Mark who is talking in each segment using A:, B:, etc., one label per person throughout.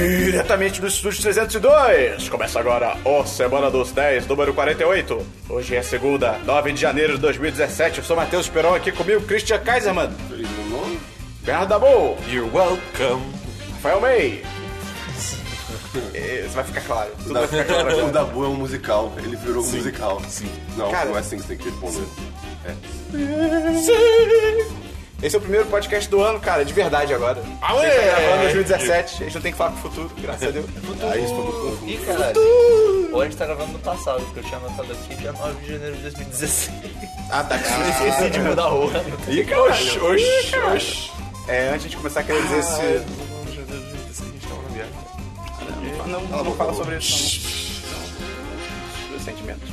A: diretamente do Estúdio 302. Começa agora o Semana dos 10, número 48. Hoje é segunda, 9 de janeiro de 2017. Eu sou Matheus Peron, aqui comigo Christian Kaiserman. Bernardo Dabu.
B: You're welcome.
A: Rafael May. É, Isso vai ficar claro. Tudo vai ficar claro.
C: O Dabu é um musical, ele virou um musical.
B: sim.
C: Não,
A: Cara-
C: não é assim que você tem que responder.
A: Esse é o primeiro podcast do ano, cara, de verdade agora.
B: Aê!
A: A gente tá gravando em 2017, a gente não tem que falar com o futuro, graças a Deus.
C: Aí isso foi muito confuso.
D: Ih, caralho. Ou a gente tá gravando no passado, porque eu tinha anotado aqui dia 9 de janeiro de 2016.
A: Ah, tá.
D: Esqueci de mudar a hora.
A: Ih, caralho. Oxi, oxi, oxi. É, antes de começar, quero dizer se... Não, não, fala sobre isso, não. Meus sentimentos.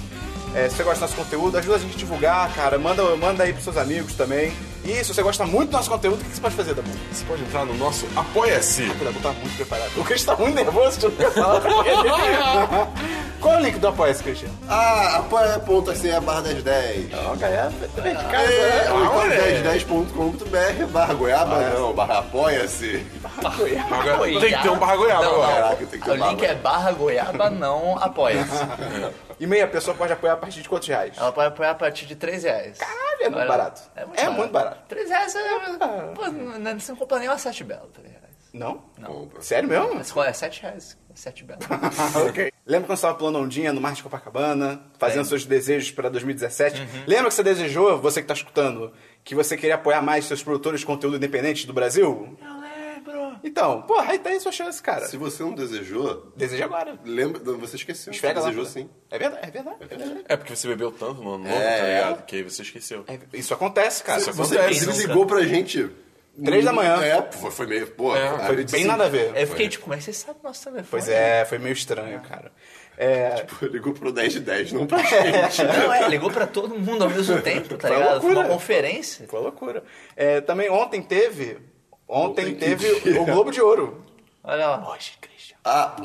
A: É, se você gosta do nosso conteúdo, ajuda a gente a divulgar, cara. Manda, manda aí pros seus amigos também. E se você gosta muito do nosso conteúdo, o que que você pode fazer, Dabu?
B: Você pode entrar no nosso Apoia-se.
A: O Dabu tá muito preparado. O Christian tá muito nervoso de não quer falar pra ele. Qual é o link do Apoia-se, Christian?
C: Ah, apoia.se a barra 1010.
A: Não, cara, é de
C: É, ou então
B: olha.
C: 1010.com.br é barra goiaba, né? não, barra apoia-se.
B: Agora tem que ter um barra goiaba
D: Não,
B: agora.
C: Caraca, tem que ter
D: O link
C: barba.
D: é barra goiaba, não apoia-se.
A: E meia, a pessoa pode apoiar a partir de quantos reais?
D: Ela pode apoiar a partir de 3 reais. Caralho,
A: é muito barato. É muito barato.
D: 3 reais é. Pô, não, você não compra nem uma 7 bela, 3 reais.
A: Não?
D: Não.
A: Sério mesmo?
D: Mas qual é? 7 reais. 7 bela.
A: Ah, ok. Lembra quando você estava pulando ondinha no Mar de Copacabana, fazendo seus desejos para 2017? Lembra que você desejou, você que está escutando, que você queria apoiar mais seus produtores de conteúdo independente do Brasil?
D: Eu lembro.
A: Então, porra, aí tá aí sua chance, cara.
C: Se você não desejou,
A: Deseja agora.
C: lembra, não, você esqueceu.
A: Esfrega lá.
C: desejou
A: cara.
C: sim.
A: É verdade, é verdade. É verdade.
B: É porque você bebeu tanto no ano novo,
C: É.
B: tá ligado? Que aí você esqueceu.
A: É- Isso acontece, cara.
B: Isso
A: Isso
C: Você
B: acontece.
C: você ligou pra gente.
A: Três da manhã.
C: É, foi, foi meio. Pô,
B: É,
C: cara,
B: foi
C: ele
A: Bem
C: disse-
A: nada a ver.
D: Eu fiquei tipo, mas você sabe o nosso telefone?
A: Pois é, foi meio estranho, cara. É,
C: Pô, Ligou pro 1010, não pra gente.
D: Não, é, ligou pra todo mundo ao mesmo tempo, tá
A: Foi uma
D: ligado? Foi uma
A: loucura.
D: conferência.
A: foi loucura. É, também ontem teve. Ontem
C: Ontem que
A: teve
C: dia.
A: o Globo de Ouro.
D: Olha lá.
A: Hoje, Christian.
C: Ah,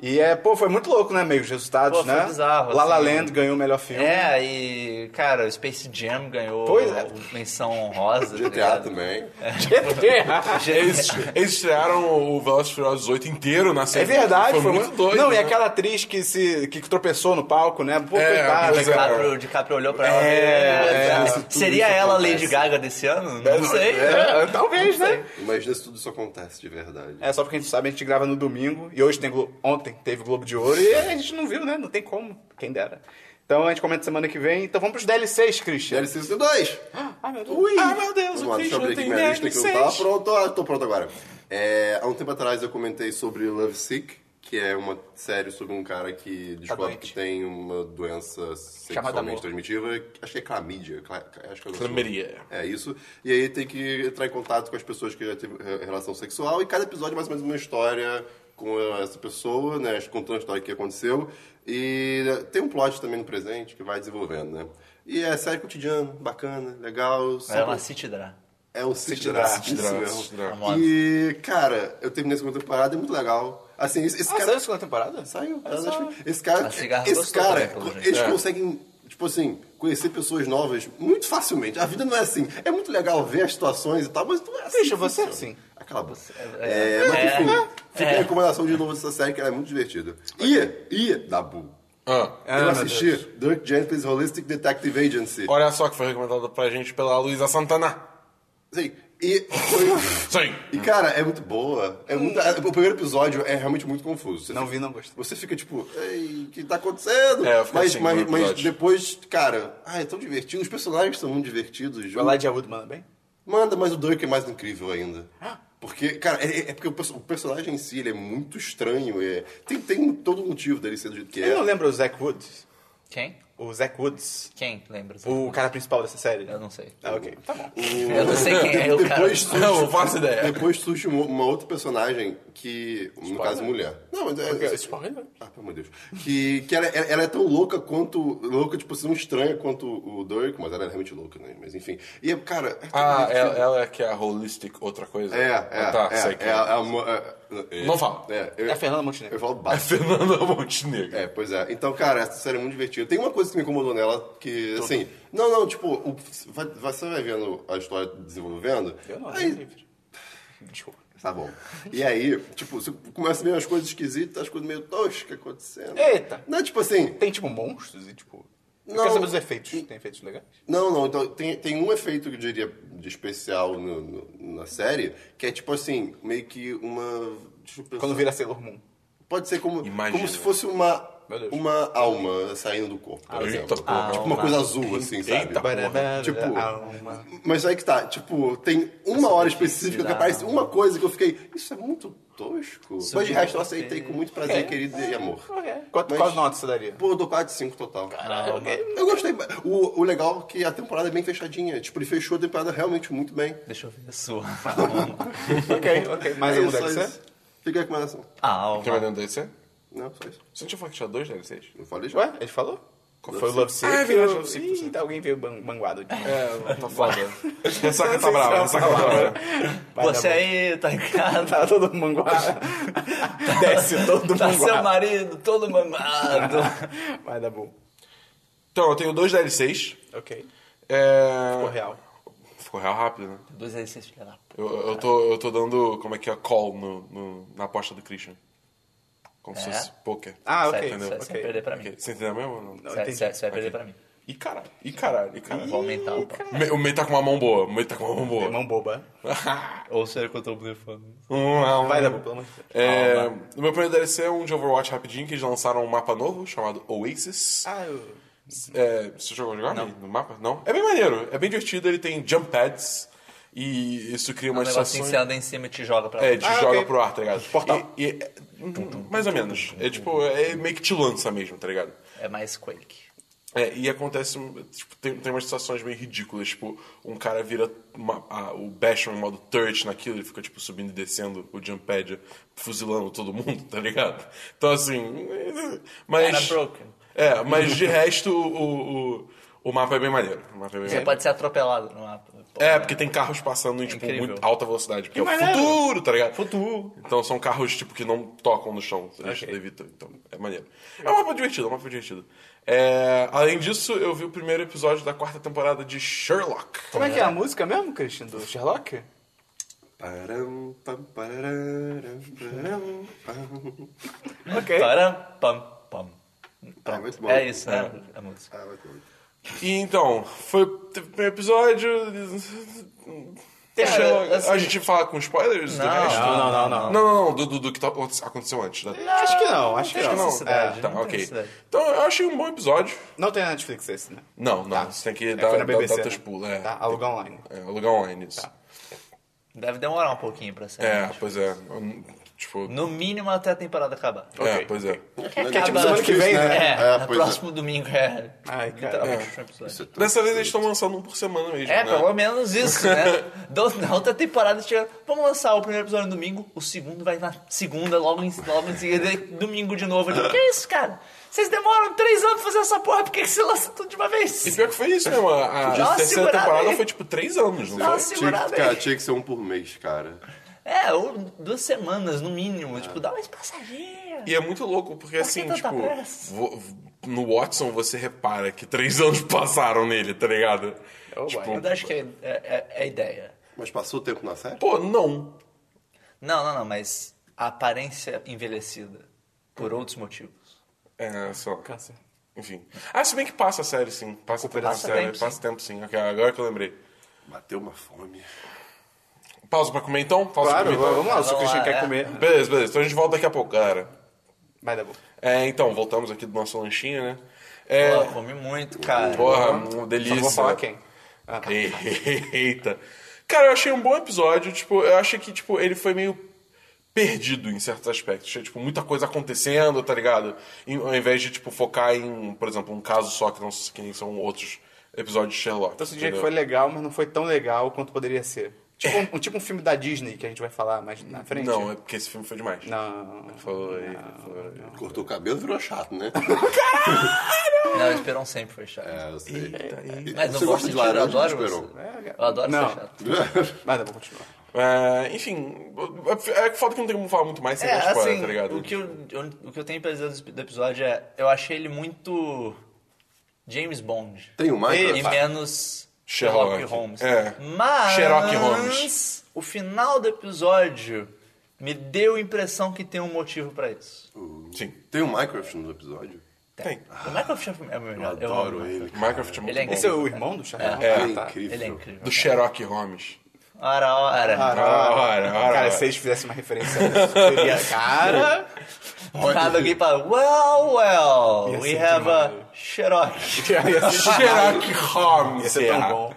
A: E é, pô, foi muito louco, né, meio os resultados,
D: Pô, foi
A: né?
D: bizarro,
A: La La
D: assim.
A: Land ganhou o melhor filme.
D: É, e, cara, o Space Jam ganhou
A: um- Pois é.
D: menção honrosa. tá
C: GTA
D: ligado?
C: também.
A: é
B: Eles, eles estrearam o Velozes e Furiosos 8 inteiro na
A: É
B: série.
A: verdade,
B: foi, muito doido.
A: Não, e
B: né?
A: aquela atriz que se que tropeçou no palco, né? Pô,
B: É,
A: coitada,
B: pois é.
A: cara.
D: DiCaprio, DiCaprio olhou pra ela.
A: É,
D: "Meu Deus,
C: é,
D: cara, Seria
C: tudo isso
D: ela a
C: acontece.
D: Lady Gaga desse ano? Não sei.
A: É, talvez, né?
C: Imagina se tudo isso acontece de verdade.
A: É, só porque a gente sabe, a gente grava no domingo e hoje tem Glo- ontem teve Globo de Ouro e a gente não viu, né? Não tem como, quem dera. Então a gente comenta semana que vem. Então vamos pros DLCs, Christian.
C: GL62!
A: Ah, meu Deus.
C: Ui!
A: Ah, meu Deus, o
C: Vamos lá, deixa
A: Christian
C: eu abrir aqui
A: tem
C: minha lista que eu não tava
A: DLCs.
C: pronto. Ah, tô pronto agora. É, há um tempo atrás eu comentei sobre Love Sick, que é uma série sobre um cara que descobre
A: Tá doente.
C: que tem uma doença
A: amor.
C: sexualmente transmitida. Acho que é clamídia. cla- Acho que é
B: Clameria.
C: É isso. E aí tem que entrar em contato com as pessoas que já teve re- relação sexual. E cada episódio é mais ou menos uma história com essa pessoa, né? Contando a história que aconteceu. E tem um plot também no presente que vai desenvolvendo, né? E é série cotidiana, bacana, legal.
D: Era uma
C: Só-
D: Citidra.
C: é um City
A: Drag,
C: Draft.
B: City
C: Isso
B: Drag,
C: mesmo.
B: City Drag.
C: E, cara, eu terminei a segunda temporada, é muito legal. Assim, esse, esse
A: Ah, saiu a
C: cara.
A: segunda temporada?
C: Saiu. cara, acho que- Esse cara.
D: A cigarra
C: Esse
D: gostou
C: cara,
D: também, pelo jeito.
C: eles
B: É.
C: conseguem, tipo assim, conhecer pessoas novas muito facilmente. A vida não é assim. É muito legal ver as situações e tal, mas não é assim.
A: Christian,
C: que
A: você é
C: funciona.
A: assim.
C: Aquela boca.
D: é.
C: É, mas
D: É.
C: enfim, fica
D: É.
C: a recomendação de novo dessa série, que ela é muito divertida. E, e, Dabu.
B: Ah,
C: eu
A: meu
C: assisti Dirk Gently's Holistic Detective Agency.
B: olha só que foi recomendado pra gente pela Luísa Santana.
C: Sim, e foi.
B: Sim.
C: E, cara, é muito boa. É muito, é- o primeiro episódio é realmente muito confuso. Você
A: Não
C: fica,
A: vi, não gostei.
C: Você fica tipo, ei, o que tá acontecendo?
B: É, eu fico
C: mas,
B: assim, no
C: mas, mas
B: episódio.
C: depois, cara, ah, é tão divertido. Os personagens são muito divertidos. o
A: Vai
C: jogo-
A: lá de Aúdo, manda bem?
C: Manda, mas o Dirk é mais incrível ainda. Porque, cara, é, é porque o, perso- o personagem em si ele é muito estranho. É, tem, tem todo um motivo dele ser do jeito que
A: Eu não
C: é.
A: lembro o Zack Woods.
D: Quem?
A: O Zack Woods.
D: Quem? Lembra?
A: O cara principal dessa série.
C: É.
D: Eu não sei.
A: Ah, ok. Tá bom.
D: Eu não sei quem é o cara.
C: Depois surge,
B: Não, eu faço ideia.
C: Depois surge uma, uma outra personagem que, no caso, mulher. Não, mas é,
B: né?
A: Spoiler?
C: Ah, pelo amor de Deus. Que, que ela, ela- ela é tão louca quanto. Louca, tipo assim, tão estranha quanto o Dirk, mas ela é realmente louca, né? Mas enfim. E, cara. é tão
B: Ah,
C: divertido.
B: ela, ela é que é a Holistic outra coisa?
C: É, é.
B: Ah, tá,
C: é,
B: sei que
C: é, a- a mo- é, é,
B: Não fala.
C: É, eu,
A: É a Fernanda
C: eu
A: Montenegro.
C: falo
B: É
C: baixo.
B: Fernanda Montenegro.
C: É, pois é. Então, cara, essa série é muito divertida. Tem uma coisa que me incomodou nela, que, assim... Não, não, tipo, o- vai- você vai vendo a história desenvolvendo...
A: Eu não, é Tipo,
C: aí-
A: eu não lembro. Desculpa.
C: Tá bom. E aí, tipo, você começa a ver umas coisas esquisitas, as coisas meio toscas acontecendo.
A: Eita.
C: Não, tipo assim,
A: Tem tipo monstros e tipo. Eu
C: Não.
A: quero saber dos efeitos. Tem efeitos legais?
C: Não, não. Então, tem, tem um efeito que eu diria de especial no- no- na série, que é tipo assim, meio que uma. Deixa eu pensar.
A: Quando vira Sailor Moon.
C: Pode ser como,
B: Imagina.
C: como se fosse uma,
A: Meu Deus.
C: uma alma saindo do corpo, por
B: Eita,
C: exemplo.
B: porra.
C: Tipo Ah, uma coisa azul, assim, sabe?
B: Ah, então. Eita, porra.
A: Tipo,
C: Tipo- Mas aí que tá, tipo, tem uma hora específica que aparece uma coisa que eu fiquei, isso é muito tosco. Mas de resto eu aceitei com muito
A: É.
C: prazer, é querido e amor.
A: Quanto,
C: Mas-
A: Qual nota você daria?
C: Pô, eu dou 4 5 total.
A: Caralho, Ah, ok.
C: Eu gostei. O, o legal é que a temporada é bem fechadinha. Tipo, ele fechou a temporada realmente muito bem.
D: Deixa eu ver a sua.
A: ok, ok. Mais
C: é
A: algum
C: isso,
A: deve
C: só
A: ser?
C: isso. Fica a recomendação.
D: A
B: Quer ver
D: alma.
B: dentro do DLC?
C: Não, só isso.
B: Você não tinha falado que tinha dois DLCs?
C: Eu falei já.
A: Ué, ele falou? Qual foi o Love Sick?
B: Ah, é verdade, Love Sick,
A: Ih, alguém veio ban- banguado.
B: É, tá foda. Ressaca
A: Não
B: tá
A: sei
B: brava,
A: se é
B: ressaca
A: uma
B: tá
A: palavra.
B: brava.
A: Vai dar
D: Você
A: bom.
D: aí, tá em casa.
A: Tá todo manguado. Desce todo
D: Tá seu
A: manguado.
D: marido todo mamado.
A: Vai dar bom.
B: Então, eu tenho dois DLCs.
A: Ok.
B: É...
A: Ficou real.
B: Ficou real rápido, né?
D: Dois aí, vocês ficam lá.
B: Eu, eu, tô, eu tô dando, como é que é, call no, no- na aposta do Christian. Como se
D: É?
B: fosse poker.
A: Ah,
D: Certo,
A: ok.
D: certo,
A: ok.
D: Você vai perder pra mim.
B: Ok, Você entendeu mesmo ou não?
A: Não,
D: Certo,
A: entendi.
D: certo, Você vai perder pra mim.
B: Ih, caralho, ih, caralho, ih, caralho.
D: Vou aumentar o
B: O me- O meio tá com uma mão boa, o meio tá com uma mão boa.
A: Mão boba.
D: Ou será que eu tô blefando?
A: Vai dar bom, pelo amor de Deus.
B: Hum, É, o meu primeiro DLC é um de Overwatch rapidinho, que eles lançaram um mapa novo chamado Oasis.
A: Ah, eu...
B: É, você jogou jogar no mapa? Não? É bem maneiro, é bem divertido, ele tem jump pads e isso cria
D: Um
B: uma
D: negocinho
B: situação.
D: que você anda em cima e te joga pra
B: É,
D: lá.
B: te
A: Ah,
B: joga
A: ok.
B: pro ar, tá ligado?
A: Portal.
B: E- e- mais ou menos. É tipo, é meio que te lança mesmo, tá ligado?
D: É mais Quake.
B: É, e acontece, um- tipo, tem, tem umas situações meio ridículas, tipo, um cara vira uma- a- o Bashman em modo turret naquilo, ele fica, tipo, subindo e descendo o jump pad, fuzilando todo mundo, tá ligado? Então, assim,
D: Era
B: mas...
D: broken.
B: É, mas de resto, o, o, o mapa é bem maneiro. O mapa é bem
D: Você
B: maneiro.
D: pode ser atropelado no mapa.
B: É, porque tem carros passando em,
A: É
B: tipo,
D: incrível.
B: muito alta velocidade, porque é o
A: maneiro.
B: futuro, tá ligado?
D: Futuro.
B: Então são carros tipo que não tocam no chão, eles
A: Ok.
B: levitam, então é maneiro. É um mapa divertido, é um mapa divertido. É, além disso, eu vi o primeiro episódio da quarta temporada de Sherlock.
A: Como é que é a música mesmo, Christian? Do Sherlock?
C: Param, pam, pararam, pararam, pam.
A: Ok.
D: Param, pam, pam.
A: Tá.
C: Ah, muito bom.
D: É isso, né? A música.
C: Ah, muito bom.
B: E então, foi o primeiro episódio.
D: Cara,
B: Sherlock-
D: assim-
B: A gente fala com spoilers do
D: Não.
B: resto?
A: Não, não, não, não.
B: Não, não, não, do, do- do que tá- aconteceu antes. da-
A: Acho que não, acho que
D: tem
A: não.
D: necessidade.
A: É,
B: Tá,
D: não tem
B: ok.
D: necessidade.
B: Então eu achei um bom episódio.
A: não tem na Netflix esse, né?
B: Não, não,
A: Tá.
B: você tem que
A: É,
B: dar,
A: foi na
B: dar,
A: BBC,
B: dar teus
A: né?
B: pulos. É,
A: Tá, alugar online.
B: é, alugar online, isso.
D: Tá. Deve demorar um pouquinho pra ser.
B: É,
D: né?
B: pois é. Tipo,
D: No mínimo até a temporada acabar.
B: é,
A: ok,
B: pois é.
A: tipo semana que vem, né?
D: É,
C: É,
D: no
C: pois é.
D: próximo domingo é.
A: Ai, cara.
D: literalmente o último episódio.
B: Dessa vez eles estão lançando um por semana mesmo.
D: É,
B: né?
D: pelo menos isso, né? Do- Na outra temporada chega. Vamos lançar o primeiro episódio no domingo, o segundo vai na segunda, logo em, logo em seguida, e domingo de novo. Eu digo, que isso, cara? Vocês demoram três anos pra fazer essa porra, por que que você lança tudo de uma
B: E
D: vez?
B: pior que foi isso, né, mano? A
D: Dá uma
B: terceira
D: segurada
B: temporada
D: aí.
B: foi tipo três anos, não
D: Dá uma
B: foi?
C: Tinha,
D: segurada
C: que-
D: aí.
C: cara, tinha que ser um por mês, cara.
D: É, ou duas semanas no mínimo. Tipo, dá uma espaçadinha.
B: E é muito louco, porque assim,
D: tanta
B: tipo,
D: pressa?
B: vo- v- no Watson você repara que três anos passaram nele, tá ligado?
A: Oh,
B: tipo,
D: Eu acho que é, é- é a ideia.
C: Mas passou o tempo na série?
B: pô, não.
D: Não, não, não, mas a aparência envelhecida. Por outros motivos.
B: É, só.
A: Câncer.
B: Enfim. Ah, se bem que passa a série, sim. Passa tempo na
D: Passa
B: série,
D: tempo, sim.
B: passa tempo sim. Ok, agora que eu lembrei.
C: Bateu uma fome.
B: Pausa pra comer então? Pausa
A: Claro,
B: pra comer então.
A: vamos lá, se o
D: Vamos
A: Christian
D: lá,
A: quer
D: é.
A: comer.
B: Beleza, beleza. Então a gente volta daqui a pouco, galera.
A: Vai dar bom.
B: É, então, voltamos aqui do nosso lanchinho, né? É,
D: Pô, come muito, cara.
B: porra, uma
A: Só
B: delícia.
A: não vou falar quem. Ah, tá.
B: Eita. Cara, eu achei um bom episódio, tipo, eu achei que, tipo, ele foi meio perdido em certos aspectos. Tinha, tipo, muita coisa acontecendo, tá ligado? Em- ao invés de, tipo, focar em, por exemplo, um caso só, que não que nem são outros episódios de Sherlock.
A: Então você diria que
B: entendeu?
A: foi legal, mas não foi tão legal quanto poderia ser. Tipo um, um- tipo um filme da Disney que a gente vai falar mais na frente.
B: Não, é porque esse filme foi demais.
A: Não.
B: Foi, foi.
C: Cortou o cabelo, virou chato, né?
D: Não, o Esperon sempre foi chato.
C: É, eu sei.
D: Mas não
C: Você gosta de laranja,
D: eu adoro
C: Esperon?
D: você.
A: É,
D: Eu adoro
A: não.
D: ser chato.
A: Vai dar bom, continuar.
B: É, enfim, é é foda que não tem como falar muito mais sem
D: É,
B: dar spoiler,
D: assim,
B: tá ligado?
D: o, que eu, eu- o que eu tenho pra dizer do do episódio é... Eu achei ele muito James Bond.
C: Tem um né? o Minecraft?
D: E menos
B: Sherlock,
D: Holmes.
B: É.
D: Mas
B: Sherlock Holmes.
D: o final do episódio me deu a impressão que tem um motivo pra isso.
B: Sim.
C: Tem um Minecraft no episódio?
A: Tá.
B: Tem.
D: O Minecraft é o melhor.
C: Eu
D: eu
C: adoro
D: amo.
C: ele.
B: Minecraft é muito
D: Ele é
B: bom.
A: Esse é o irmão do Sherlock?
C: É,
A: Ah, tá.
C: incrível.
D: Ele é incrível.
B: Do Sherlock Holmes. Ah,
D: Ora, ora.
A: Cara,
B: Ora, ora,
A: cara,
B: ora.
A: se eles fizessem uma referência a isso, seria cara.
D: Do nada alguém fala, well, well,
A: Ia
D: we
A: ser
D: have
A: demais.
D: a Sherlock.
A: Ia ser
B: Sherlock Holmes.
A: Ia ser tão bom.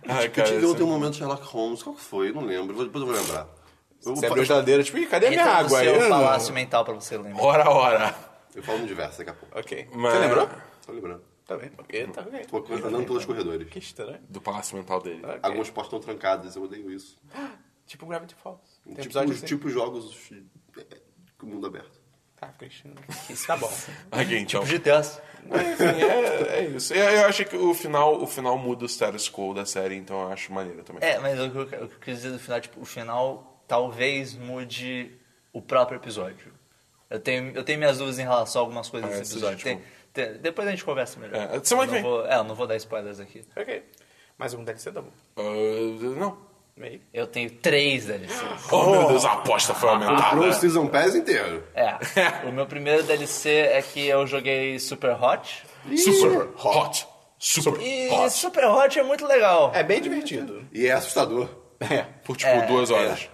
A: Tipo
B: Ai,
C: Eu
B: cara,
C: tive
B: isso é
C: ontem um momento Sherlock Holmes, qual que foi? Não lembro, vou- depois eu vou lembrar. Eu,
A: Você
C: fa-
A: abriu a geladeira, tipo, Ih, cadê a minha
D: Entra no
A: água aí?
D: seu
A: Hum.
D: palácio mental pra você lembrar.
B: Ora, ora.
C: eu falo no diverso daqui a pouco.
A: Ok.
B: Mas-
A: Você lembrou?
C: Tô lembrando.
A: Tá bem. Ok, tá bem.
C: Tô andando pelos corredores.
A: Que estranho.
B: Do palácio mental dele.
A: Ok.
C: Algumas portas estão trancadas, eu odeio isso.
A: Tipo Gravity Falls. Tem
C: tipo,
A: episódio assim.
C: tipo jogos é, com mundo aberto.
A: Tá, Cristina. Tá bom.
B: Aqui, então.
A: Tipo
D: De Deus.
B: Enfim, é, é isso. Eu, eu acho que o final, o final muda o status quo da série, então eu acho maneiro também.
D: É, mas o que eu, o que eu quis dizer do final, tipo, o final talvez mude o próprio episódio. Eu tenho, eu tenho minhas dúvidas em relação a algumas coisas
B: É,
D: desse
B: isso já,
D: episódio. Tem- tem- depois a gente conversa melhor.
B: É, semana que vem.
D: Eu não Vou, é, eu não vou dar spoilers aqui.
A: Ok. Mais um DLC, tá bom.
B: Ah, não.
A: Meio.
D: Eu tenho três DLCs.
B: Oh, meu Deus, a aposta foi
C: Pro
B: aumentada.
C: Season Pass inteiro.
D: É, o meu primeiro DLC é que eu joguei Super Hot.
B: Super hot. Super
D: E
B: hot.
D: Super Hot é muito legal.
A: É bem divertido.
C: E é assustador.
A: É.
B: Por tipo
D: É,
B: duas horas.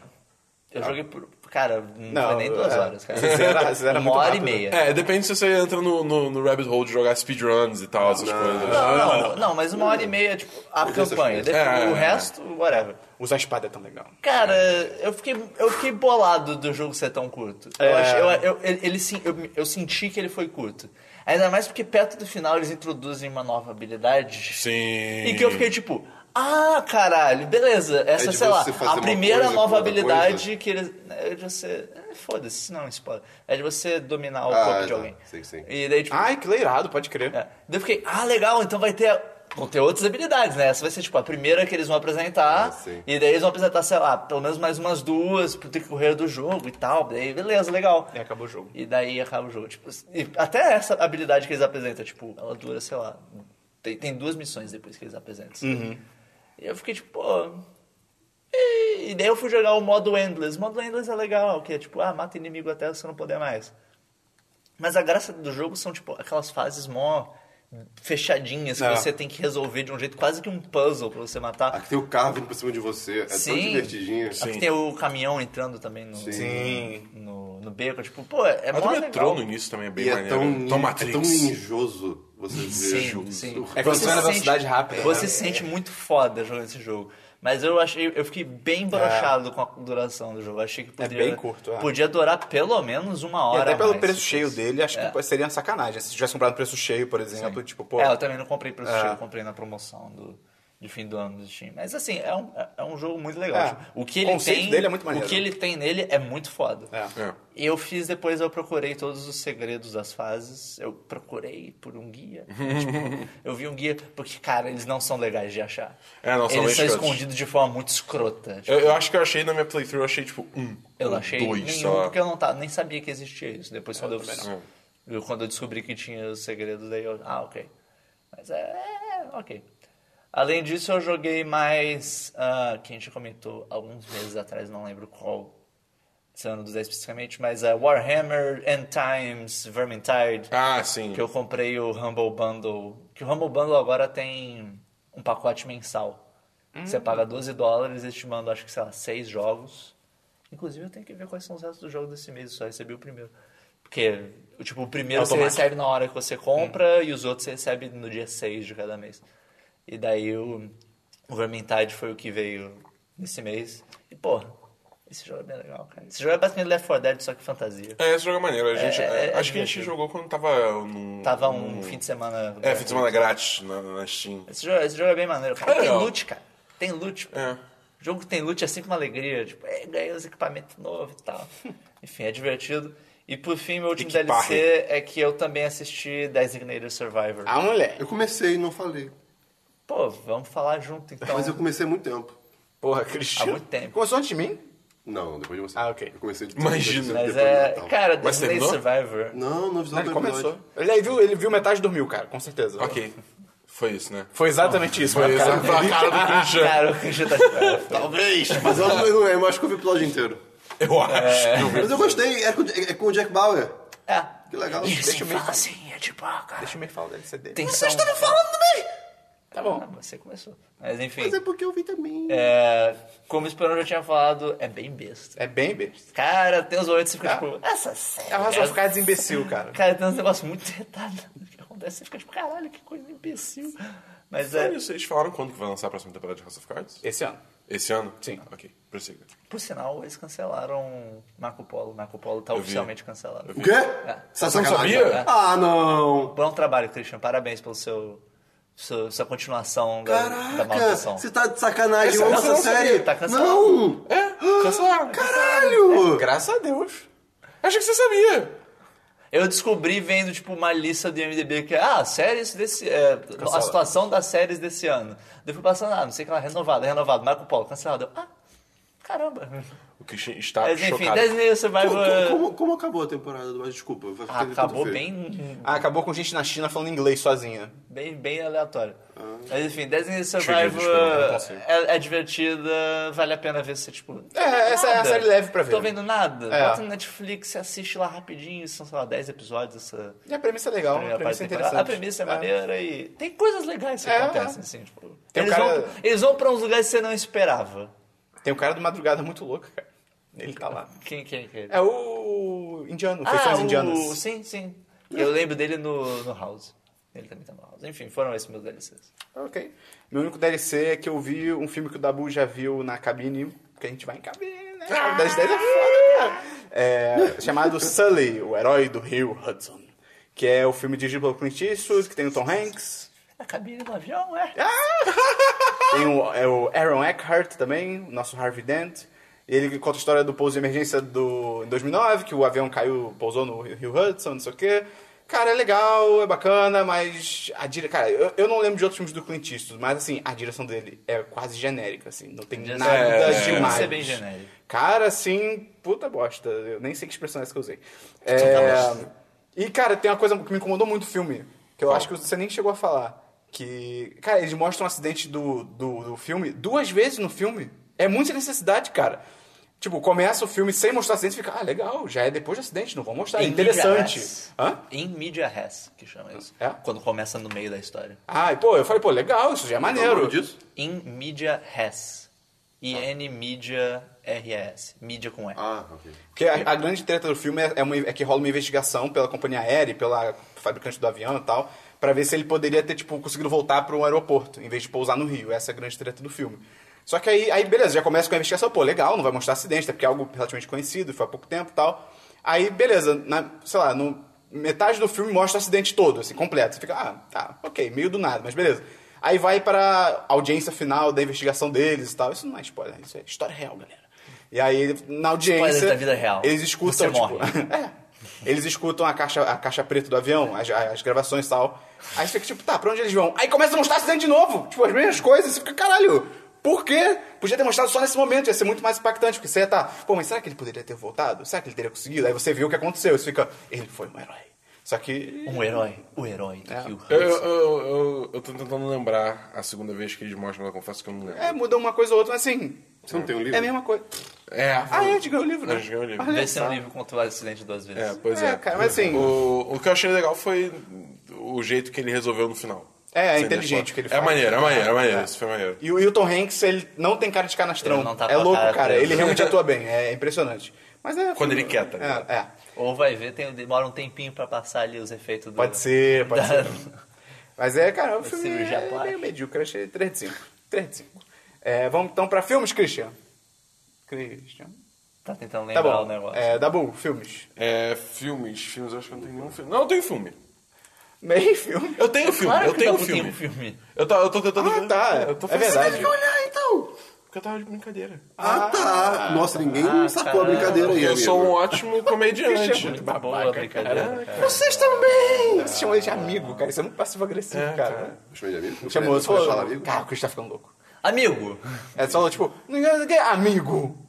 D: Eu joguei por. Cara, não,
A: Não,
D: foi nem duas
A: é.
D: horas, cara.
A: Vocês eram- vocês eram
D: Uma
A: muito
D: hora
A: rápido.
D: e meia.
B: É, depende se você entra no, no, no rabbit hole de jogar speedruns e tal, essas coisas.
D: Não, não, não, não, mas uma hora e meia, tipo, a campanha.
C: coisas.
D: Depois,
B: É.
D: O resto, whatever.
A: Usar a espada é tão legal.
D: Cara, eu fiquei, eu fiquei bolado do jogo ser tão curto.
A: É.
D: Eu, achei, eu, eu- ele, ele sim- eu, eu senti que ele foi curto. Ainda mais porque perto do final eles introduzem uma nova habilidade.
B: Sim.
D: E que eu fiquei tipo, ah, caralho, beleza. Essa,
C: É de
D: sei lá,
C: você fazer
D: a
C: uma
D: primeira
C: coisa com
D: nova
C: outra
D: habilidade
C: coisa?
D: que eles. É de você. é, Foda-se, isso não é um spoiler. É de você dominar o
C: Ah,
D: corpo de
C: tá.
D: alguém.
C: Sim, sim.
D: E daí, tipo,
A: Ai, que leirado, pode crer.
D: é. Daí eu fiquei, ah, legal, então vai ter. Vão ter outras habilidades, né? Essa vai ser tipo a primeira que eles vão apresentar.
C: Ah, sim.
D: e daí eles vão apresentar, sei lá, pelo menos mais umas duas pro decorrer do jogo e tal. Daí, beleza, legal.
A: E acabou o jogo.
D: E daí acaba o jogo. Tipo, e até essa habilidade que eles apresentam, tipo, ela dura, sei lá. Tem, tem duas missões depois que eles apresentam. assim.
A: Uhum.
D: E eu fiquei tipo, pô. E, e daí eu fui jogar o modo Endless. O modo Endless é legal, que é tipo, ah, mata inimigo até você não poder mais. Mas a graça do jogo são, tipo, aquelas fases mó fechadinhas que
A: É. Ah,
D: você tem que resolver de um jeito quase que um puzzle pra você matar.
C: Aqui tem o carro vindo pra cima de você. É tão divertidinho.
D: Aqui tem o caminhão entrando também no,
A: Sim.
D: no, no beco. Tipo, pô, é
B: A
D: mó
B: do metrô
D: legal.
B: no início também é bem
C: E é
B: maneiro.
C: tão,
B: Tom
C: é
B: Matrix.
C: tão ninjoso você ver.
D: Sim, sim.
A: É quando você vai na
D: sente-
A: velocidade rápida,
D: Você
A: né?
D: se sente muito foda jogando esse jogo. Mas eu achei, eu fiquei bem brochado com a duração do jogo. Achei que podia,
A: bem curto, é.
D: podia durar pelo menos uma
A: E
D: hora.
A: até
D: a
A: pelo
D: mais,
A: preço
D: se
A: cheio
D: fosse.
A: dele, acho
D: É.
A: que seria uma sacanagem. Se tivesse comprado preço cheio, por exemplo, tipo, pô.
D: É, eu também não comprei preço
A: É.
D: cheio, eu comprei na promoção do, de fim do ano do Steam. Mas assim, é um, é- é um jogo muito legal.
A: É.
D: Tipo, O que ele
A: O conceito
D: tem.
A: dele é muito maneiro.
D: o que ele tem nele é muito foda.
A: É.
B: É.
D: Eu fiz depois, eu procurei todos os segredos das fases. Eu procurei por um guia. Tipo, eu vi um guia, porque, cara, eles não são legais de achar.
B: É, não, são
D: eles são
B: escrotos.
D: escondidos de forma muito escrota. Tipo,
B: Eu, eu acho que eu achei na minha playthrough, eu achei tipo um.
D: eu
B: ou
D: achei
B: dois,
D: nenhum,
B: sei lá.
D: porque eu não tava, nem sabia que existia isso. Depois, quando eu,
B: não.
D: eu- quando eu descobri que tinha os segredos, daí eu... Ah, ok. Mas é... é, ok. Além disso, eu joguei mais... ah, que a gente comentou alguns meses atrás, não lembro qual... Esse ano dos 10 especificamente, mas é Warhammer, End Times, Vermintide...
B: Ah, sim.
D: Que eu comprei o Humble Bundle. Que o Humble Bundle agora tem um pacote mensal.
B: Hum.
D: Você paga 12 dólares, eles te mandam, acho que, sei lá, 6 jogos. Inclusive, eu tenho que ver quais são os restos dos jogos desse mês. eu Só recebi o primeiro. Porque, o tipo, o primeiro
A: Automático.
D: você recebe na hora que você
B: Hum.
D: compra e os outros você recebe no dia 6 de cada mês. E daí o, o Vermintide foi o que veio nesse mês. E, porra, esse jogo é bem legal, cara. Esse jogo é basicamente Left 4 Dead, só que fantasia.
B: É, esse jogo é maneiro. A gente,
D: É,
B: acho
D: é, é
B: que a gente
D: divertido.
B: jogou quando tava num.
D: Tava um fim de semana...
B: Hum. É, fim de semana grátis na, na Steam.
D: Esse jogo, esse jogo é bem maneiro. Cara,
B: É
D: tem
B: legal.
D: loot, cara. Tem loot. pô.
B: É.
D: O jogo que tem loot é sempre uma alegria. Tipo, é, ganhei os equipamentos novos e tal. Enfim, é divertido. E por fim, meu último
B: Equipar.
D: DLC é que eu também assisti Designated Survivor.
A: A mulher.
C: Eu comecei e não falei.
D: Pô, vamos falar junto então.
C: Mas eu comecei há muito tempo.
A: Porra, Cristina.
D: Há muito tempo.
A: Começou antes de mim?
C: Não, depois de você.
A: Ah, ok.
C: Eu comecei de
B: Imagina.
C: depois de- depois
D: Mas
C: então. do
D: é.
C: Natal.
D: Cara,
B: Mas
D: Designated
B: terminou?
C: Um
D: Survivor.
C: Não, não avisou
A: Não, ele
C: do episódio.
A: começou. Ele, aí viu, ele viu metade e dormiu, cara, com certeza.
B: Ok. Foi isso, né?
A: Foi exatamente isso.
B: Foi
A: meu
B: isso.
A: cara.
B: Foi a cara do Christian.
D: Cara, o Christian tá.
C: Talvez, mas eu, eu, eu acho que eu vi o episódio inteiro.
B: Eu acho. que eu vi.
C: Mas eu gostei, é com, é com o Jack Bauer.
D: É.
C: Que legal.
D: Ele
A: Deixa eu
D: sempre
A: ver.
D: fala assim, é tipo, ah, cara.
A: Deixa eu me falar do LCD.
D: Vocês
C: Estamos falando também!
D: Tá bom. Ah, você começou. Mas enfim.
C: Mas é porque eu vi também.
D: É, como o Esperão já tinha falado, é bem besta.
A: É bem besta.
D: Cara, tem uns momentos que você fica
B: Tá.
D: tipo, essa série.
A: É uma razão
D: cara.
A: pra ficar desimbecil, cara.
D: Cara, tem uns negócios muito retardados que acontece. Você fica tipo, caralho, que coisa imbecil. Mas é.
B: Sério, vocês falaram quando que vai lançar a próxima temporada de House of Cards?
A: Esse ano.
B: Esse ano?
A: Sim.
B: Ok, prossiga.
D: Por sinal, eles cancelaram Marco Polo. Marco Polo tá
B: vi.
D: oficialmente cancelado.
C: O quê?
D: É.
C: Você tá sacanagem?
B: sabia?
C: Ah, não.
D: Bom trabalho, Christian. Parabéns pelo seu. seu- sua continuação da, da
C: Caraca,
D: maldição.
C: você tá de sacanagem.
D: Essa-
C: Ouça
D: não,
C: essa
D: não sabia,
C: série.
D: tá cancelado.
C: Não!
B: É, cancelaram.
D: é,
C: Caralho!
A: Graças a Deus.
B: Achei que você sabia.
D: Eu descobri vendo, tipo, uma lista do IMDB que, ah, séries desse. é, a situação das séries desse ano. Daí fui passando, ah, não sei o que lá, renovado, renovado, Marco Polo, cancelado. Eu, ah, caramba.
B: O Christian está
D: Mas
A: Tá
D: enfim,
B: chocado.
D: Disney
C: Co- co- Como,
D: Survival. Ah,
C: como acabou a temporada do Mas Desculpa? vai ficar
D: É. Acabou
C: tudo feio.
D: bem,
A: Ah, acabou com gente na China falando inglês sozinha.
D: bem, bem aleatório.
A: Ah.
D: Mas enfim,
B: Cheguei de
D: Disney
B: esperar, não
D: Survival
B: consigo.
D: é, é divertida, vale a pena ver se, tipo.
A: É, essa é uma
D: nada.
A: série leve pra ver.
D: Tô vendo nada.
A: É.
D: Bota no Netflix, você assiste lá rapidinho, são, sei lá, 10 episódios essa.
A: E a premissa é legal, a
D: primeira
A: premissa é
D: parte da temporada.
A: interessante.
D: A premissa é maneira e tem coisas legais que
A: É,
D: acontecem,
A: é.
D: assim, tipo...
A: Tem um
D: eles,
A: cara-
D: vão, eles vão pra uns lugares que você não esperava.
A: Tem um cara do Madrugada muito louco, cara. Ele tá lá.
D: Quem, quem, quem?
A: É o indiano, feições
D: Ah, o-
A: indianas.
D: Sim, sim. Eu lembro dele no, no House. Ele também tá no House. Enfim, foram esses meus DLCs.
A: Ok. Meu único DLC é que eu vi um filme que o Dabu já viu na cabine, porque a gente vai em cabine, né? O 10 10 é foda, cara. É, chamado Sully, o herói do rio Hudson. Que é o filme dirigido pelo Clint Eastwood, que tem o Tom Hanks.
D: Na É cabine do avião, é.
A: Tem o, é o Aaron Eckhart também, o nosso Harvey Dent. Ele conta a história do pouso de emergência do, em 2009, que o avião caiu, pousou no Rio Hudson, não sei o quê. Cara, é legal, é bacana, mas a dire... Cara, eu, eu não lembro de outros filmes do Clint Eastwood, mas assim, a direção dele é quase genérica, assim, não tem
D: Já-
A: nada
D: é,
B: é,
A: demais.
D: isso é bem genérico.
A: Cara, assim, puta bosta. Eu nem sei que expressão é essa que eu usei. É, E, cara, tem uma coisa que me incomodou muito o filme, que eu acho que você nem chegou a falar. Que, cara, eles mostram um acidente do, do, do filme duas vezes no filme. É muita necessidade, cara. Tipo, começa o filme sem mostrar o acidente e fica, ah, legal, já é depois do acidente, não vou mostrar. É
D: Tá Em
A: interessante.
D: media res.
A: Hã?
D: Em media res, que chama isso.
A: É?
D: Quando começa no meio da história.
A: Ah, e, pô, eu falei, pô, legal, isso já é
C: Tá bom
A: maneiro.
C: disso?
D: In media res. I-N media R-E-S. Mídia com E.
C: Ah, ok.
A: Porque a, a grande treta do filme é, é uma- é que rola uma investigação pela companhia aérea e pela fabricante do avião e tal, pra ver se ele poderia ter, tipo, conseguido voltar para um aeroporto, em vez de pousar no Rio. Essa é a grande treta do filme. Só que aí, aí beleza, já começa com a investigação, pô, legal, não vai mostrar acidente, até porque é algo relativamente conhecido, foi há pouco tempo e tal. Aí, beleza, na- sei lá, no, metade do filme mostra o acidente todo, assim, completo. Você fica, ah, tá, ok, meio do nada, mas beleza. Aí vai para a audiência final da investigação deles e tal. Isso não é spoiler, isso é história real, galera. E aí, na audiência.
D: Spoilers da vida real.
A: Eles escutam.
D: Você
A: tipo,
D: morre.
A: é. Eles escutam a caixa, a caixa preta do avião, as, as gravações e tal. Aí você fica tipo, tá, pra onde eles vão? Aí começa a mostrar acidente de novo. Tipo, as mesmas coisas. Você fica, caralho, por quê? Podia ter mostrado só nesse momento, ia ser muito mais impactante, porque você ia estar, pô, mas será que ele poderia ter voltado? Será que ele teria conseguido? Aí você viu o que aconteceu, e você fica, ele foi um herói. Só que.
D: Um herói. O herói do
A: É.
D: Hugh
B: Eu, eu,
D: Hudson.
B: eu, eu- eu tô tentando lembrar a segunda vez que eles mostram, mas eu confesso que eu não lembro.
A: É, muda uma coisa ou outra, mas assim.
C: Você não tem um livro?
A: É a mesma coisa.
B: É.
A: Ah, é, a gente ganhou o livro, né?
B: A gente ganhou o livro.
A: Olha
D: Deve ser
A: só.
D: um livro contra o acidente duas vezes.
B: É, pois é.
A: É, cara, mas assim-
B: O, o que eu achei legal foi o jeito que ele resolveu no final.
A: É, é
B: Sem
A: inteligente
B: deixar-
A: o que ele
B: É
A: faz.
B: maneiro, é maneiro, é maneiro.
A: É.
B: Isso foi maneiro.
A: E o Hilton Hanks, ele não tem cara de canastrão.
D: Ele não tá com
A: é
D: a
A: louco,
D: cara
A: cara.
D: presa.
A: Ele realmente atua bem. É impressionante. Mas é.
B: Quando ele quer, tá ligado?
A: É, é.
D: Ou vai ver, tem, demora um tempinho pra passar ali os efeitos do.
A: Pode ser, pode
D: da-
A: ser. Mas é, cara, o
D: Da
A: filme
D: cirurgia
A: é
D: plástica.
A: meio medíocre. Eu achei 3 de 5. 3 de 5. É, vamos então pra filmes, Christian. Christian.
D: Tá tentando
A: Tá
D: lembrar
A: bom.
D: o negócio.
A: É, Dabu, filmes.
B: É, filmes, filmes, eu acho que eu não tenho nenhum filme. Não, eu tenho filme.
A: Meio filme.
B: Eu tenho filme,
D: Claro
B: eu
D: que
B: tenho
D: dá pra ter
B: filme.
D: um filme.
B: Eu, tá, eu tô tentando.
A: tá Ah, tá.
B: Eu tô
A: É verdade.
C: Olha, então.
B: Porque eu tava de brincadeira.
C: Ah, tá. Nossa, ninguém
D: Ah,
C: sacou a
D: caralho.
C: brincadeira aí,
B: eu
C: amigo.
B: sou um ótimo
A: é
B: comediante.
D: Muito
A: Tá
D: boa a brincadeira. cara.
A: Vocês também! Você chamou ele de amigo, cara. Isso é muito passivo-agressivo, cara.
D: um
C: Chamei de amigo?
A: Chamou,
C: Você pode falar
A: falou.
C: amigo?
A: Cara, o Christian tá ficando louco.
D: Amigo!
A: É só tipo, amigo.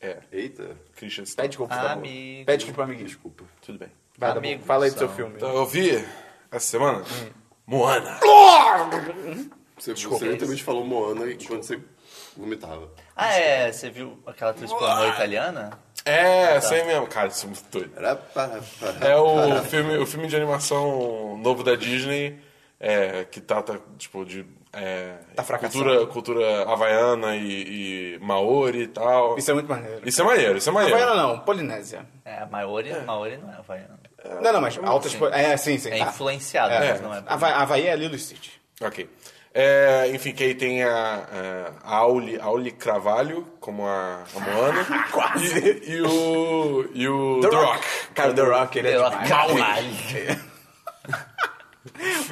B: é,
D: um
C: Eita.
B: Christian, você tá-
A: Pede desculpa, por favor.
D: Amigo.
A: Pede desculpa pro amiguinho.
C: Desculpa.
B: tudo bem.
A: Vai, tá Dabu,
D: Amigo
A: fala aí do seu
D: são.
A: filme. Hum.
B: Então, eu vi essa semana Moana.
C: Você, você literalmente falou Moana e quando você vomitava.
D: Ah, é, você viu aquela atriz pornô italiana?
A: Ah, tá.
B: É, isso aí mesmo. Cara, isso é muito doido.
C: Era para- para-
B: É o filme, o filme de animação novo da Disney, é, que trata, tipo, de... é,
A: Tá fracassado.
B: cultura, cultura havaiana e, e maori e tal.
A: Isso é muito maneiro.
B: Isso é maneiro, isso é maneiro.
A: Havaiana não, Polinésia.
D: É, a Maori, Maori não é havaiana.
A: Não, não, mas altas... po- É, sim, sim.
D: É
A: tá.
D: influenciada,
A: É.
D: mas não é.
A: Hava- Havaí é Lilo e Stitch.
B: Ok. É, enfim, que aí tem a, é, a Auli, Auli Cravalho, como a, a Moana.
A: Quase.
B: E, e o. E o The, Rock.
A: Cara, The Rock, ele é
D: The Rock,
A: demais.
D: caralho.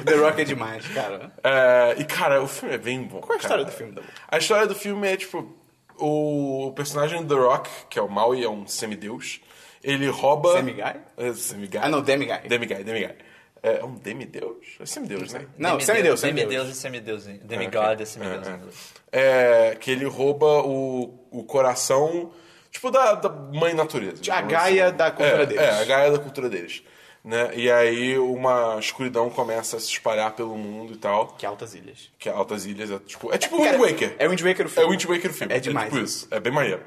A: The Rock é demais, cara.
B: É, e, cara, o filme é bem bom.
A: Qual é a história
B: cara.
A: do filme, Dabu?
B: A história do filme é, tipo, o personagem do The Rock, que é o Maui, é um semideus. Ele rouba...
A: Semigai?
B: É, semigai.
A: Ah, não, Demigai.
B: Demiguy, Demiguy. É é um demideus? É semideus, né?
A: Não, semideus, semideus.
D: Semideus e semideus. Demigod e semideus.
B: É, é. É, que ele rouba o, o coração, tipo, da, da mãe natureza.
A: A
B: digamos
A: Gaia da cultura
B: é,
A: deles.
B: É, a Gaia da cultura deles. Né? E aí uma escuridão começa a se espalhar pelo mundo e tal.
A: Que altas ilhas.
B: Que é Altas Ilhas é tipo... É tipo Wind Waker.
A: É o Wind Waker o
B: É
A: filme.
B: o Wind Waker o filme.
A: É demais.
B: tipo isso. É bem maneiro.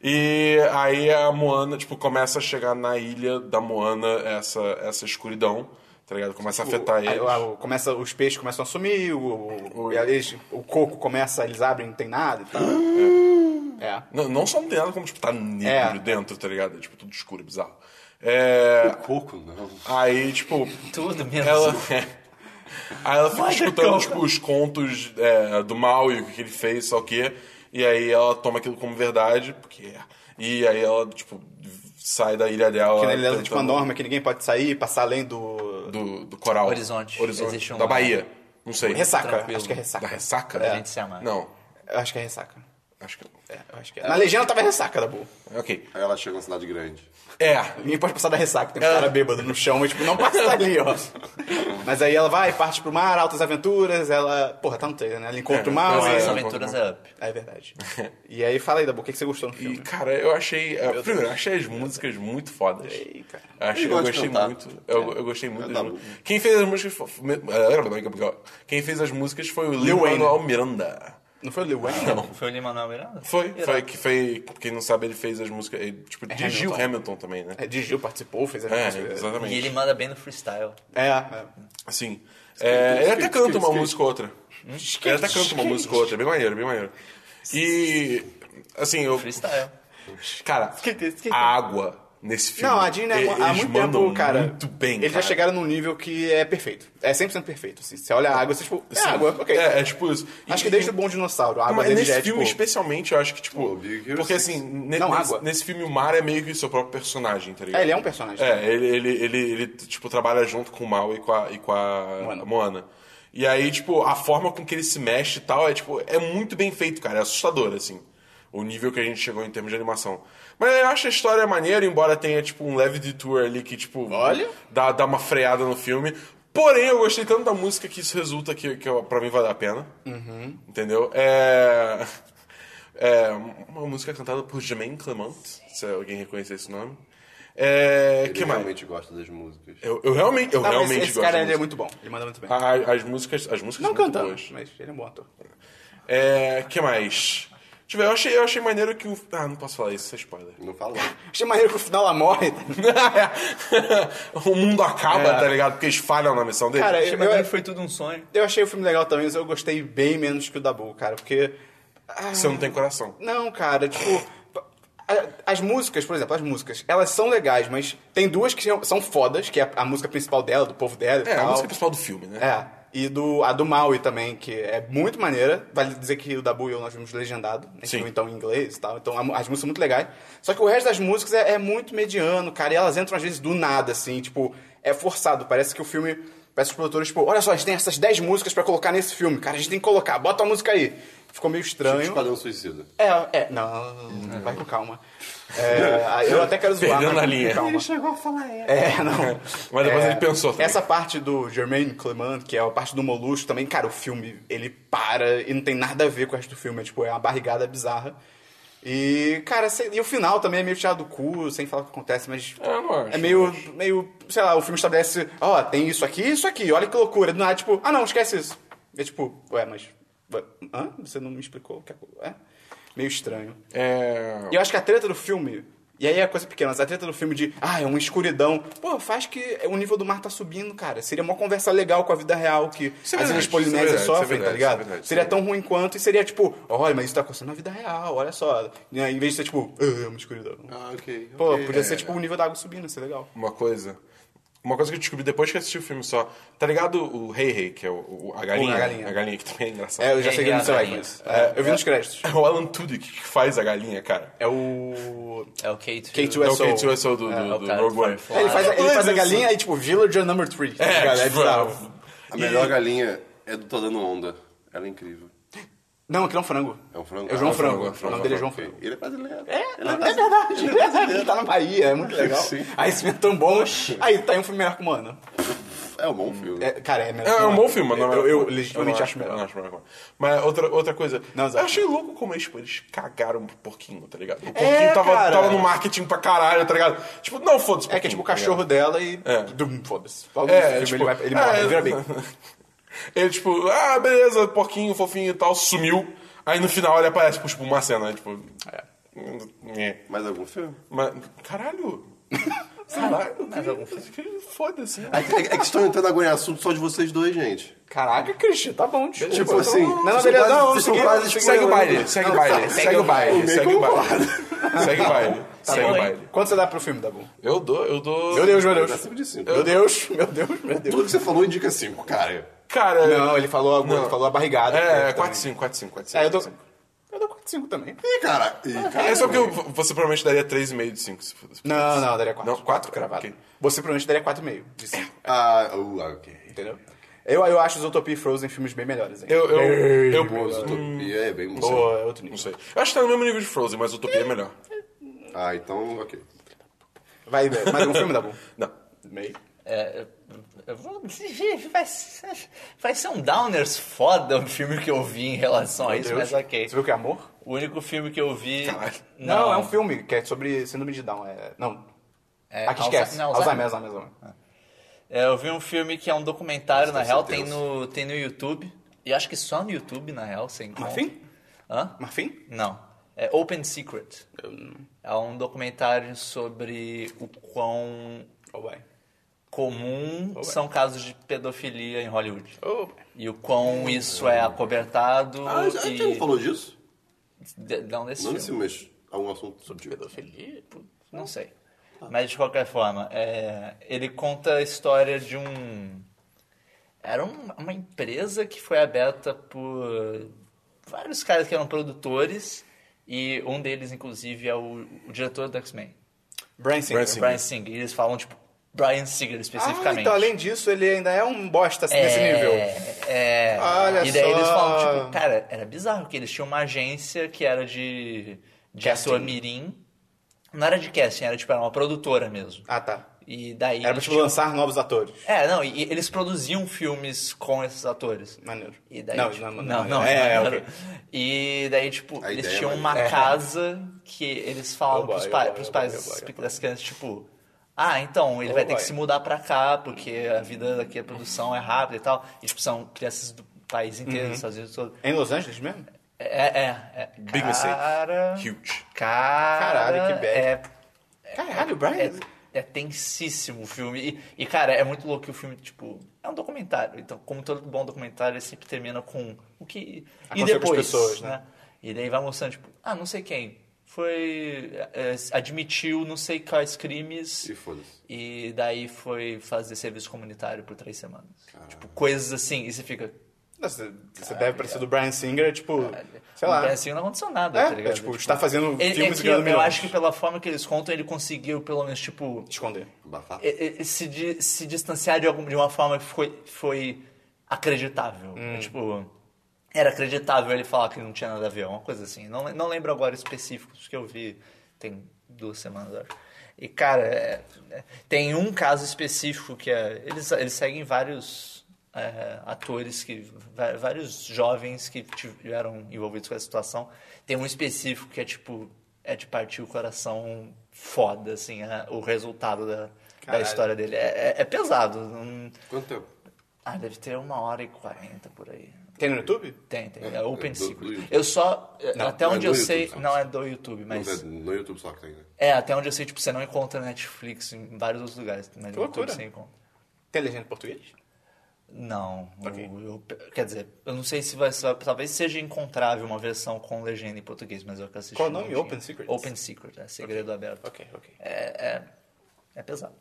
B: E aí a Moana, tipo, começa a chegar na ilha da Moana essa, essa escuridão, tá ligado? Começa a afetar
A: O-
B: eles.
A: Tipo, a- o- começa, os peixes começam a sumir, o, o, e eles- o coco começa, eles abrem, não tem nada e tal. é.
B: Não, não só não tem nada como, tipo, tá negro
A: É.
B: dentro, tá ligado? É, tipo, tudo escuro, bizarro. É...
C: Coco, não.
B: Aí, tipo,
D: Tudo menos.
B: ela... aí ela fica
D: Olha,
A: é
B: escutando
D: cara.
B: tipo, os contos é, do mal e o que ele fez, só que... E aí ela toma aquilo como verdade, porque... é. E aí ela, tipo, sai da ilha dela...
A: Que na ilha é tipo uma
B: tentando-
A: norma que ninguém pode sair, passar além do.
B: do, do coral.
D: Horizonte. Existe um
B: da
D: lá.
B: Bahia. Não sei.
A: Ressaca.
D: Tranquilo.
A: Acho que é
B: Da
A: ressaca.
B: ressaca? né?
D: Pra gente se amar.
B: Não.
A: Eu acho que é ressaca.
B: Acho que não.
A: É, eu acho que é. Na legenda tava ressaca da boa.
B: Ok.
C: Aí ela chega na cidade grande.
B: É.
A: Ninguém pode passar da ressaca, tem um cara bêbado no chão, e tipo, não passa dali, ó. Mas aí ela vai, parte pro mar, altas aventuras, ela. Porra, tá no trailer, né? Ela encontra o mal.
B: então
A: e-
D: As
B: é.
D: aventuras é up.
A: É verdade. E aí, fala aí, Dabu, o que que você gostou no
B: E,
A: filme?
B: cara, eu achei. é, primeiro, eu achei as músicas muito fodas.
A: Eita.
B: Eu Achei,
C: Ele
B: eu
C: gosta de
B: gostei
C: cantar.
B: muito. Eu, eu gostei muito
C: É,
B: das
C: tá
B: músicas. Quem fez as músicas. fo- me- é, eh, Quem fez as músicas foi o Lil
A: Wayne.
B: Manuel Miranda.
A: Não foi o Lil Wayne?
D: Foi o Lima Manuel Miranda?
B: Foi,
D: Irado.
B: foi que foi. Quem não sabe, ele fez as músicas. Ele, tipo,
D: É
B: dirigiu Hamilton. também, né?
A: É, Digil participou, fez a
B: É,
A: música.
B: exatamente.
D: E ele manda bem no freestyle.
A: É, é.
B: Sim. É, ele até canta uma música ou outra. Ele até canta uma
A: skate.
B: música ou outra. É bem maneiro, bem maneiro. E, assim, eu...
D: Freestyle.
B: Cara, a água nesse filme...
A: Não, a Disney
B: e-
A: há
B: eles
A: muito
B: mandam
A: tempo, cara.
B: muito bem,
A: Eles
B: cara.
A: já chegaram num nível que é perfeito. É 100% perfeito. Assim, você olha a água, você tipo, é água, ok.
B: É, é tipo isso. E-
A: Acho que desde o Bom Dinossauro, a água
B: Mas
A: dele
B: nesse
A: já é
B: filme
A: tipo...
B: especialmente, eu acho que, tipo...
C: Oh, Big Hero
B: porque,
C: Six.
B: assim, ne-
A: Não,
B: nesse,
A: água.
B: nesse filme o mar é meio que o seu próprio personagem, tá ligado?
A: É, ele é um personagem.
B: É, ele, ele, ele, ele, tipo, trabalha junto com o Mal e com a, e com a
A: Moana.
B: Moana. E aí, tipo, a forma com que ele se mexe e tal é, tipo, é muito bem feito, cara. É assustador, assim. O nível que a gente chegou em termos de animação. Mas eu acho a história maneira, embora tenha, tipo, um leve detour ali que, tipo,
A: Olha.
B: dá, dá uma freada no filme. Porém, eu gostei tanto da música que isso resulta que, que eu- pra mim vale a pena. Entendeu? É... É uma música cantada por Jermaine Clement, se alguém reconhecer esse nome. É...
C: Ele
B: que mais?
C: realmente gosta das músicas.
B: Eu, eu realmente, eu
A: Não, mas
B: realmente
A: esse
B: gosto.
A: cara
B: da
A: ele é
B: música.
A: muito bom. Ele manda muito bem.
B: A- a- as músicas, as músicas
A: não
B: são muito
A: cantando,
B: boas.
A: mas ele é um bom ator.
B: É, que mais? Deixa eu ver, eu achei, eu achei maneiro que o... Ah, não posso falar isso, isso é spoiler.
C: Não fala.
A: Achei maneiro que no final ela morre.
B: o mundo acaba,
A: É.
B: tá ligado? Porque eles falham na missão dele.
A: Cara, é
D: Achei
A: eu-
D: maneiro que foi tudo um sonho.
A: Eu achei o filme legal também, mas eu gostei bem menos que o Dabu, cara, porque... ah,
B: Você não tem coração.
A: Não, cara, tipo. a- As músicas, por exemplo, as músicas, elas são legais, mas tem duas que são- são fodas, que é a, a música principal dela, do povo dela e
B: É,
A: tal.
B: a música principal do filme, né?
A: É. E do, a do Maui também, que é muito maneira. Vale dizer que o Dabu e eu nós vimos legendado. A gente
B: Sim.
A: viu então em inglês e tal. Então a mu- as músicas são muito legais. Só que o resto das músicas é, é muito mediano, cara. E elas entram às vezes do nada, assim. Tipo, é forçado. Parece que o filme. Parece que os produtores, tipo, olha só, a gente tem essas 10 músicas pra colocar nesse filme. Cara, a gente tem que colocar, bota a música aí. Ficou meio estranho.
C: Esquadrão Suicida.
A: É, é, não, vai com calma. É, eu até quero zoar,
B: Perdendo
A: mas vai
B: a linha.
A: com calma.
C: chegou a falar é.
A: É, não.
B: Mas depois
A: É,
B: ele pensou também.
A: Essa parte do Jermaine Clement, que é a parte do Molusco também, cara, o filme, ele para e não tem nada a ver com o resto do filme. É, tipo, é uma barrigada bizarra. E, cara, sei- e o final também é meio tirado do cu, sem falar o que acontece, mas.
B: É, eu não acho,
A: é meio, meio. Sei lá, o filme estabelece, ó, tem isso aqui e isso aqui, olha que loucura. Do nada, tipo, ah não, esquece isso. É tipo, ué, mas. ué, hã? Você não me explicou o que é. ué? Meio estranho.
B: É.
A: E eu acho que a treta do filme. E aí é coisa pequena, mas a treta do filme de. Ah, é uma escuridão. Pô, faz que o nível do mar tá subindo, cara. Seria uma conversa legal com a vida real que
B: Isso é
A: as
B: verdade,
A: ilhas
B: isso é verdade,
A: polinésias
B: isso é
A: sofrem,
B: verdade,
A: tá ligado?
B: isso é verdade,
A: seria
B: isso é
A: tão ruim quanto e seria tipo, olha, mas isso tá acontecendo na vida real, olha só. E aí, em vez de ser tipo, ah, é uma escuridão.
C: Ah, ok. ok.
B: É.
A: Pô, podia ser tipo o nível da água subindo, isso é legal.
B: uma coisa. Uma coisa que eu descobri depois que eu assisti o filme só. Tá ligado o Rei Rei, que é o, o- a galinha?
A: a galinha.
B: que também é engraçado.
A: É, eu já
D: É,
A: sei que
D: é
A: não sei lá,
D: galinha.
A: mas. é, eu vi nos créditos.
B: É o Alan Tudyk que faz a galinha, cara.
A: É o.
D: É o K2.
A: K2SO.
B: É o K2SO do, do,
D: É, o
B: do
D: cara
B: Rogue
D: que
B: One.
D: faz-
A: É, ele faz, a- ele
B: Olha
A: faz a
B: isso.
A: galinha e tipo, Villager Number 3.
B: É,
A: cara, é
B: tipo,
A: bizarro.
C: A melhor galinha é do Tô Dando Onda. Ela é incrível.
A: Não, aquilo é um frango.
C: É um frango?
A: É o João
C: Ah, é um
A: Frango.
B: frango, é um
A: O
B: frango,
A: nome dele é
B: é um
A: João
C: Ok.
A: Frango.
C: Ele é brasileiro.
A: É, é verdade, é verdade. Ele tá na Bahia, é muito legal.
C: Sim.
A: Aí esse filme é tão bom. Aí tá aí um filme melhor que o Mano.
C: É um bom filme.
A: É, cara, é melhor.
B: É,
A: que
B: é um
A: Moana.
B: bom filme, mas não é
A: Eu, eu
B: não
A: legitimamente acho
B: eu não
A: melhor.
B: acho melhor. Mas outra, outra coisa,
A: Não,
B: eu
A: exato.
B: achei louco como eles, tipo, eles cagaram pro porquinho, tá ligado? O porquinho
A: É,
B: tava,
A: cara.
B: tava no marketing pra caralho, tá ligado? Tipo, não, foda-se.
A: É que é tipo o
B: porquinho,
A: cachorro
B: tá ligado?
A: dela e.
B: É.
A: Dum, Foda-se. Logo
B: É,
A: no filme
B: tipo,
A: ele, vai, ele
B: é,
A: morre, ele vira bacon.
B: Ele, tipo, ah, beleza, porquinho, fofinho e tal, sumiu. Aí no final ele aparece, tipo, tipo, uma cena, né, tipo. É.
C: Mais algum filme?
B: Mas, caralho! Caralho, que, que foda-se. né?
C: É que é que vocês estão entrando agora em assunto só de vocês dois, gente.
A: Caraca, Christian, tá bom, tipo, desculpa.
C: Tipo assim,
A: Não, não,
C: vocês
A: beleza,
C: quase-
A: não, é vamos
C: vocês estão
A: seguir.
C: quase
A: um
B: Segue o baile,
C: Não,
B: segue o baile, segue o baile, segue o baile. Segue o baile, segue o
D: bom, hein?
B: baile.
A: Quanto você dá pro filme, Dabu?
B: Eu dou, eu dou.
A: Meu Deus, meu
C: Dá cinco de
A: Deus.
C: cinco.
A: Meu Deus, meu Deus, meu
C: Tudo
A: Deus.
C: que você falou indica 5, cara.
B: Cara,
A: Não, ele falou, alguma-
B: Não.
A: ele falou a barrigada.
B: é, é
A: também.
B: 4, 5, 4, 5, 4, 5.
A: É, eu dou. Eu dou 4,5 também.
C: Ih, cara. Ih, cara.
B: É só porque eu- você provavelmente daria 3,5 de 5. Se fosse.
A: Não, não, eu daria 4.
B: Não, quatro? Ok.
A: Você provavelmente daria 4,5 de 5,
C: Ah, uh, ok.
A: entendeu? Eu, eu acho Zootopia e Frozen filmes bem melhores, hein?
B: Eu, eu, eu,
C: Boa, Zootopia é bem bom.
A: Ou é outro nível.
B: não sei. Eu acho que tá no mesmo nível de Frozen, mas Utopia é melhor.
C: Ah, então, ok.
A: Vai, vai, mais um filme, Dabu?
B: Não.
A: Meio.
D: É, eu- eu vou- vai, ser- vai ser um Downers foda o filme que eu vi em relação a isso, mas ok.
A: Você viu que é amor?
D: O único filme que eu vi.
B: Caralho.
A: Não, é um filme que é sobre síndrome de Down. É... Não.
D: É,
A: Aqui
D: Alza-
A: esquece.
D: não,
A: Alzheimer, Alzheimer, Alzheimer.
D: É, eu vi um filme que é um documentário, na real, tem
C: tenso.
D: no, tem no YouTube. E acho que só no YouTube, na real, sem
A: Marfim?
D: Hã?
A: Marfim?
D: Não. É Open Secret. É um documentário sobre o quão
A: Ou vai?
D: comum
A: Ué.
D: são casos de pedofilia em Hollywood.
A: Ou vai.
D: E o quão isso é acobertado
C: Ah, a gente não
D: e...
C: falou disso?
D: de- Não nesse
C: Não
D: filme.
C: nesse mês. Algum um assunto sobre
A: Pedofilia? pô.
D: Não sei.
A: Tá.
D: Mas de qualquer forma, é, ele conta a história de um. Era um- uma empresa que foi aberta por vários caras que eram produtores, e um deles, inclusive, é o, o diretor do X-Men,
A: Brian Singer.
B: Brian
D: o
B: Singer.
D: Brian Singer. E eles falam, tipo, Brian Singer
A: Ah,
D: especificamente.
A: então, além disso, ele ainda é um bosta assim, nesse
D: É,
A: nível.
D: É.
A: Olha
D: e daí eles
A: só.
D: falam, tipo, cara, era bizarro que eles tinham uma agência que era de, de ator mirim. Não era de casting, era tipo, era uma produtora mesmo.
A: Ah, tá.
D: E daí.
A: Era pra
D: eles
A: tipo,
D: tinham-
A: lançar novos atores.
D: É, não, e e eles produziam filmes com esses atores.
A: Maneiro.
D: E daí,
A: não,
D: tipo,
A: não,
D: não, não,
A: É, é,
D: não,
A: ok.
D: não. E daí, tipo,
C: A
D: eles
C: ideia é
D: tinham uma
C: maneira.
D: casa que eles falam
A: Oh, boy,
D: pros,
A: oh,
D: pa
A: boy,
D: pros
A: oh,
D: pais
A: boy, oh, boy, oh, boy.
D: das crianças, tipo, ah, então, ele
A: Oh,
D: vai ter
A: boy.
D: que se mudar pra cá, porque a vida daqui, a produção é rápida e tal. E, tipo, são crianças do país inteiro, dos Estados Unidos todo.
A: É em Los Angeles mesmo?
D: É, é, é.
B: Big
D: cara,
B: mistake. Huge.
D: Cara,
A: Caralho, que bad.
D: É,
A: Caralho, Brian.
D: é, é tensíssimo o filme. E, e, cara, é muito louco que o filme, tipo, é um documentário. Então, como todo bom documentário, ele sempre termina com o que. e
A: Aconteceu com as
D: depois.
A: pessoas, né?
D: E daí vai mostrando, tipo, ah, não sei quem. Foi. é, admitiu não sei quais crimes.
C: E foda-se.
D: E daí foi fazer serviço comunitário por três semanas. Tipo, coisas assim. E você fica.
A: Você, você deve parecer do Brian Singer, é tipo. Sei
D: não
A: lá.
D: tem assim, não aconteceu nada,
A: É,
D: tá ligado?
A: é, tipo, está fazendo
D: ele,
A: filmes
D: é
A: e
D: que
A: ganhando
D: eu, eu
A: milhões.
D: acho que pela forma que eles contam, ele conseguiu pelo menos, tipo,
A: Esconder.
C: Abafar?
D: e- e- se, di- se distanciar de, algum, de uma forma que foi, foi acreditável. Tipo, era acreditável ele falar que não tinha nada a ver, uma coisa assim. Não, le- não lembro agora específicos que eu vi tem duas semanas, eu acho. E, cara, é- é- tem um caso específico que é... Eles, eles seguem vários é, atores, que va- vários jovens que tiveram envolvidos com essa situação. Tem um específico que é tipo, é de partir o coração foda, assim, a- o resultado da, da
A: Caralho.
D: história dele. É, é- é pesado. não-
C: Quanto tempo?
D: Ah, deve ter uma hora e quarenta por aí.
A: Tem no YouTube?
D: Tem, tem. É Open
C: do-
D: Secret.
C: do YouTube.
D: eu só. até
C: não é
D: onde eu
C: do
D: sei.
C: YouTube, só.
D: não é do YouTube, mas.
C: Não, é No YouTube só que tem, né?
D: É, até onde eu sei, tipo, você não encontra na Netflix em vários outros lugares. Na YouTube
A: loucura.
D: você encontra.
A: Tem legenda em português?
D: Não.
A: Ok.
D: eu- eu- quer dizer, eu não sei se vai, se vai- Talvez seja encontrável uma versão com legenda em português, mas eu que assisti.
A: Qual o
D: não
A: nome?
D: tinha.
A: Open Secrets?
D: Open Secret, é segredo aberto.
A: Ok, ok.
D: É, é, é pesado.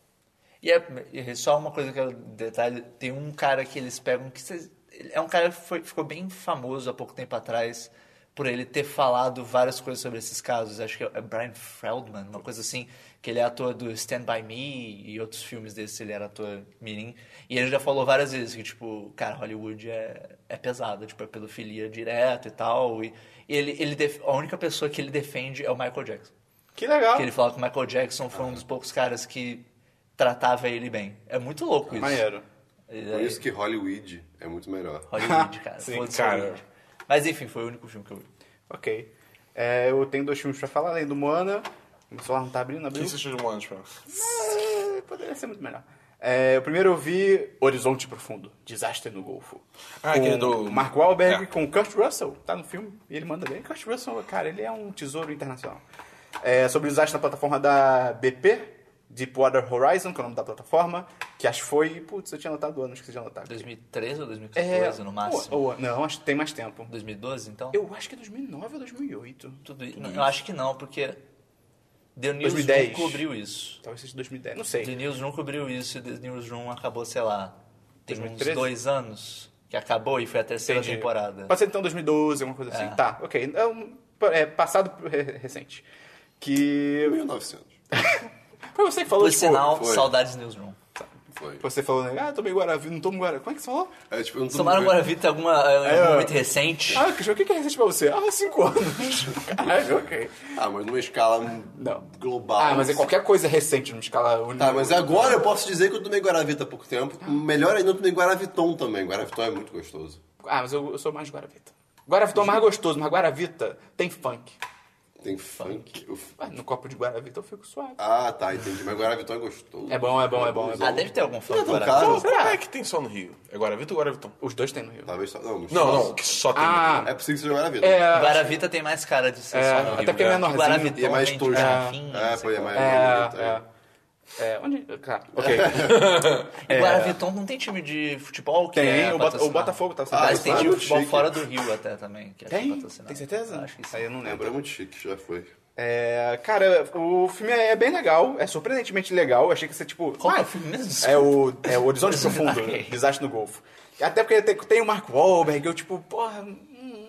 D: E é, e só uma coisa que eu detalhe, tem um cara que eles pegam que vocês- ele é um cara que foi- ficou bem famoso há pouco tempo atrás por ele ter falado várias coisas sobre esses casos. Acho que é Brian Feldman, uma coisa assim, que ele é ator do Stand By Me e outros filmes desse, ele era ator mirim. E ele já falou várias vezes que, tipo, cara, Hollywood é, é pesado, tipo, é pedofilia direto e tal. E ele, ele def- a única pessoa que ele defende é o Michael Jackson.
A: Que legal.
D: Que ele fala que o Michael Jackson foi um dos poucos caras que tratava ele bem. É muito louco isso.
A: Maneiro. É.
D: Ele- é
C: Por isso que Hollywood é muito melhor.
D: Hollywood, cara.
A: Sim,
D: Foda-se
B: cara.
D: Hollywood. Mas enfim, foi o único filme que eu vi.
A: Ok. É, eu tenho dois filmes pra falar, além do Moana. O celular não tá abrindo,
B: O
A: abriu.
B: que você achou de Moana, Esperança?
A: É, Poderia ser muito melhor. É, o primeiro eu vi Horizonte Profundo, Desastre no Golfo.
B: Ah,
A: com
B: aquele do-
A: Mark Wahlberg
B: É.
A: com Kurt Russell, tá no filme, e ele manda bem. Kurt Russell, cara, ele é um tesouro internacional. É, sobre o desastre na plataforma da BP, Deepwater Horizon, que é o nome da plataforma, que acho que foi. Putz, eu tinha anotado o ano, acho que você tinha anotado.
D: 2013 ou 2014,
A: É,
D: no máximo?
A: ou- ou- não, acho que tem mais tempo.
D: 2012, então?
A: Eu acho que é 2009 ou 2008.
D: Tudo isso. Não, eu acho que não, porque The News
A: 2010.
D: cobriu isso.
A: Talvez seja 2010, não
D: The
A: sei.
D: Newsroom cobriu isso e The Newsroom acabou, sei lá, tem
A: 2013?
D: uns dois anos que acabou e foi a terceira
A: Entendi.
D: temporada.
A: Pode ser então 2012, alguma coisa assim.
D: É.
A: Tá, ok. É, um, é passado re- recente. Que.
C: 1900.
A: Foi você que falou,
D: Por
A: tipo,
D: sinal,
C: foi.
D: saudades um. Newsroom.
C: Foi.
A: Você falou, né? Ah, tomei Guaravi, não tomo Guaravi. Como é que você falou?
C: É, tipo, eu não tô-
D: Tomaram Guaravita alguma, em
A: É,
D: algum
A: eu-
D: momento recente?
A: Ah, Cristian, o que que é recente pra você? Ah, 5 anos. Caralho, ok.
C: Ah, mas numa escala
A: Não.
C: global.
A: Ah, mas é qualquer coisa recente numa escala única.
C: Tá, mas agora eu posso dizer que eu tomei Guaravita há pouco tempo. Melhor ainda, eu tomei Guaraviton também. Guaraviton é muito gostoso.
A: Ah, mas eu, eu sou mais Guaravita. Guaravita é o mais gostoso, mas Guaravita tem funk.
C: Tem funk. Uf.
A: Ah, no copo de Guaravita eu fico suave.
C: Ah, tá, entendi. Mas Guaraviton é gostoso.
A: É bom, é bom, é bom, é bom.
D: Ah, deve ter algum fã
C: Não é tão
D: do
C: caro.
D: Guaravita.
B: Como é que tem só no Rio? É Guaravita ou Guaraviton?
A: Os dois tem no Rio.
C: Talvez só. Não, mas
B: Não,
C: só-
B: não, que só tem.
A: Ah,
C: É possível que seja Guaravita.
A: é.
D: Guaravita tem mais cara de ser
A: É,
D: só no
A: até
D: Rio,
A: porque ele é
D: né?
A: menorzinho.
D: Guaravitão
C: E é mais
D: vem de
C: tosco.
D: garrafinha,
C: É,
D: não
C: pô,
D: sei
C: é
D: qual.
C: mais.
A: É,
C: é.
A: é. É, onde. Claro, ok.
D: E Guaravitão É, não tem time de futebol que
A: é. Tem,
D: é
A: o, Bota- o
D: patrocinado?
A: Botafogo tá
C: Ah,
D: Mas tem time de
C: claro,
D: futebol
C: chique.
D: fora do Rio até também, que é
A: Tem?
D: patrocinado.
A: Tem certeza?
D: Acho que sim.
A: Aí eu não lembro.
C: Lembra muito chique, já foi.
A: É, cara, o filme é bem legal, é surpreendentemente legal. Eu achei que você, tipo.
D: Qual que é
A: ah,
D: o filme mesmo?
A: É o, é o Horizonte Profundo,
D: Ok.
A: né? Desastre no Golfo. Até porque tem, tem o Marco Wahlberg, eu, tipo, porra. hum,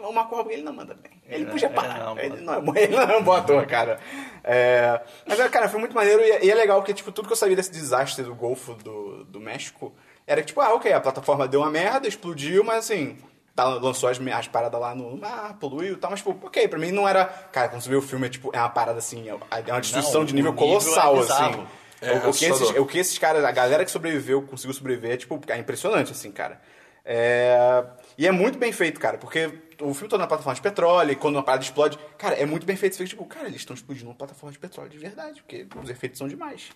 A: o Marco Wahlberg, ele não manda bem. Ele
D: É,
A: podia
D: ele
A: parar.
D: não,
A: Ele
D: mano.
A: não é bom, ele não é um bom ator, cara. É, mas, cara, foi muito maneiro e, é- e é legal porque, tipo, tudo que eu sabia desse desastre do Golfo do, do México era que, tipo, ah, ok, a plataforma deu uma merda, explodiu, mas assim. tá, lançou as, me- as paradas lá no mar, poluiu e tal, mas, tipo, ok, pra mim não era. Cara, quando você vê o filme, é, tipo, é uma parada assim, é uma destruição
D: Não,
A: de
D: o
A: nível
D: nível é
A: colossal,
D: bizarro.
A: assim.
B: É
A: o, o que
B: assustador.
A: esses, o que esses caras, a galera que sobreviveu, conseguiu sobreviver, é tipo, é impressionante, assim, cara. É, E é muito bem feito, cara, porque o filme todo na plataforma de petróleo, e quando uma parada explode, cara, é muito bem feito. Você fica tipo, cara, eles estão explodindo uma plataforma de petróleo de verdade, porque os efeitos são demais.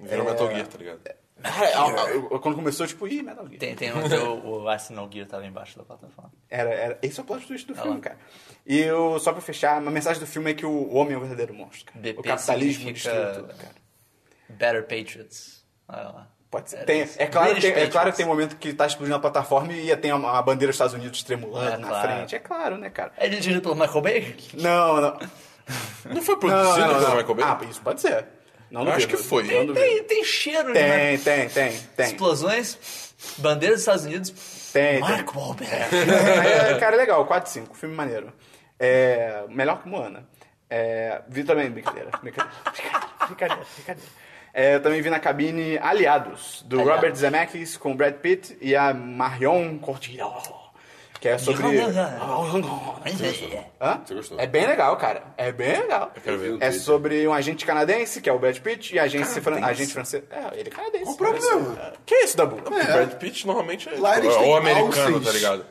B: Virou Metal Gear, tá ligado?
A: Cara, a- a- eu- quando começou, eu, tipo, ih, Metal Gear.
D: Tem, tem onde o, o Arsenal Gear tava embaixo da plataforma.
A: Era, era, esse é o plot twist do filme,
D: Tá lá.
A: cara. E eu, só pra fechar, a mensagem do filme é que o homem é o verdadeiro monstro, cara.
D: BP
A: o capitalismo
D: significa-
A: destruiu tudo, cara.
D: Better Patriots. Olha lá.
A: Pode ser.
D: Era
A: Tem-
D: isso.
A: é, claro que tem, é claro
D: British
A: que
D: Patriots.
A: tem um momento que tá explodindo a plataforma e tem a, a bandeira dos Estados Unidos tremulando
D: É,
A: na
D: claro.
A: frente. É claro, né, cara?
D: É dirigido pelo Michael Bay?
A: Não, não.
B: Não foi
A: Não,
B: produzido então
A: não, não,
B: pelo
A: não.
B: Michael Bay?
A: Ah, isso pode ser. Não
B: Eu acho
A: duvido.
B: que foi.
A: Não duvido.
D: Tem, tem cheiro de
A: Tem,
D: Michael
A: tem, tem, tem.
D: Explosões, bandeiras dos Estados Unidos.
A: Tem,
D: Mark Wahlberg.
A: É, cara, é legal, 4 5, filme maneiro. É, melhor que Moana. É, vi também, brincadeira, brincadeira, brincadeira, brincadeira. É, eu também vi na cabine Aliados, do
D: Aliados.
A: Robert Zemeckis com o Brad Pitt e a Marion Cotillard. Que é sobre. Hã?
C: Você gostou?
A: É bem legal, cara. É bem legal.
B: quero ver.
A: É sobre um agente canadense, que é o Brad Pitt, e agente, fran... agente francês. É, ele é canadense.
C: Qual o problema?
A: Que é isso, Dabu?
B: Porque Brad Pitt normalmente é,
C: Lá
B: tipo,
C: eles
B: é
C: têm
B: o americano,
C: alces.
B: tá ligado?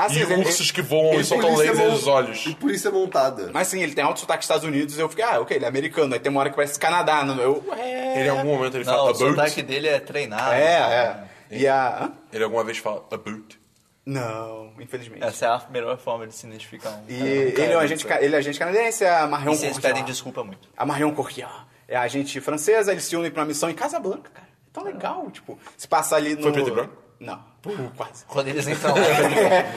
A: Ah, sim,
B: E
A: ele-
B: ursos que voam e soltam
C: polícia
B: laser
C: mon-
B: nos olhos.
C: E polícia montada.
A: Mas sim, ele tem alto sotaque dos Estados Unidos, eu fiquei, ah, ok, ele é americano. Aí tem uma hora que parece Canadá. No... Eu, é...
B: Ele um em algum momento ele
D: Não,
B: fala
D: o
B: about.
D: sotaque dele é né? treinado.
A: É, é. E a. Hã?
B: Ele alguma vez fala about.
A: Não, infelizmente.
D: Essa é a melhor forma de se identificar um.
A: E ele é um agente, ca- ele é agente canadense, a Marion
D: Vocês pedem
A: Cotillard.
D: desculpa muito.
A: A Marion Cotillard é a agente francesa, eles se unem pra uma missão em Casablanca, cara. É tão legal, tipo, se passa ali no...
B: Foi preto e branco?
A: Não, quase.
D: Quando eles entram lá, é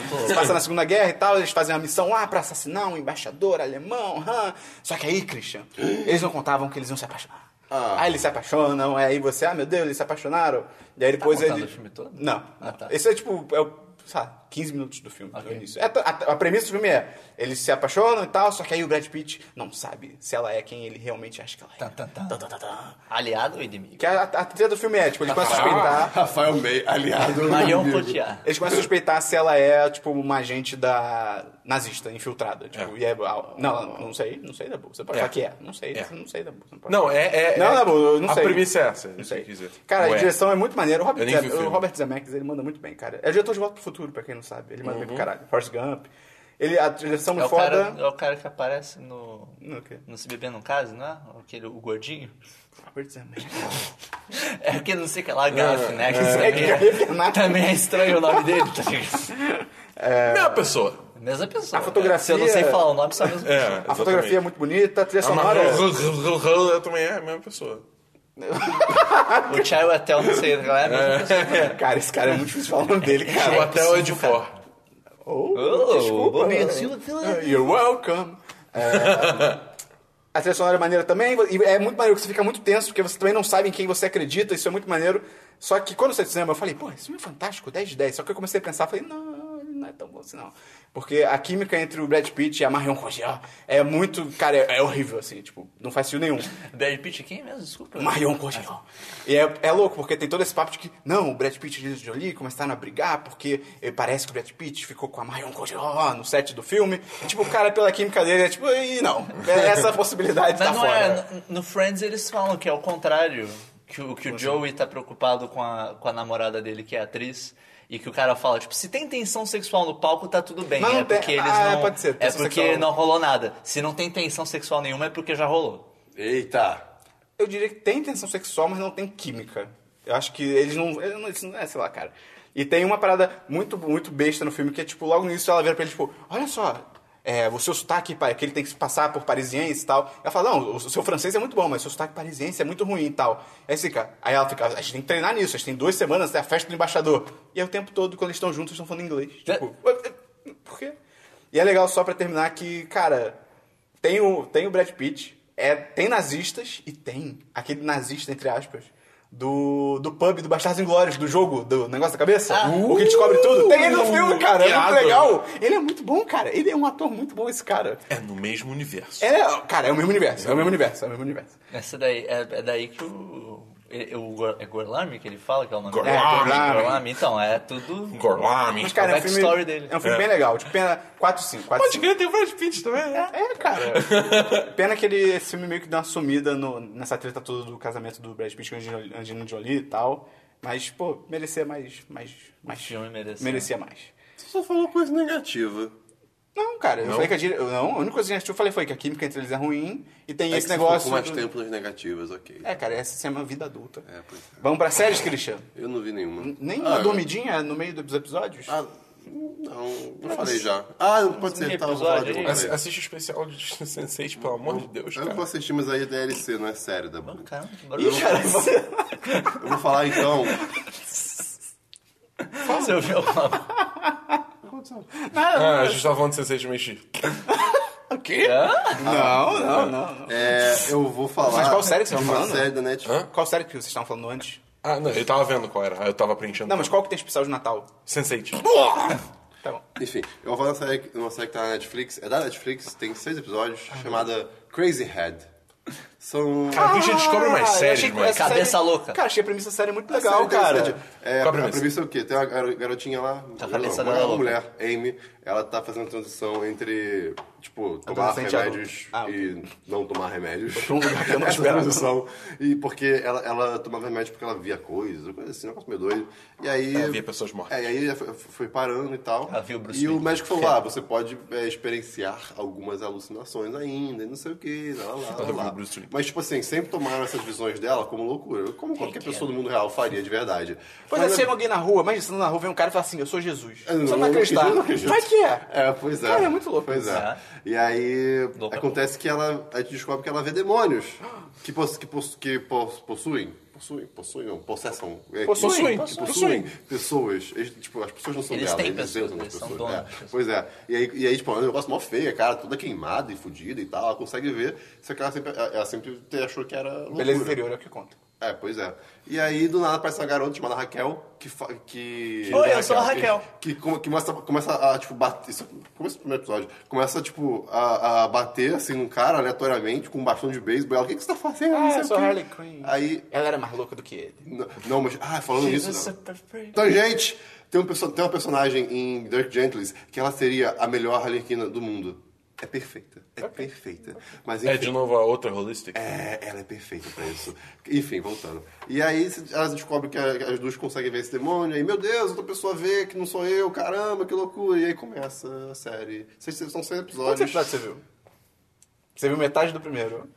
D: muito
A: Se
D: louco.
A: passa na Segunda Guerra e tal, eles fazem uma missão lá pra assassinar um embaixador alemão. hã. Só que aí, Christian, eles não contavam que eles iam se apaixonar.
C: Ah.
A: Aí eles se apaixonam, aí você, ah, meu Deus, eles se apaixonaram. E aí depois
D: Tá contando
A: ele.
D: o filme todo?
A: Não.
D: Ah,
A: não.
D: tá.
A: Esse é tipo, é o, sabe, 15 minutos do filme, do início. É, a, a premissa do filme é: eles se apaixonam e tal, só que aí o Brad Pitt não sabe se ela é quem ele realmente acha que ela é.
D: Tá, tá, tá.
A: Tá, tá, tá, tá.
D: Aliado ou inimigo?
A: Que a, a, a trilha do filme é, tipo, eles começam a suspeitar.
C: Rafael May, aliado.
D: Marion
C: amigo.
D: Cotillard.
A: Eles começam a suspeitar se ela é, tipo, uma agente da nazista, infiltrada. Tipo, e é. ah, Não, não, não sei, não sei, Dabu. Você pode
B: É.
A: falar que é. Não sei,
B: É.
A: não sei, Dabu. Você pode
B: Não, é. é
A: Não,
B: é,
A: não, eu não
B: a
A: sei.
B: A premissa é essa.
A: Não
B: isso que
A: sei.
B: eu quis dizer.
A: Cara,
B: Ué.
A: a direção é muito maneira. O Robert,
B: Eu nem vi o
A: Zem- o
B: filme.
A: Robert Zemeckis, ele manda muito bem, cara. É o diretor de Volta pro Futuro, pra quem não sabe. Ele manda
B: Uhum.
A: bem pro caralho. Forrest Gump. Ele, a direção é
D: É
A: muito
D: o, cara,
A: foda...
D: é o cara que aparece no.
A: Não, o quê?
D: No Se Beber Não Case, não é? Aquele, o gordinho.
A: Robert Zemeckis.
D: É aquele não sei o que lá, Gaff, né? Que
A: É
D: também,
A: que é Renato.
D: também é estranho o nome dele, tá ligado?
B: É Mesma pessoa.
D: Mesma pessoa.
A: A fotografia-
D: Se eu não sei falar o nome, só a mesma
B: É,
D: pessoa.
A: A fotografia é muito bonita, a trilha sonora... é
B: sonora. também é a mesma pessoa.
D: O Chai Atel, não sei, galera, é a mesma pessoa.
A: Cara, esse cara é muito difícil falar o nome dele,
B: O
A: cara.
B: hotel é de fora.
A: Oh,
D: Oh,
A: desculpa.
D: oh,
A: Uh, You're welcome. É, a trilha sonora é maneira também, e é muito maneiro que você fica muito tenso, porque você também não sabe em quem você acredita, isso é muito maneiro. Só que quando você cinema, eu falei, pô, esse filme é fantástico, 10 de 10. Só que eu comecei a pensar, falei, não, ele não é tão bom assim não. Porque a química entre o Brad Pitt e a Marion Cotillard é muito, cara, é, é horrível, assim, tipo, não faz sentido nenhum.
D: Brad Pitt quem mesmo? Desculpa.
A: Marion Cotillard. E é, é louco, porque tem todo esse papo de que, não, o Brad Pitt e Angelina Jolie começaram a brigar porque eh, parece que o Brad Pitt ficou com a Marion Cotillard no set do filme. E, tipo, o cara, pela química dele, é tipo, e não, é essa possibilidade
D: Mas
A: tá
D: não
A: fora.
D: é. No, no Friends eles falam que é o contrário. Que, o- que o Joey tá preocupado com a, com a namorada dele, que é atriz. E que o cara fala, tipo, se tem tensão sexual no palco, tá tudo bem.
A: Mas não
D: é
A: tem-
D: porque eles
A: ah,
D: não.
A: pode ser,
D: é
A: tensão
D: porque
A: sexual.
D: não rolou nada. Se não tem tensão sexual nenhuma, é porque já rolou.
C: Eita.
A: Eu diria que tem intenção sexual, mas não tem química. Eu acho que eles não. eles não- Isso não é, sei lá, cara. E tem uma parada muito, muito besta no filme, que é tipo, logo no início ela vira pra ele, tipo, olha só, é, o seu sotaque, pai, que ele tem que se passar por parisiense e tal. Ela fala, não, o seu francês é muito bom, mas o seu sotaque parisiense é muito ruim e tal. Aí fica, aí ela fica, a gente tem que treinar nisso, a gente tem duas semanas até a festa do embaixador. E aí o tempo todo, quando eles estão juntos, eles estão falando inglês. Tipo, por quê? E é legal só pra terminar que, cara, tem o, tem o Brad Pitt, é, tem nazistas e tem aquele nazista, entre aspas, do, do pub do Bastardos Inglórios, do jogo, do negócio da cabeça.
D: Ah.
A: o que descobre tudo. Tem ele no filme, cara. É
B: Irado.
A: muito legal. Ele é muito bom, cara. Ele é um ator muito bom, esse cara.
B: É no mesmo universo.
A: É, cara, é o mesmo universo. É o mesmo universo. É o mesmo universo.
D: Essa daí, é, é daí que o. é- é o Gor- é Gorlami que ele fala que é o nome
B: Gorlami.
D: dele?
A: Gorlami.
D: Gorlami. Então, é tudo.
B: Gorlami.
A: Mas, cara, é um
D: backstory
A: filme,
D: dele.
A: é um filme
B: É.
A: bem legal. Tipo, pena 4, 5. 4,
B: Pode crer, tem o Brad Pitt também. né?
A: É, cara. Pena que ele, esse filme meio que deu uma sumida no- nessa treta toda do casamento do Brad Pitt com a Angel- Angelina Jolie e tal. Mas, pô, merecia mais. mais, mais
D: filme merecia.
A: Merecia mais.
C: Você só falou coisa negativa.
A: Não, cara, eu
B: Não?
A: falei que a dire... eu- Não, a única coisa que eu falei foi que a química entre eles é ruim e tem
C: É que
A: esse
C: você
A: negócio.
C: ficou mais
A: do-
C: tempo nas negativas, ok.
A: É, cara, essa se chama vida adulta.
C: É, pois é.
A: Vamos pra séries, Christian?
C: Eu não vi nenhuma.
A: Nem
C: Ah,
A: uma dormidinha no meio dos episódios?
C: Ah, não, não falei já. Ah, pode ser,
D: que
C: tá, eu vou falar
D: episódio
C: de
D: aí?
C: uma
B: Assi-
C: vez.
B: Assiste o especial de Sense8, pelo amor de Deus,
C: Eu não vou
B: cara.
C: assistir, mas aí é DLC, não é série da
D: Oh,
C: Bruna.
D: Caramba, que
A: Ih,
D: barulho.
A: cara, você...
C: Eu vou falar então.
D: Você ouviu o nome?
B: Ah, a gente tava falando de Sense8 mexi.
A: O quê?
C: Ah.
A: Não, não, não. não.
C: É, eu vou falar.
A: Mas qual série que você
C: de
A: tá
C: uma
A: falando?
C: série da Netflix.
A: Qual série que vocês estavam falando antes?
B: Ah, não, eu tava vendo qual era. Aí eu tava preenchendo. tipo,
A: Não, mas qual que tem especial de Natal?
B: Sense8.
A: Tá bom.
C: Enfim, eu vou falar uma série, uma série que tá na Netflix. É da Netflix, tem seis episódios, chamada Crazy Head. São.
B: Cara, a gente descobre mais
A: Ah, eu
B: séries,
A: achei que
B: mano.
A: essa
D: Cabeça louca.
A: Cara, achei a premissa da série muito
C: Essa
A: legal,
C: é interessante.
A: cara.
C: É,
B: Tá Qual a
C: a,
B: premissa?
C: premissa? é o quê? Tem uma garo- garotinha lá,
D: Tá
C: não,
D: cabeça
C: uma, uma
D: dela louca.
C: mulher, Amy, ela tá fazendo transição entre, tipo, tomar
A: Adolescente e adulto.
C: remédios
A: Ah,
C: e não tomar remédios.
A: tô num lugar que eu não
C: Essa
A: esperava.
C: transição. E porque ela, ela tomava remédio porque ela via coisas, coisa assim, um negócio meio doido. E aí...
B: Ela via pessoas mortas.
C: É, e aí foi, foi parando e tal.
D: Ela viu o Bruce
C: E o
D: Wayne.
C: médico falou, ah, você pode é, experienciar algumas alucinações ainda, e não sei o que, lá, lá,
B: viu
C: lá,
B: o
C: lá.
B: Bruce Wayne.
C: Mas, tipo assim, sempre tomaram essas visões dela como loucura, como qualquer pessoa do mundo real faria de verdade.
A: Pois é,
C: Mas,
A: chega alguém na rua, imagina, você anda na rua, vem um cara e fala assim, eu sou Jesus.
C: eu
A: Você não vai acreditar.
C: eu não acredito.
A: Vai que é.
C: É, pois é.
A: Cara, é muito louco
C: Pois
A: isso.
C: é. E aí,
D: Louco é
C: acontece que ela, a gente descobre que ela vê demônios que, poss, que, poss, que poss, possuem. Possuem, possuem, não, possessam. É, que-
B: Possuem,
C: que possuem pessoas. Eles, tipo, as pessoas não são
D: Eles
C: dela,
D: têm pessoas,
C: inventam as
D: eles são
C: pessoas.
D: donos
C: É,
D: das pessoas.
C: Pois é. E aí, e aí, tipo, é um negócio mó feio, a cara toda queimada e fudida e tal. Ela consegue ver, só que ela sempre, ela sempre achou que era loucura.
A: Beleza interior é o que conta.
C: É, pois é. E aí, do nada, aparece uma garota chamada Raquel, que... fa- que
D: Oi, eu sou a Raquel.
C: Que, que come- que começa, começa a, tipo, bater... Isso, começa o primeiro episódio. Começa, tipo, a, a bater, assim, num cara, aleatoriamente, com um bastão de beisebol. Ela, o que, que você tá fazendo? Não
A: Ah,
C: sei
A: eu
C: o
A: sou
C: quê."
A: Harley Quinn.
C: Aí...
A: Ela era mais louca do que ele. tá
C: n- Não, mas... Ah, falando
D: Jesus,
C: nisso... não.
D: super-
C: Então, gente, tem, um, perso- tem uma personagem em Dirk Gentles que ela seria a melhor Harlequina do mundo. É perfeita. É perfeita. Mas,
B: É
C: enfim,
B: de novo a outra holistic.
C: é, ela é perfeita pra isso. Enfim, voltando. E aí se- elas descobrem que a- as duas conseguem ver esse demônio. Aí, meu Deus, outra pessoa vê que não sou eu, caramba, que loucura. E aí começa a série. Seis- são seis
A: Quantos
C: episódios.
A: episódios você tá- viu? Você viu metade do primeiro.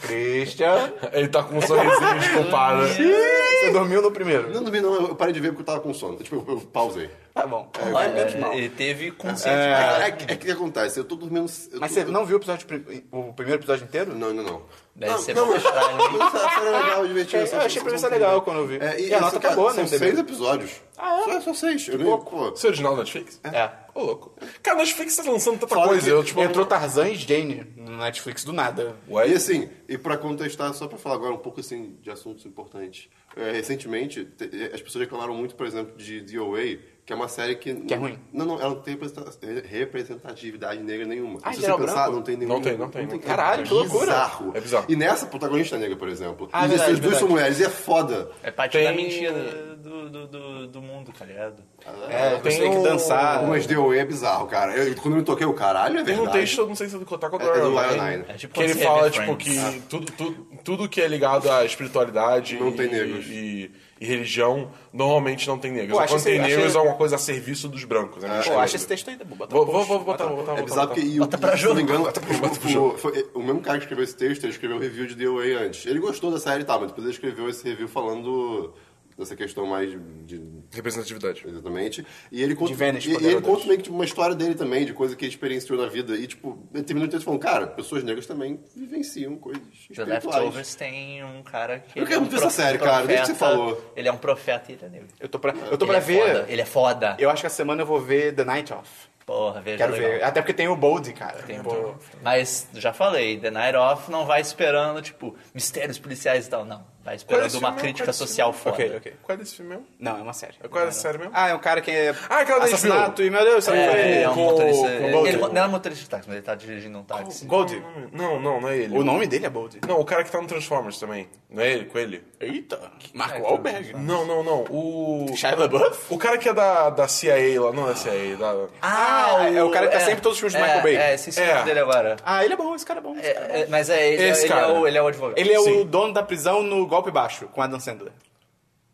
A: Christian.
B: Ele tá com um sorrisinho esculpado.
A: Você dormiu no primeiro.
C: Não dormi, não. Eu parei de ver porque eu tava com sono. Tipo, eu, eu pausei.
A: Tá bom. menos
D: Olha,
A: mal.
D: ele teve consciência.
C: É, é que- é que acontece? Eu tô dormindo. eu
A: Mas
C: tô-
A: você não viu o, episódio prim- o primeiro episódio inteiro?
C: Não, ainda não.
D: Deve
C: não,
D: ser
C: não,
D: bom
C: mas,
D: pra ele.
C: mas a série é legal, divertida.
A: É,
C: só
A: eu
C: que
A: achei a
C: só
A: premissa
C: tem-
A: legal quando eu vi.
C: É,
A: E a nota
C: cara,
A: acabou, né,
C: São
A: no
C: seis
A: IMDb.
C: episódio.
A: Ah, é?
C: Só, só seis. Eu nem, pô,
B: Isso é original da Netflix?
A: É.
B: Ô, louco. Cara, a Netflix tá lançando tanta
C: Fala
B: coisa.
C: que
B: Eu, tipo,
A: Entrou Tarzan e Jane no Netflix do nada.
B: Ué?
C: E assim, e pra contestar, só pra falar agora um pouco assim de assuntos importantes. É, recentemente, te- eh, as pessoas reclamaram muito, por exemplo, de The Away, que é uma série que.
A: Que é ruim.
C: Não, não, ela não tem representa- eh, representatividade negra nenhuma.
A: Ah,
C: Se você
A: geral
C: pensar,
A: branco?
C: não tem nenhuma.
B: Não tem, não tem, não tem.
A: Caralho, que loucura.
C: Bizarro.
B: É bizarro.
C: E nessa, a protagonista é negra, por exemplo.
A: Ah,
C: e
A: verdade,
C: essas duas
A: verdade.
C: são mulheres, e é foda.
D: É parte
B: Tem-
D: da mentira do, do, do, do mundo, tá ligado?
A: É, você
B: tem
A: tem que
B: o-
A: dançar.
C: Mas The Away é bizarro, cara. Eu, quando eu me toquei, o caralho, é
B: Tem
C: verdade.
B: um texto, eu não sei se é do Kotaku ou do
C: É, é do
B: Iron
C: Iron
A: né?
B: Man,
C: Man.
D: É tipo
B: que ele
D: você,
B: fala,
D: Heavy
B: tipo,
D: Friends.
B: que tudo, tudo, tudo que é ligado à espiritualidade
C: Não
B: e,
C: tem negros.
B: E, e religião, normalmente não tem negros.
A: Pô,
B: Ou Quando
A: achei
B: tem
A: esse-
B: negros,
A: achei-
B: é uma coisa a serviço dos
C: Ah,
B: brancos. Né?
A: Pô, acha esse texto aí, Dabu. Bota
B: Vou,
A: no
B: vou,
A: post.
B: vou botar, vou botar,
C: É
B: vou botar.
C: bizarro porque, e o-
D: Bota pra
C: se eu
D: jogo.
C: não me engano,
B: bota pro
C: o-
B: jogo.
C: foi- é, o mesmo cara que escreveu esse texto, ele escreveu um review de The Away antes. Ele gostou da série e tal, mas depois ele escreveu esse review falando dessa questão mais de... de-
B: Representatividade.
C: é Exatamente. E ele conta,
A: De Vênus,
C: e, e ele
A: poderosa.
C: conta meio que tipo, uma história dele também, de coisa que ele experienciou na vida. E, tipo, ele terminou o texto falando, cara, pessoas negras também vivenciam coisas
D: The
C: espirituais.
D: Leftovers tem um cara que.
C: Eu
D: ele
C: quero
D: é um
C: muito essa
D: prof-
C: série, cara, desde que você
D: profeta,
C: falou.
D: Ele é um profeta e ele é negro.
A: Eu tô pra, eu tô
D: Ele
A: pra
D: é
A: ver.
D: foda, Ele é foda.
A: Eu acho que a semana eu vou ver The Night Off.
D: Porra, veja.
A: Quero
D: é legal.
A: ver. Até porque tem o Bold, cara.
D: Tem um
A: Pô.
D: jogo. Mas, já falei, The Night Off não vai esperando, tipo, mistérios policiais e tal, não.
B: Qual
D: Vai
B: é
D: esperando
B: esse
D: uma
B: filme? Qual é
D: crítica
B: esse
D: social
B: filme?
D: foda.
A: Ok, ok.
B: Qual é desse filme mesmo?
A: Não, é uma série.
B: É Qual é sério mesmo?
A: Ah, é um cara que é.
B: Ah, aquela da
A: assassinato
B: HBO.
A: e meu Deus, sabe?
D: É, é um
B: Com-
D: motorista.
B: com
D: ele-
B: Bolt.
D: ele, não é motorista de táxi, mas ele tá dirigindo um táxi.
A: Gold.
B: Não, não, não é ele.
A: O nome dele é Bold.
B: Não, o cara que tá no Transformers também. Não é ele? Com ele?
A: Eita. Marco
D: cara,
A: Wahlberg.
B: Não, não, não. O.
A: Shia LaBeouf?
B: O cara que é da, da CIA lá. Não é CIA, da.
A: Ah, é o cara que tá sempre em todos os filmes de
D: é,
A: Michael Bay.
D: É, esse
B: É.
D: é. dele agora.
A: Ah, ele é bom, esse cara é bom.
D: É,
A: esse cara é bom.
D: é, mas é, ele,
B: Esse
D: ele é
B: cara.
D: o, ele é o advogado.
A: Ele é o
B: Sim.
A: dono da prisão no golpe baixo, com Adam Sandler.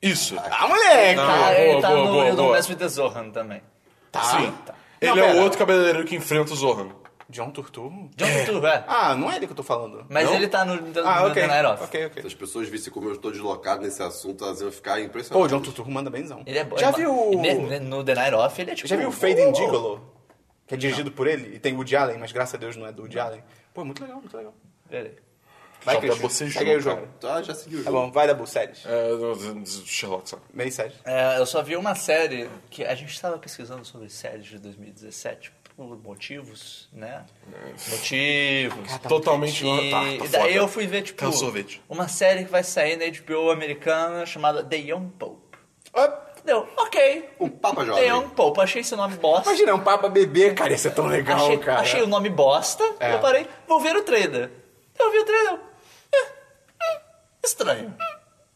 B: Isso.
A: Ah, moleque!
B: Não.
D: Ah,
B: Boa,
D: ele tá
B: boa,
D: no,
B: boa,
D: no
B: boa.
D: Mess with the Zohan também.
A: Tá.
B: Sim.
A: Tá.
B: Ele
A: Não,
B: é o
A: pera.
B: outro cabeleireiro que enfrenta o Zohan.
A: John Turturro?
D: John Turturro, é.
A: Ah, não é ele que eu tô falando.
D: Mas
A: Não?
D: ele tá no, no,
A: Ah,
D: no
A: ok.
D: The Night Off.
A: Ok, ok.
C: Se as pessoas vissem como eu estou deslocado nesse assunto, elas iam ficar
A: Pô,
C: impressionadas.
A: o John Turturro manda benzão.
D: Ele é bom.
A: Já
D: ele-
A: viu o...
D: ne- No The Night Off, ele é tipo...
A: Já viu o Fade in Gigolo? Que é dirigido por ele e tem Woody Allen, mas graças a Deus não é do Woody Allen. Pô, muito legal, muito legal.
D: Peraí.
A: Vai,
B: Só pra
A: Christian.
B: vocês
A: Segue aí o
B: julgarem.
A: jogo.
C: Tá, já seguiu o
A: Tá
C: jogo.
A: bom, vai, Dabu, séries.
B: É, do- do- do Sherlock, sabe?
A: Meio séries.
D: É, eu só vi uma série que a gente estava pesquisando sobre séries de 2017 por motivos, né? Motivos.
B: Totalmente.
D: E,
B: Tá, tá
D: e
B: foda.
D: daí eu fui ver, tipo,
B: Quero sorvete.
D: uma série que vai sair na HBO americana chamada The Young Pope.
A: Ó,
D: Deu, ok.
C: Um Papa Jovem.
D: The Young Pope. Achei esse nome bosta.
A: Imagina, um papa bebê, cara, ia ser tão legal,
D: achei,
A: cara.
D: achei o nome bosta.
A: É.
D: Eu parei, vou ver o trailer. Eu vi o trailer. estranho,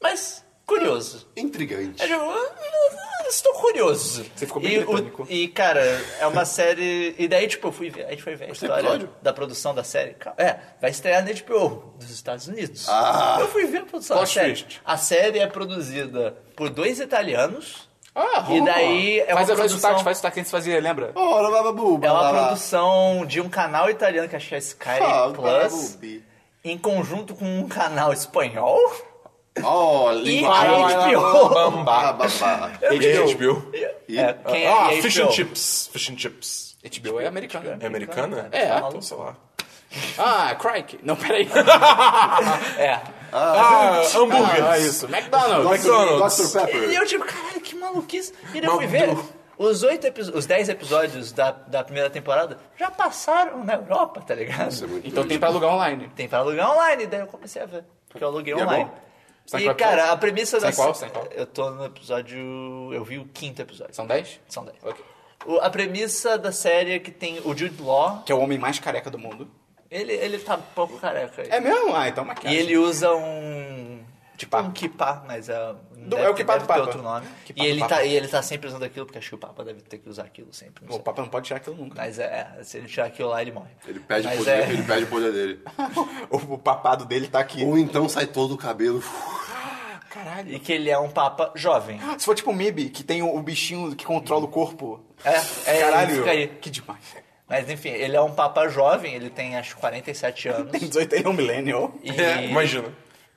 D: mas curioso.
A: Hum.
C: Intrigante.
D: Eu digo, "Ah, eu estou curioso.
A: Você ficou bem
D: e, o-
A: britânico.
D: e, cara, é uma série... E daí, tipo, eu fui ver, a gente foi ver a história
C: episódio?
D: da produção da série. Cal- É, vai estrear na HBO dos Estados Unidos.
C: Ah.
D: eu fui ver a produção da
B: Plot
D: série.
B: twist.
D: A série é produzida por dois italianos.
A: Ah,
D: e daí é uma
A: faz, faz o
D: produção...
A: sotaque, faz o sotaque que você fazia, lembra?
C: Ora, bababu,
D: É uma
C: bababá.
D: produção de um canal italiano que acho que é Sky
C: Ah,
D: Plus,
C: bababubi.
D: em conjunto com um canal espanhol.
C: Ó,
D: E
C: língua.
D: a HBO.
B: Bamba.
C: Bababá.
B: é um HBO.
D: É, quem é
B: Ah,
D: HBO?
B: fish and chips. Fish and chips.
A: HBO é americano.
B: É americana?
A: É.
B: Ah, então sei lá.
A: Ah, Crike. Não, peraí.
D: É.
B: Ah, hambúrguer.
A: Ah, isso. McDonald's.
B: McDonald's.
C: Dr.
D: E
C: Pepper.
D: eu tipo, caralho, que maluquice. E daí eu
B: Mal-
D: fui ver.
B: do-
D: Os, oito episo- os dez episódios da, da primeira temporada já passaram na Europa, tá ligado?
C: Isso é muito
A: Então tem pra alugar online.
D: Tem pra alugar online, daí eu comecei a ver. Porque eu aluguei
C: E é
D: online.
C: bom?
A: Você tá em
D: e,
A: qual
D: cara,
A: episódio?
D: a premissa
A: Você tá
D: da
A: em qual?
D: sé-
A: Você tá em qual?
D: Eu tô no episódio. Eu vi o quinto episódio.
A: São 10?
D: São dez.
A: Ok.
D: O- a premissa da série é que tem o Jude Law,
A: Que é o homem mais careca do mundo.
D: ele, ele tá um pouco careca aí.
A: É mesmo? Ah, então
D: e
A: maquiagem.
D: ele usa um.
A: Tipo,
D: Um kippah, mas é.
A: Do- é o kippah
D: deve
A: do
D: ter
A: Papa.
D: outro nome.
A: Kippah
D: e,
A: do
D: ele
A: Papa.
D: tá, e ele tá sempre usando aquilo, porque acho que o Papa deve ter que usar aquilo sempre. não
A: o
D: sei.
A: papai não pode tirar aquilo nunca.
D: Mas é, é, se ele tirar aquilo lá, ele morre.
C: Ele perde o
D: Mas
C: poder,
D: é-
C: ele perde o poder dele.
A: O, o papado dele tá aqui.
C: Ou então sai todo o cabelo.
A: Caralho.
D: E que ele é um Papa jovem.
A: Se for tipo o Mib, que tem o, o bichinho que controla o corpo.
D: É, é
A: Caralho.
D: ele fica aí.
A: Que demais.
D: Mas enfim, ele é um Papa jovem, ele tem acho 47 anos.
A: Tem 18, ele é um millennial.
D: E,
B: É, imagina.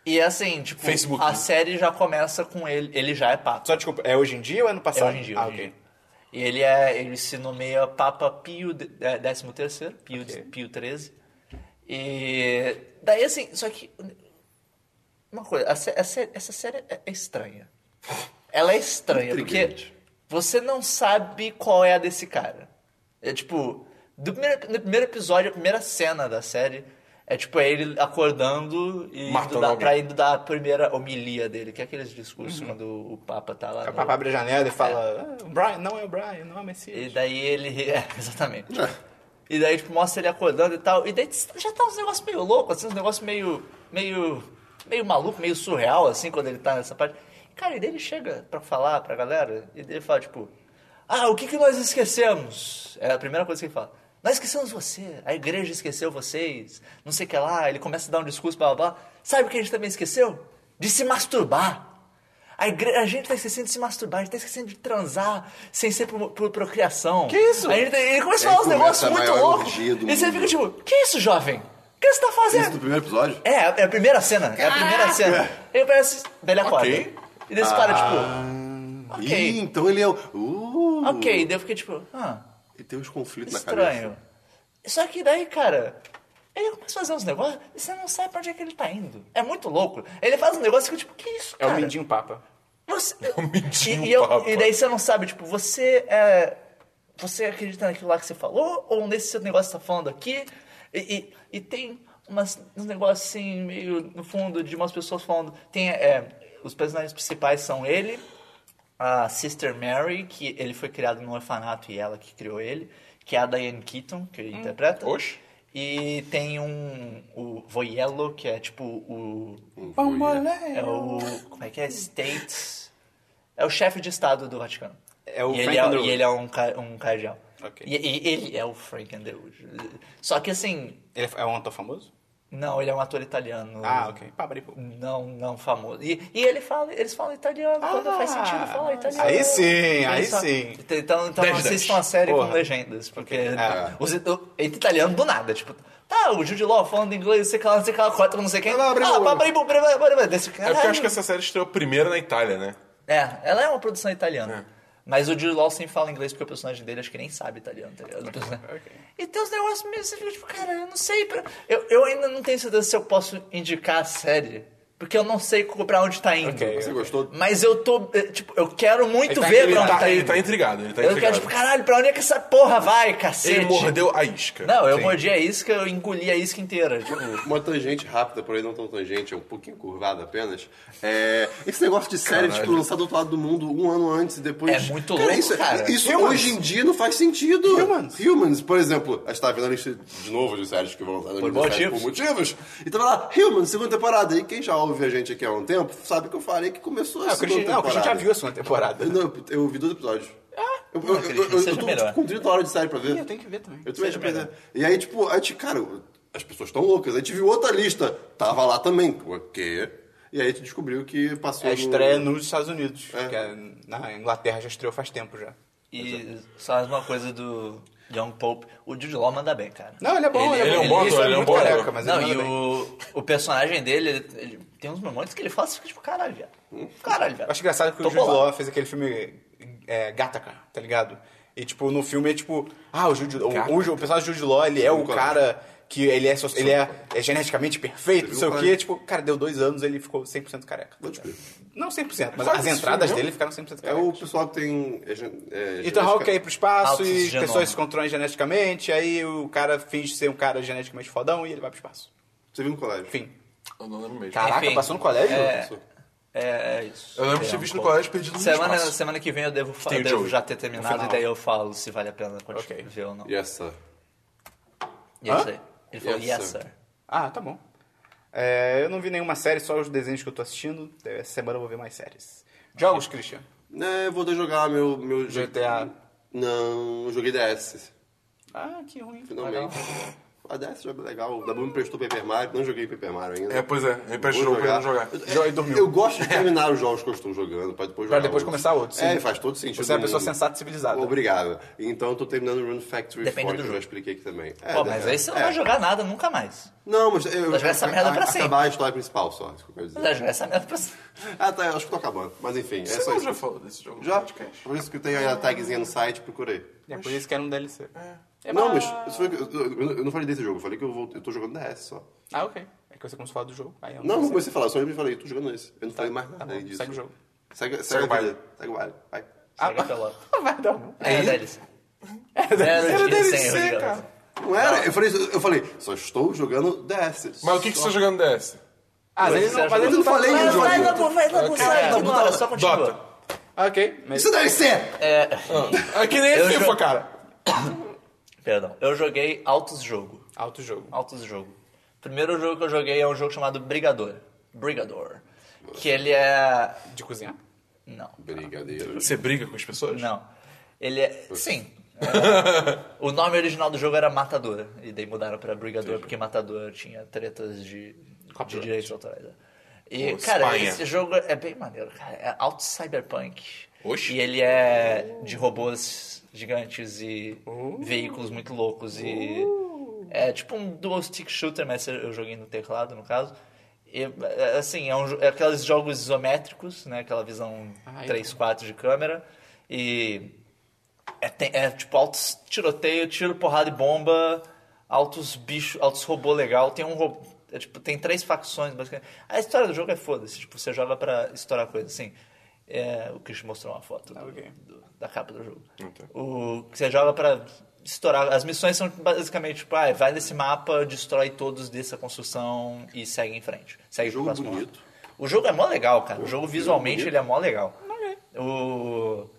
D: e assim, tipo,
B: Facebook.
D: a série já começa com ele, ele já é Papa.
A: Só desculpa, é hoje em dia ou é no
D: É
A: passado?
D: hoje em dia.
A: Ah,
D: hoje em
A: ok.
D: dia. E ele, é, ele se nomeia Papa Pio de- é, 13º, Pio,
A: Ok.
D: Pio 13. E daí assim, só que uma coisa, a sé- a sé- essa série é é estranha. Ela é estranha porque
C: Intrigante.
D: você não sabe qual é a desse cara. É tipo, do primeiro, no primeiro episódio, a primeira cena da série é tipo é ele acordando e indo
B: Matando
D: dar,
B: alguém.
D: pra indo dar a primeira homilia dele, que é aqueles discursos quando o Papa tá lá.
A: Aí É O
D: no-
A: papai abre a janela e fala: "Ah, o Brian, não é o Brian, não é o Messias.
D: e daí ele. É, exatamente.
C: É.
D: E daí, tipo, mostra ele acordando e tal. E daí já tá uns negócios meio loucos, assim, uns negócios meio. meio. meio maluco, meio surreal, assim, quando ele tá nessa parte. Cara, e daí ele chega pra falar pra galera, e daí ele fala, tipo, ah, o que que nós esquecemos? É a primeira coisa que ele fala. Nós esquecemos você, a igreja esqueceu vocês, não sei o que lá, ele começa a dar um discurso, blá blá blá. Sabe o que a gente também esqueceu? De se masturbar. A, igre- a gente tá esquecendo de se masturbar, a gente tá esquecendo de transar sem ser por, por procriação. Que
A: isso?
D: A gente, tá- ele começa a
C: Aí
D: falar uns
C: começa
D: negócios
C: a
D: muito
C: maior
D: loucos.
C: orgia do
D: E você
C: mundo.
D: fica tipo, que isso, jovem? O que você tá
C: Isso do
D: fazendo?
C: primeiro episódio?
D: É, é a primeira cena. É a primeira cena.
C: É.
D: Ele parece. Daí ele acorda.
B: Ok.
D: E daí você para, tipo, ok.
C: Ih, então ele é o. Uh,
D: ok. Daí eu fiquei tipo, ah,
C: E tem uns conflitos na cabeça.
D: estranho. Só que daí, cara. Ele começa a fazer uns negócios e você não sabe pra onde é que ele tá indo. É muito louco. Ele faz um negócio que eu, tipo, que isso,
A: É
D: cara?
A: o Mindinho Papa.
D: Você,
B: mentiu,
D: e, e, eu-
B: papa.
D: e daí você não sabe, tipo, você é. Você acredita naquilo lá que você falou? Ou nesse seu negócio que você tá falando aqui? E, e- e tem umas, uns negócios assim, meio no fundo, de umas pessoas falando. Tem. é, os personagens principais são ele, a Sister Mary, que ele foi criado num orfanato e ela que criou ele, que é a Diane Keaton, que ele interpreta.
B: Oxe.
D: E tem um. O Voyello, que é tipo o.
C: Um
A: né?
D: É o. Como é que é? States. É o chefe de Estado do Vaticano.
A: É o
D: e
A: Frank
D: ele é,
A: Underwood.
D: e ele é um, ca- um cardeal.
A: Ok.
D: E, e ele é o Frank Underwood. Só que assim.
A: Ele é um ator famoso?
D: Não, ele é um ator italiano.
A: Ah, ok. Papa de Pouco.
D: Não, não famoso. E, e ele fala, eles falam italiano, quando faz sentido falar italiano.
A: Ah, aí sim,
D: Eles
A: aí
D: falam-
A: sim.
D: Então, então
B: 10,
D: assistam
B: 10.
D: a série
A: Porra.
D: com legendas, porque
A: Ah.
D: os, o- entra italiano do nada, tipo, tá, o Jude Law falando inglês, não sei o que lá, não sei o que lá, corta, não sei
A: Tá
D: quem. Ah,
C: Blá, blá, blá, blá.
D: blá, blá, blá, blá, blá, blá, desse
B: É porque eu acho que
D: caralho.
B: essa série estreou primeiro na Itália, né?
D: É, ela é uma produção italiana. Mas o Jude Law sempre fala inglês porque o personagem dele acho que nem sabe italiano, tá ligado? E tem uns negócios meio você fica tipo, cara, eu não sei. pra- Eu, eu ainda não tenho certeza se eu posso indicar a série. Porque eu não sei co- pra onde tá indo.
A: Ok.
C: Você gostou?
D: Mas eu tô. eh, Tipo, eu quero muito
A: Ele tá-
D: ver
A: ele
D: pra onde tá,
B: Tá, ele
D: indo.
B: tá intrigado, ele tá
D: eu quero,
B: intrigado.
D: tipo, caralho, pra onde é que essa porra vai, cacete?
B: Ele mordeu a isca.
D: Não, eu
A: Sim.
D: mordi a isca, eu engoli a isca inteira. Tipo,
C: Uma tangente rápida, porém não tão tangente, é um pouquinho curvada apenas. É, esse negócio de série,
B: Caralho.
C: tipo, lançar do outro lado do mundo um ano antes e depois.
D: É muito louco,
C: isso,
D: cara.
C: Isso
A: Humans.
C: hoje em dia não faz sentido.
A: Humans.
C: Humans, por exemplo, a gente tá vendo a lista de novo de séries que vão lançar em
D: Por
C: 2017
D: motivos.
C: por motivos. E tava lá, Humans, segunda temporada. E quem já ouve ouve a gente aqui há um tempo sabe que eu falei que começou a
A: Ah, o
C: segunda
A: Christian, não, o Christian já
C: temporada.
A: viu a segunda temporada.
C: Não, eu- eu vi dois episódios. Ah, eu, eu,
D: não,
C: eu,
D: Christian,
C: eu- eu
D: seja
C: tô
D: melhor.
C: tipo, com 30 horas de série pra ver.
A: Eu tenho que ver também. é
C: Eu também né? acho
D: Seja
C: que-
D: melhor.
C: E aí, tipo, a gente, cara, as pessoas estão loucas. A gente viu outra lista, tava lá também. O quê? E aí a gente descobriu que passou.
A: É a
C: no-
A: estreia nos Estados Unidos,
C: É.
A: que é- na Inglaterra já estreou faz tempo já.
D: E só mais uma coisa do Young Pope. O Jude Law manda bem, cara.
A: Não, ele é bom, ele,
B: ele é um bom
A: isso
B: ator, ele é um
A: muito
B: bom ator.
A: careca, mas
D: não,
A: ele
D: e
A: manda bem.
D: o, o personagem dele, ele, ele- tem uns momentos que ele fala, você fica tipo, caralho, viado. Caralho, viado.
A: Eu acho engraçado que o
D: Tô
A: Jude
D: bolado.
A: Law fez aquele filme é, Gataca, tá ligado? E, tipo, no filme é tipo... Ah, o, Jude, o, o, Ju- o personagem do Jude Law, ele é o
C: Nunca.
A: cara que ele é, so- ele é, é geneticamente perfeito, não sei o
C: Nunca.
A: quê. Tipo, cara, deu dois anos ele ficou 100% careca. tá
C: Pode crer.
A: Não 100%, mas
B: Faz
A: as
B: isso,
A: entradas
B: né?
A: dele ficaram 100%
C: É
A: careca.
C: o pessoal que tem. É, gen- é,
A: Ethan
C: genética-
A: Hawke então, aí pro espaço
D: Altos
A: e
D: genoma.
A: pessoas se controlam geneticamente, aí o cara finge ser um cara geneticamente fodão e ele vai pro espaço.
C: Você viu no colégio?
A: Enfim.
B: Eu não lembro mesmo.
A: Caraca,
D: Enfim.
A: passou no colégio?
D: É,
C: Isso.
D: é, é isso.
B: Eu lembro de ter
D: Young
B: visto no
D: Pope.
B: colégio perdido no
D: Semana,
B: espaço.
D: semana que vem eu devo, fa-
B: Tem o
D: devo
B: Joey.
D: já ter
A: No
D: terminado e
A: final.
D: daí eu falo se vale a pena continuar
A: Ok.
D: ver ou não.
C: Yes, sir.
D: Yes, sir. é Ele falou,
C: Yes,
D: yes,
C: sir.
D: sir.
A: Ah, tá bom. É, eu não vi nenhuma série, só os desenhos que eu tô assistindo. Essa semana eu vou ver mais séries. Jogos, Christian.
C: É, eu vou jogar meu, meu
A: GTA.
C: Não, eu joguei DS,
A: Ah, que ruim.
C: finalmente. A DS já é legal. O Dabu me prestou Paper Mario, não joguei Paper Mario ainda.
B: É, pois é, ele
C: Vou
B: prestou pra ele não jogar.
A: Joga e dormiu.
C: Eu gosto de terminar os jogos que eu estou jogando, pra depois
A: Pra
C: jogar
A: depois
C: outros.
A: começar outro, sim.
C: É, faz todo sentido.
A: Você é uma
C: do
A: pessoa
C: mundo.
A: sensata e civilizada.
C: Obrigado. Então eu tô terminando o Rune Factory
D: Depende
C: 4,
D: do
C: que eu
D: jogo.
C: já expliquei aqui também. É,
A: né?
D: Pô, mas
C: é.
D: aí você não
C: É.
D: vai jogar nada nunca mais.
C: Não, mas eu
D: Vai jogar essa merda pra
C: a-
D: sempre.
C: Acabar a história principal só, isso que eu quero
D: Você
C: dizer.
D: vai jogar é, essa merda pra sempre.
C: Ah, tá, eu acho que tô acabando. Mas enfim, é
B: Você
C: só
B: não
C: isso.
B: já falou desse jogo? no
C: Já?
B: podcast?
C: Por isso que tem aí a tagzinha no site, procurei.
A: É por isso que era um DLC. É
C: não,
A: bom.
C: mas isso foi, eu, eu- eu não falei desse jogo, eu falei que eu, vou, eu tô jogando DS só.
A: Ah, ok. É que você começou a falar do jogo. Aí eu
C: Não, não
A: sei.
C: comecei a falar, eu só me falei, tô jogando esse. Eu não falei mais nada
A: bom,
C: além disso.
A: segue o jogo. Ah,
C: Segue, segue,
B: o
C: segue o
B: baile.
C: baile. Segue o baile, vai.
D: Joga pelota.
A: Vai dar um.
D: É, deles.
A: É, Era
D: Era
A: DLC,
D: DLC,
A: cara.
C: Não era? Eu falei, eu falei, só estou jogando DS.
B: Mas o que, que você
C: Só-
B: tá jogando DS?
A: Ah, mas eles não, mas
D: Eu
A: eles
C: não
A: tá-
C: falei
A: Ah,
C: do jogo.
A: vai, vai, vai.
D: vai, vai, sai, ignora, é, só continua.
B: Dota.
A: Ah, Ok. mas-
C: Isso deve ser!
D: É,
B: É que nem
D: Eu
B: é FIFA,
D: jo-
B: cara.
D: perdão. Eu joguei altos jogo.
A: Alto jogo.
D: Altos jogo. O primeiro jogo que eu joguei é um jogo chamado Brigador. Brigador. Que ele é...
A: De cozinhar?
D: Não,
C: Brigadeiro.
B: Você briga com as pessoas?
D: não. Ele é... Sim. É, o nome original do jogo era Matador. E daí mudaram pra Brigador, porque Matador tinha tretas de, de direitos autorais. né? E,
B: Pô,
D: cara,
B: Espanha.
D: esse jogo é bem maneiro, cara. É alto cyberpunk.
B: Oxi.
D: E ele é de robôs gigantes e
B: Uh.
D: veículos muito loucos e... É tipo um dual stick shooter, mas eu joguei no teclado, no caso. E, é, assim, é, um, jo- é aqueles jogos isométricos, né? Aquela visão
A: Ai,
D: 3, 4 de câmera. E é, tem- é, tipo altos tiroteio, tiro, porrada e bomba, altos bichos, altos robô legal. Tem um robô. é, tipo, tem três facções, basicamente. A história do jogo é foda-se. Tipo, você joga pra estourar coisa, assim. É, o Chris mostrou uma foto do-
A: ok.
D: do- da capa do jogo.
B: Então.
D: O, que você joga pra estourar. As missões são basicamente, tipo, ah, vai nesse mapa, destrói todos dessa construção e segue em frente. Segue pro
C: Jogo
D: próximo mapa.
C: bonito.
D: O jogo é mó legal, cara. O jogo visualmente
C: bonito.
D: ele é mó legal. O...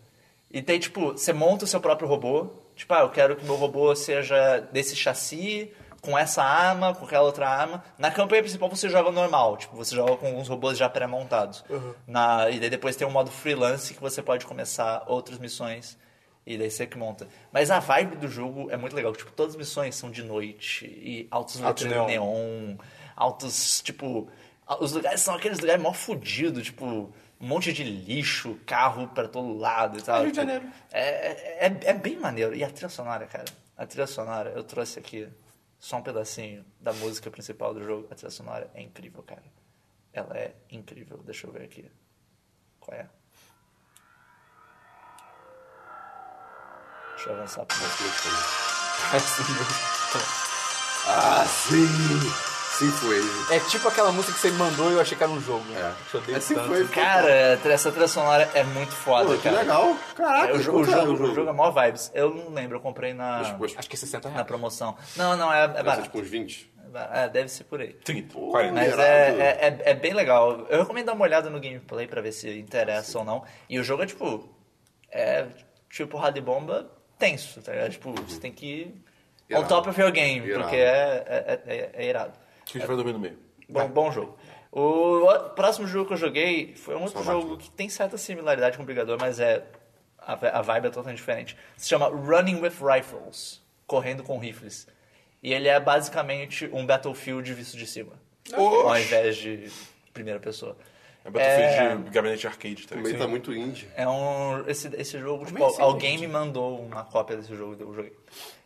D: E tem, tipo, você monta o seu próprio robô. Tipo, ah, eu quero que meu robô seja desse chassi, com essa arma, com aquela outra arma. Na campanha principal você joga normal, tipo, você joga com uns robôs já pré-montados. Na... E daí depois tem um modo freelance que você pode começar outras missões. E daí você que monta. Mas a vibe do jogo é muito legal. Tipo, todas as missões são de noite e altos
A: Alto
D: letreiros
A: neon.
D: neon neon, altos, tipo. a- Os lugares são aqueles lugares mó fudidos, tipo, um monte de lixo, carro pra todo lado e tal.
A: Rio de
D: tipo,
A: Janeiro.
D: É, é, é bem maneiro. E a trilha sonora, cara. A trilha sonora, eu trouxe aqui só um pedacinho da música principal do jogo. A trilha sonora é incrível, cara. Ela é incrível. Deixa eu ver aqui. Qual é? Deixa eu avançar pra
A: É assim
C: Ah, sim! Sim foi.
A: É tipo aquela música que você me mandou e eu achei que era um jogo.
C: É.
A: Eu odeio
C: É, sim
A: tanto.
C: foi.
D: Cara, essa trilha sonora é muito foda,
C: Pô, que
D: cara.
C: legal. Caraca,
D: É, o, jogo, o,
C: como é
D: jogo, o jogo é mó vibes. Eu não lembro, eu comprei na,
C: Mas,
A: Acho que é 60
D: na
A: reais.
D: promoção. Não, não, é, é
C: Deve ser
D: barato.
C: tipo uns 20.
D: É, deve ser por aí.
B: 30,
C: Pô,
B: 40.
D: Mas
C: Irado.
D: é, é, é- é bem legal. Eu recomendo dar uma olhada no gameplay pra ver se interessa ou não. E o jogo é tipo. É tipo rádio e bomba tenso, tá ligado? Tipo, você tem que ir on
C: Irado.
D: top of your game,
C: Irado.
D: porque é, é, é, é irado.
B: Que a gente vai dormir no meio.
D: Bom, bom jogo. O- O o próximo jogo que eu joguei foi um outro
C: Só
D: jogo
C: Batman.
D: que tem certa similaridade com o Brigador, mas é a, vi- a vibe é totalmente diferente. Se chama Running with Rifles, correndo com rifles. E ele é basicamente um Battlefield visto de cima, ao
B: Oxe.
D: invés de primeira pessoa.
B: É Battlefield de gabinete arcade, tá ligado?
C: Também tá muito indie.
D: É um. Esse, esse jogo, tipo,
C: é que você
D: alguém me mandou uma cópia desse jogo e eu joguei.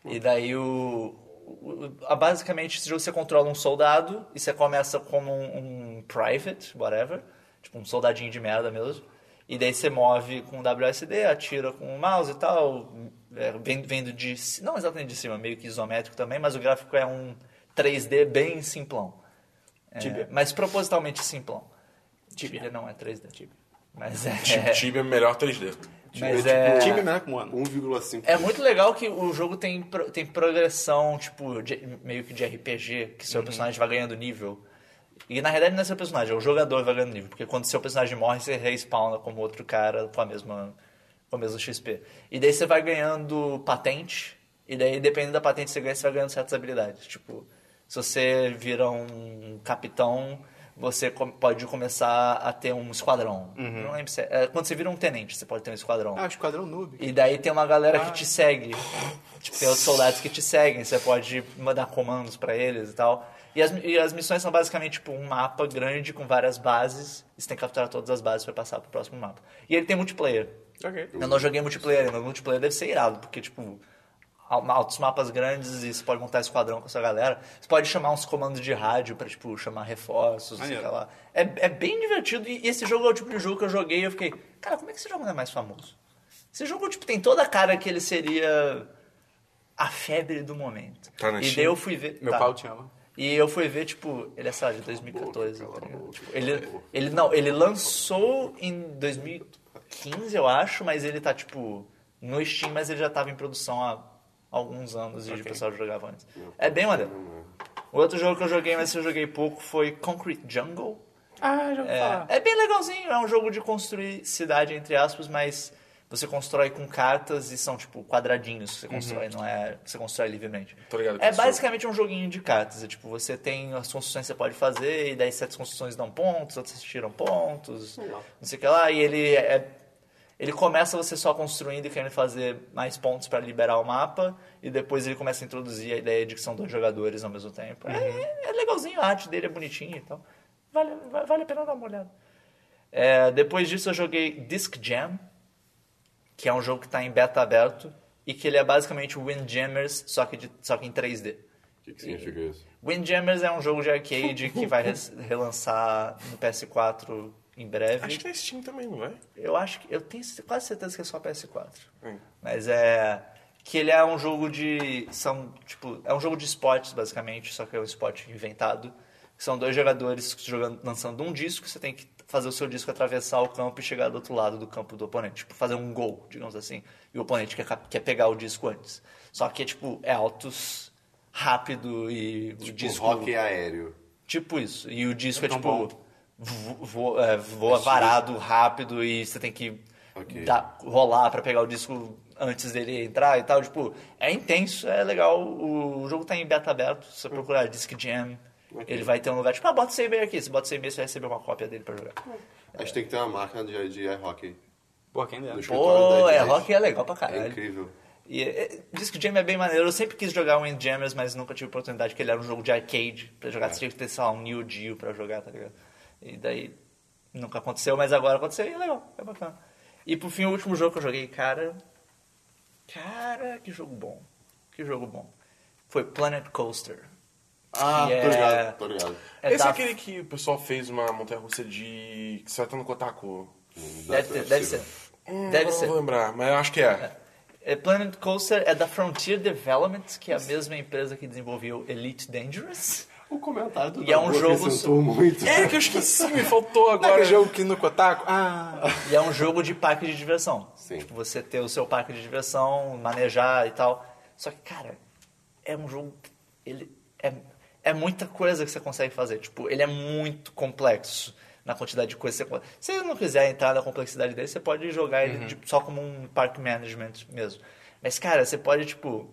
D: E daí o. o- a- basicamente, esse jogo você controla um soldado e você começa como um, um private, whatever. Tipo, um soldadinho de merda mesmo. E daí você move com um o WSD, atira com o mouse e tal. é, vendo, vendo de. ci- Não exatamente de cima, meio que isométrico também, mas o gráfico é um 3D bem simplão. É,
E: Tibia.
D: mas propositalmente simplão.
E: Tibia.
D: não é 3D. Mas é.
B: Ti- Tibia é melhor 3D.
D: Mas
C: tipo,
A: O
D: é,
A: time menor
C: né?
A: que um ano.
C: 1,5.
D: é muito legal que o jogo tem, pro- tem progressão, tipo, de- meio que de RPG, que seu personagem vai ganhando nível. E na realidade não é seu personagem, é o jogador vai ganhando nível, porque quando seu personagem morre, você respawna como outro cara com a mesma, com a mesma XP. E daí você vai ganhando patente, e daí dependendo da patente que você ganha, você vai ganhando certas habilidades. Tipo, se você vira um capitão, você com- pode começar a ter um esquadrão. Não lembro se é, é, Quando você vira um tenente, você pode ter um esquadrão.
A: Ah, Esquadrão Noob.
D: E daí tem uma galera que te segue. Tipo, tem os soldados que te seguem, você pode mandar comandos pra eles e tal. E as, e as missões são basicamente tipo, um mapa grande com várias bases. E você tem que capturar todas as bases pra passar pro próximo mapa. E ele tem multiplayer.
A: Ok.
D: Eu não joguei multiplayer ainda. Multiplayer deve ser irado, porque, tipo, al- altos mapas grandes e você pode montar esquadrão com a sua galera. Você pode chamar uns comandos de rádio pra, tipo, chamar reforços, sei
A: Maneiro.
D: lá. É, é bem divertido e esse jogo é o tipo de jogo que eu joguei e eu fiquei, cara, como é que esse jogo não é mais famoso? Esse jogo, tipo, tem toda a cara que ele seria a febre do momento.
B: Tá na
D: e
B: Steam?
D: daí eu fui ver...
A: Meu
D: tá.
A: pau te ama.
D: E eu fui ver, tipo, ele é, sei lá, de 2014, tá ligado? Tipo, ele, ele, não, ele lançou em 2015, eu acho, mas ele tá, tipo, no Steam, mas ele já tava em produção há alguns anos e o pessoal jogava antes. É bem maneiro.
A: né?
D: O outro jogo que eu joguei, mas eu joguei pouco, foi Concrete Jungle.
E: Ah, já vou falar.
D: É, é bem legalzinho, é um jogo de construir cidade, entre aspas, mas você constrói com cartas e são, tipo, quadradinhos
A: Uhum.
D: que você constrói, não é. Você constrói livremente.
B: Tô ligado com
D: É
B: esse jogo.
D: basicamente um joguinho de cartas. É, tipo, você tem as construções que você pode fazer, e daí certas construções dão pontos, outras tiram pontos, não sei o que lá, e ele é. Ele começa você só construindo e querendo fazer mais pontos pra liberar o mapa, e depois ele começa a introduzir a ideia de que são dois jogadores ao mesmo tempo.
B: Uhum.
D: É, é legalzinho, a arte dele é bonitinha e tal. Vale, va- vale a pena dar uma olhada. É, depois disso eu joguei Disc Jam, que é um jogo que está em beta aberto, e que ele é basicamente Windjammers, só que, de- só que em 3D.
C: O que, que significa isso?
D: Windjammers é um jogo de arcade que vai res- relançar no PS4 em breve.
B: Acho que na Steam também, não é? vai?
D: Eu acho que. Eu tenho quase certeza que é só PS4. Mas é. Que ele é um jogo de. São, tipo, é um jogo de esportes, basicamente, só que é um esporte inventado. São dois jogadores jogando, lançando um disco, você tem que fazer o seu disco atravessar o campo e chegar do outro lado do campo do oponente. Tipo, fazer um gol, digamos assim. E o oponente quer, cap- quer pegar o disco antes. Só que, tipo, é altos, rápido e o disco.
C: Tipo, rock aéreo.
D: Tipo isso. E o disco é,
A: tão
D: tipo. vo- vo- é, voa varado, rápido, e você tem que
C: Ok.
D: dar- rolar pra pegar o disco antes dele entrar e tal. Tipo, é intenso, é legal. O jogo tá em beta aberto. Se você procurar Disc Jam, ele vai ter um lugar. Tipo, ah, bota o e-mail aqui. Se bota o e-mail, você vai receber uma cópia dele pra jogar.
C: A gente tem que ter uma máquina de, de air hockey.
A: Pô, quem dera.
C: No escritório
D: Pô,
C: da
D: é
C: EDS.
D: rock é legal pra caralho.
C: É incrível.
D: E, é, Disc Jam é bem maneiro. Eu sempre quis jogar o Windjammers, mas nunca tive oportunidade, porque ele era um jogo de arcade pra
C: É.
D: jogar. Você tinha que ter, sei lá, um Neo Geo pra jogar, tá ligado? E daí nunca aconteceu, mas agora aconteceu e é legal, é bacana. E por fim, o último jogo que eu joguei, cara. Cara, que jogo bom. Que jogo bom. Foi Planet Coaster.
C: Ah,
D: Que
C: tô
D: é-
C: ligado, tô ligado.
D: É
B: Esse
D: da-
B: é aquele que o pessoal fez uma montanha-russa de... que só tá no Kotaku.
D: Deve, ter, deve ser.
B: Hum,
D: Deve
B: eu
D: ser.
B: Não vou lembrar, mas eu acho que é.
D: É, Planet Coaster é da Frontier Development, que é a mesma empresa que desenvolveu Elite Dangerous.
C: O comentário do
D: E é um
C: Dabu
D: jogo
C: acrescentou muito.
B: É, que eu esqueci, me faltou
A: Não é
B: agora.
A: aquele jogo que no Kotaku. Ah.
D: E é um jogo de parque de diversão.
C: Sim.
D: Tipo, você ter o seu parque de diversão, manejar e tal. Só que, cara, é um jogo. que Ele é, é muita coisa que você consegue fazer. Tipo, ele é muito complexo na quantidade de coisa que você consegue. Se você não quiser entrar na complexidade dele, você pode jogar
C: Uhum.
D: ele tipo, só como um park management mesmo. Mas, cara, você pode, tipo.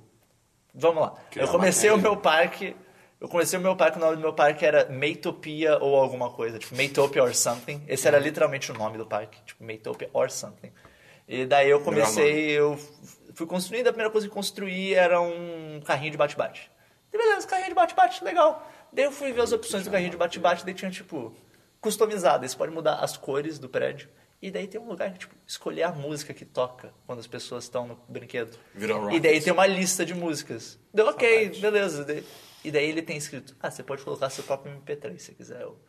D: Vamos lá.
C: Criar
D: eu comecei o
C: uma
D: meu parque Eu conheci o meu parque, o nome do meu parque era Meitopia ou alguma coisa, tipo Meitopia or something. Esse era literalmente o nome do parque, tipo Meitopia or something. E daí eu comecei, eu fui construindo, a primeira coisa que construí era um carrinho de bate-bate. E beleza, carrinho de bate-bate, legal. Daí eu fui ver as opções do carrinho de bate-bate, daí tinha tipo customizado, aí você pode mudar as cores do prédio. E daí tem um lugar que, tipo, escolher a música que toca quando as pessoas estão no brinquedo.
B: Virou
D: E daí
B: Rockets.
D: tem uma lista de músicas. Deu ok, beleza. Daí- E daí ele tem escrito, ah, você pode colocar seu próprio MP3 se quiser. Eu,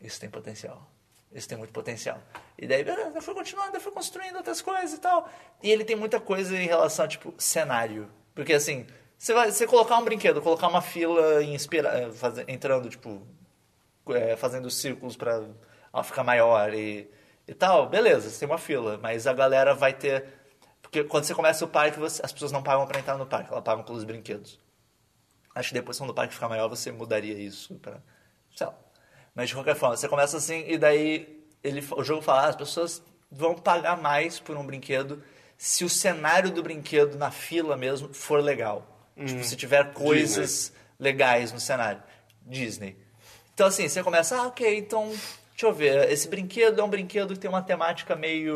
D: isso tem potencial. Isso tem muito potencial. E daí, beleza, eu fui continuando, eu fui construindo outras coisas e tal. E ele tem muita coisa em relação a, tipo, cenário. Porque, assim, você vai você colocar um brinquedo, colocar uma fila e inspira, eh, faze- entrando, tipo, eh, fazendo círculos pra ela ficar maior e, e tal, beleza, você tem uma fila. Mas a galera vai ter... Porque quando você começa o parque, você- as pessoas não pagam pra entrar no parque, elas pagam pelos brinquedos. Acho que depois, quando o parque ficar maior, você mudaria isso pra. Sei lá. Mas de qualquer forma, você começa assim e daí ele, o jogo fala: ah, as pessoas vão pagar mais por um brinquedo se o cenário do brinquedo na fila mesmo for legal. Tipo, se tiver coisas legais no cenário. Disney. Então, assim, você começa, ah, ok, então, deixa eu ver, esse brinquedo é um brinquedo que tem uma temática meio.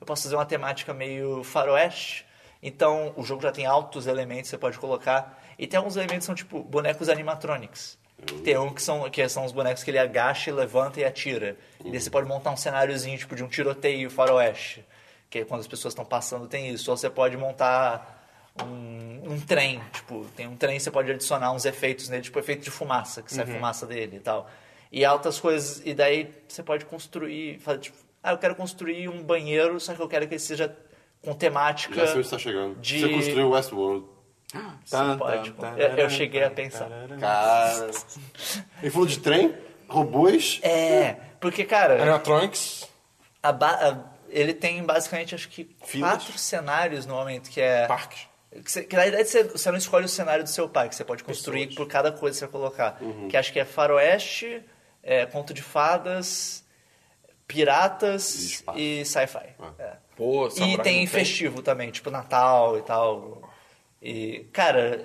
D: Eu posso fazer uma temática meio faroeste. Então, o jogo já tem altos elementos que você pode colocar. E tem alguns elementos que são tipo bonecos animatronics. Tem um que são, que são os bonecos que ele agacha, e levanta e atira. E daí você pode montar um cenáriozinho tipo de um tiroteio faroeste. Que aí quando as pessoas estão passando tem isso. Ou você pode montar um, um trem, tipo, tem um trem você pode adicionar uns efeitos nele, tipo efeito de fumaça, que sai fumaça dele e tal. E altas coisas, e daí você pode construir, fazer, tipo, ah, eu quero construir um banheiro, só que eu quero que ele seja com temática.
C: Já sei onde está tá chegando.
D: De-
C: Você construiu Tá, Westworld.
D: Você pode, tipo, eu, eu cheguei
C: tá,
D: a pensar.
C: Cara. Ele falou de trem, robôs.
D: É, porque, cara,
B: Animatronics,
D: a ba- a- ele tem basicamente, acho que,
B: Filas?
D: quatro cenários no momento, que é...
B: parque.
D: Que, você- que na verdade você, você não escolhe o cenário do seu parque, você pode construir por cada coisa que você colocar. Que acho que é faroeste, é, conto de fadas, piratas
C: espaço.
D: e, sci-fi. É.
B: Pô,
D: E
B: Samurai
D: tem
B: não
D: festivo também, tipo Natal e tal. E, cara,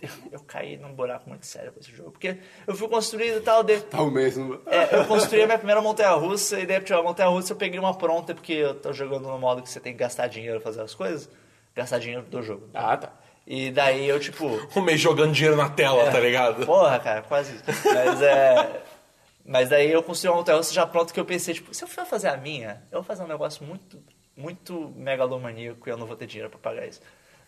D: eu, eu caí num buraco muito sério com esse jogo. Porque eu fui construindo e tal, de,
C: Tá o mesmo.
D: é, eu construí a minha primeira montanha-russa e daí, tipo, a montanha-russa eu peguei uma pronta porque eu tô jogando no modo que você tem que gastar dinheiro pra fazer as coisas. Gastar dinheiro do jogo.
E: Ah, tá.
D: E daí eu, tipo...
B: O mês jogando dinheiro na tela, tá ligado?
D: Porra, cara, quase isso. Mas é. Mas daí eu construí uma montanha russa já pronto que eu pensei, tipo, se eu for fazer a minha, eu vou fazer um negócio muito, muito megalomaníaco e eu não vou ter dinheiro pra pagar isso.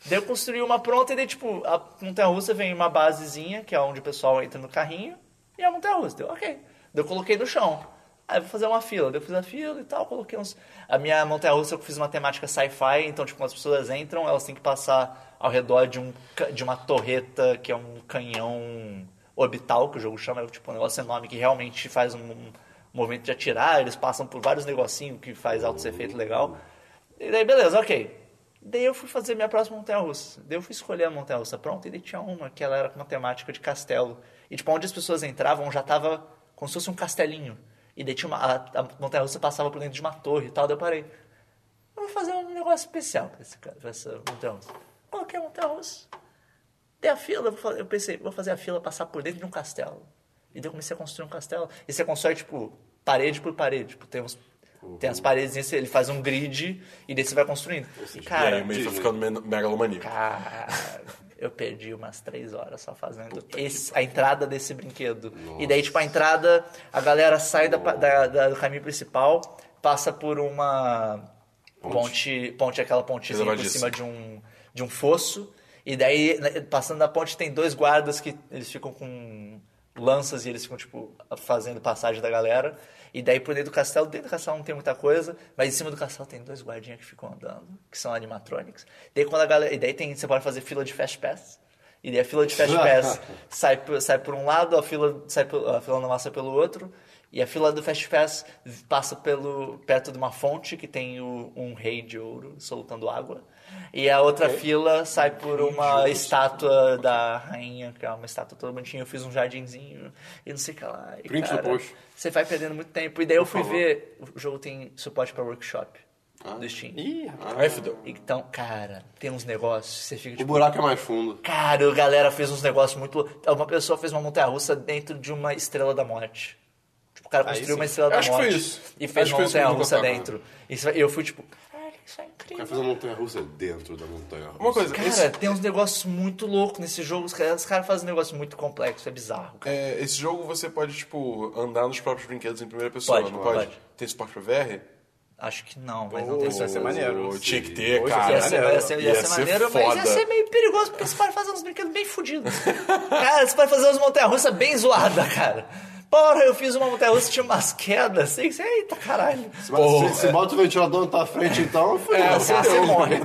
D: Daí eu construí uma pronta e daí, tipo, a montanha russa vem uma basezinha, que é onde o pessoal entra no carrinho, e é a montanha russa. Deu, ok. Daí eu coloquei no chão. Aí Ah, eu vou fazer uma fila. Daí eu fiz a fila e tal, coloquei uns. A minha montanha russa eu fiz uma temática sci-fi, então, tipo, quando as pessoas entram, elas têm que passar ao redor de, um, ca- de uma torreta que é um canhão orbital, que o jogo chama, é tipo um negócio enorme que realmente faz um, um movimento de atirar, eles passam por vários negocinhos que faz altos efeitos legal. E daí, beleza, ok. Daí eu fui fazer minha próxima montanha-russa. Daí eu fui escolher a montanha-russa pronta e daí tinha uma que ela era com uma temática de castelo. E tipo, onde as pessoas entravam já tava como se fosse um castelinho. E daí tinha uma, a, a montanha-russa passava por dentro de uma torre e tal, daí eu parei. Eu vou fazer um negócio especial pra, esse, ca- pra essa montanha-russa. Coloquei a montanha-russa. Tem a fila, eu, vou fa- eu pensei, vou fazer a fila passar por dentro de um castelo. E daí eu comecei a construir um castelo. E você constrói, tipo, parede por parede. Tipo, tem, uns,
B: Uhum.
D: tem as paredes, e você- ele faz um grid e daí você vai construindo. E,
B: e aí
D: cara,
B: o mês tá
C: Disney.
B: ficando men- megalomaníaco.
D: cara, eu perdi umas três horas só fazendo esse- a entrada desse brinquedo. E daí, tipo, a entrada, a galera sai da, pa- da- da- do caminho principal, passa por uma ponte, ponte aquela pontezinha por
B: Elevadíssima.
D: cima de um, de um fosso. E daí, né, passando da ponte, tem dois guardas que eles ficam com lanças e eles ficam, tipo, fazendo passagem da galera. E daí, por dentro do castelo, dentro do castelo não tem muita coisa, mas em cima do castelo tem dois guardinhas que ficam andando, que são animatronics. Daí, quando a galera, e daí tem, você pode fazer fila de fast pass. E daí a fila de fast pass sai, por- sai por um lado, a fila, sai, pe- a fila normal sai pelo outro. E a fila do Fast Pass passa pelo, perto de uma fonte que tem o- um rei de ouro soltando água. E a outra fila sai por uma estátua da rainha, que é uma estátua toda bonitinha. Eu fiz um jardinzinho e não sei o que lá. E,
C: Print do
D: cara,
C: post.
D: Você vai perdendo muito tempo. E daí eu fui ver... O jogo tem suporte para workshop. do Steam.
C: Ah, Ih, rapaz.
B: Aí fudeu.
D: Então, cara, tem uns negócios que você fica
C: O
D: tipo.
C: buraco é mais fundo.
D: Cara, a galera fez uns negócios muito. Uma pessoa fez uma montanha russa dentro de uma estrela da morte. Tipo, o cara construiu uma estrela da
B: Acho que
D: morte
B: foi isso.
D: e fez
B: Acho que foi
D: uma
B: isso que
D: montanha
B: eu
D: russa
B: contava.
D: dentro. Isso, eu fui tipo, caralho, isso é
C: Quer
D: incrível.
C: fazer uma montanha russa dentro da montanha russa.
B: Uma coisa,
D: Cara,
B: esse,
D: tem uns negócios muito loucos nesse jogo. Os caras, os caras fazem um negócio muito complexo, é bizarro. Cara.
B: é, esse jogo você pode, tipo, andar nos próprios brinquedos em primeira pessoa,
D: Pode,
B: não
D: pode.
B: pode? Tem suporte pra VR?
D: Acho que não, mas não tem
A: Isso vai ser
D: certeza.
A: maneiro.
B: Pô, Tinha que ter,
A: Poxa,
B: cara.
D: Ia ser, ia ser- ia
B: Ia
D: ser
B: ser
D: maneiro, mas ia
B: foda.
D: ser meio perigoso, porque esse pai faz uns brinquedos bem fodidos. cara, esse pai fazer umas montanhas-russas bem zoadas, cara. Porra, eu fiz uma montanha-russa e tinha umas quedas, assim, que- eita caralho.
C: Se, se, se bota o ventilador na tua frente, então, fudeu.
D: Cara,
A: Ah,
D: você, você
A: um
C: Fudeu.
D: morre.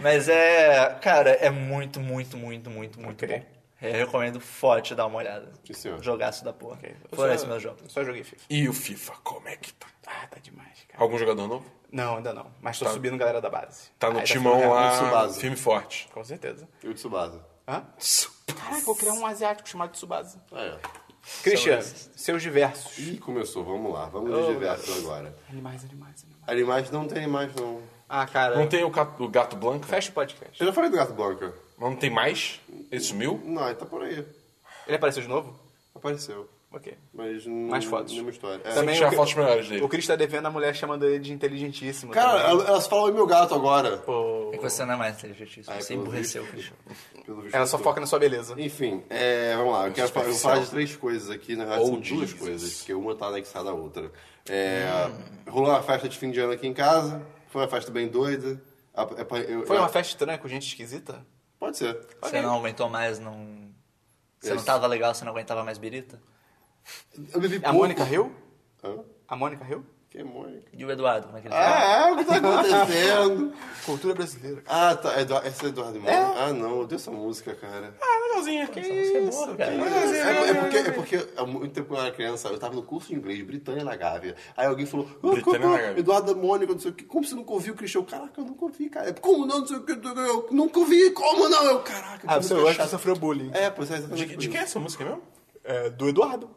D: Mas é, cara, é muito, muito, muito, muito, muito bom. Eu recomendo forte dar uma olhada.
C: Sim, senhor.
D: Jogaço da porra.
A: Eu
D: Foram
A: só-
D: esses meus jogos.
A: eu Só joguei FIFA.
B: E o FIFA, como é que tá?
A: Ah, tá demais, cara. Tá.
B: Algum jogador novo?
A: Não, ainda não. Mas tô subindo galera da base.
B: Tá no
A: Aí
B: timão
A: ficando-
B: lá,
C: Tsubasa.
B: firme e forte.
A: Com certeza.
C: E o Tsubasa.
A: Hã? Caraca, vou criar um asiático chamado Tsubasa.
C: Ah, é.
A: Christian, seus diversos.
C: Ih, começou, vamos lá. Vamos nos diversos agora.
A: Animais, animais, animais.
C: Animais não tem animais, não.
A: Ah, cara.
B: Não tem o gato, o gato Blanca?
A: Fecha o podcast.
C: Eu já falei do gato Blanca.
B: Mas não tem mais? Ele sumiu?
C: Não, ele tá por aí.
A: Ele apareceu de novo?
C: Apareceu.
A: Ok.
C: Mas não.
A: Mais fotos.
C: Nenhuma história. É.
A: Também
B: tirar
A: o-
B: fotos melhores dele.
A: O Chris tá devendo a mulher chamando ele de inteligentíssimo.
C: Cara,
A: também.
C: ela- elas falam "Oi, meu gato agora.
D: É que você não é mais inteligente,
C: Ai,
D: você
C: pelo
D: emburreceu,
C: visto.
D: Cristian.
C: Pelo visto,
A: ela só
C: tô-
A: foca na sua beleza.
C: Enfim, é, vamos lá. Eu quero falar, eu vou falar de três coisas aqui, na verdade
B: Oh,
C: são duas
B: Jesus.
C: coisas, porque uma tá anexada à outra. É, Rolou uma festa de fim de ano aqui em casa, foi uma festa bem doida. A- a- eu-
A: Foi
C: eu-
A: uma festa estranha com gente esquisita?
C: Pode ser.
D: Você não aguentou mais, não. Você não
C: Esse-
D: tava legal, você não aguentava mais birita?
C: Eu bebi
A: É A
C: pouco.
A: Mônica riu?
C: Hã?
A: A Mônica riu?
C: Que é Mônica?
D: E o Eduardo, como é que ele tá?
C: Ah, é, o que tá acontecendo?
A: Cultura brasileira.
C: ah, tá. Edu- Essa é Eduardo Mônica. Ah, não, eu dei essa música, cara.
B: Ah, legalzinha. Que
D: Você é
B: isso?
D: boa, cara.
C: É, é porque, é porque há muito tempo quando eu era criança, eu tava no curso de inglês, Britânia na Gávea. Aí alguém falou, "Ah,
B: Britânia
C: como-
B: na Gávea.
C: Eduardo da Mônica, não sei o que, como você nunca ouviu o Cristian? Eu, Caraca, eu nunca ouvi, cara. "É, Como não, não sei o que, eu nunca ouvi, como não? Eu, caraca,
A: Ah,
C: que
A: você
C: música
A: acha que
C: chata."
A: sofreu bullying.
C: É, pois é,
B: De,
C: exatamente.
B: de
C: por isso.
B: quem é essa música mesmo?
A: É, do Eduardo.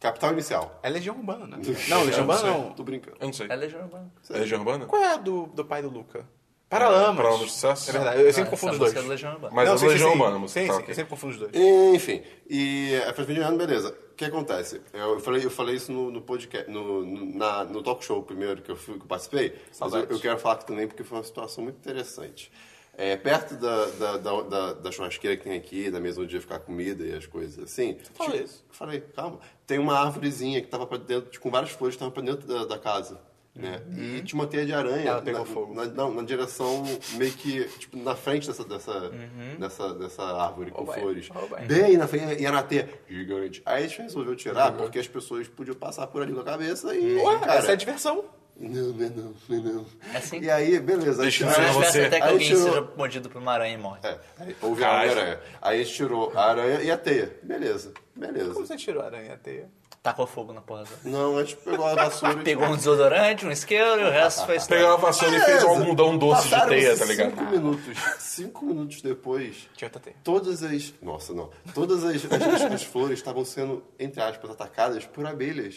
C: Capital Inicial.
A: É Legião Urbana, né? Não, Legião Urbana não.
C: Tô brincando.
B: Eu não sei.
D: É Legião Urbana.
B: É Legião Urbana?
A: Qual é a do, do pai do Luca? Paralamas.
B: Paralamas do Sucesso.
A: É verdade, eu sempre
D: Ah,
A: confundo os
D: essa
A: dois.
D: música é do Legião Urbana.
B: Mas é do
A: sim, sim,
B: Legião
A: sim.
B: Urbana, a música
A: Sim,
B: tá,
A: sim,
B: ok.
A: eu sempre confundo os dois.
C: Enfim, e a festa de ano, beleza. O que acontece? Eu falei, eu falei isso no, no podcast, no, no- na, no talk show primeiro que eu, fui, que eu participei, mas eu, eu quero falar aqui também porque foi uma situação muito interessante. É, perto da, da, da, da- da churrasqueira que tem aqui, da mesa onde ia ficar a comida e as coisas assim.
A: falou
C: tinha-
A: isso?
C: Falei, calma. Tem uma árvorezinha que tava pra dentro, com várias flores que tava pra dentro da, da casa. Né? E tinha uma teia de aranha
A: Uhum. Ela pegou
C: na,
A: fogo.
C: na- não, na direção meio que tipo, na frente dessa, dessa,
A: Uhum.
C: dessa, dessa árvore com
A: vai,
C: flores.
A: oh, vai.
C: Bem na frente, e era até gigante. Aí a gente resolveu tirar porque as pessoas podiam passar por ali com a cabeça e.
A: Ué,
C: cara,
A: essa é a diversão.
C: Não, não é não, não é não.
D: É assim?
C: E aí, beleza.
B: Deixa eu
C: aí,
D: Se
B: Não,
D: não
B: ver
C: tirou-
B: você-
D: tivesse até que
C: aí
D: alguém
C: tirou-
D: seja mordido por uma aranha e morre.
C: É, aí houve a
B: Caralho.
C: aranha. Aí a gente tirou a aranha e a teia. Beleza,
A: Como
C: beleza.
A: você tirou a aranha a teia?
D: Tacou fogo na porra. da-
C: Não, a gente pegou a vassoura e.
D: Pegou um desodorante, um isqueiro e o resto foi
B: Pegou
D: história.
B: a vassoura e fez um
C: Beleza.
B: algodão doce de
C: Passaram
B: teia, tá ligado?
C: Cinco minutos. Cinco minutos depois.
A: Tinha outra teia.
C: Todas as. Nossa, não. Todas as, as, as- as flores estavam sendo, entre aspas, atacadas por abelhas.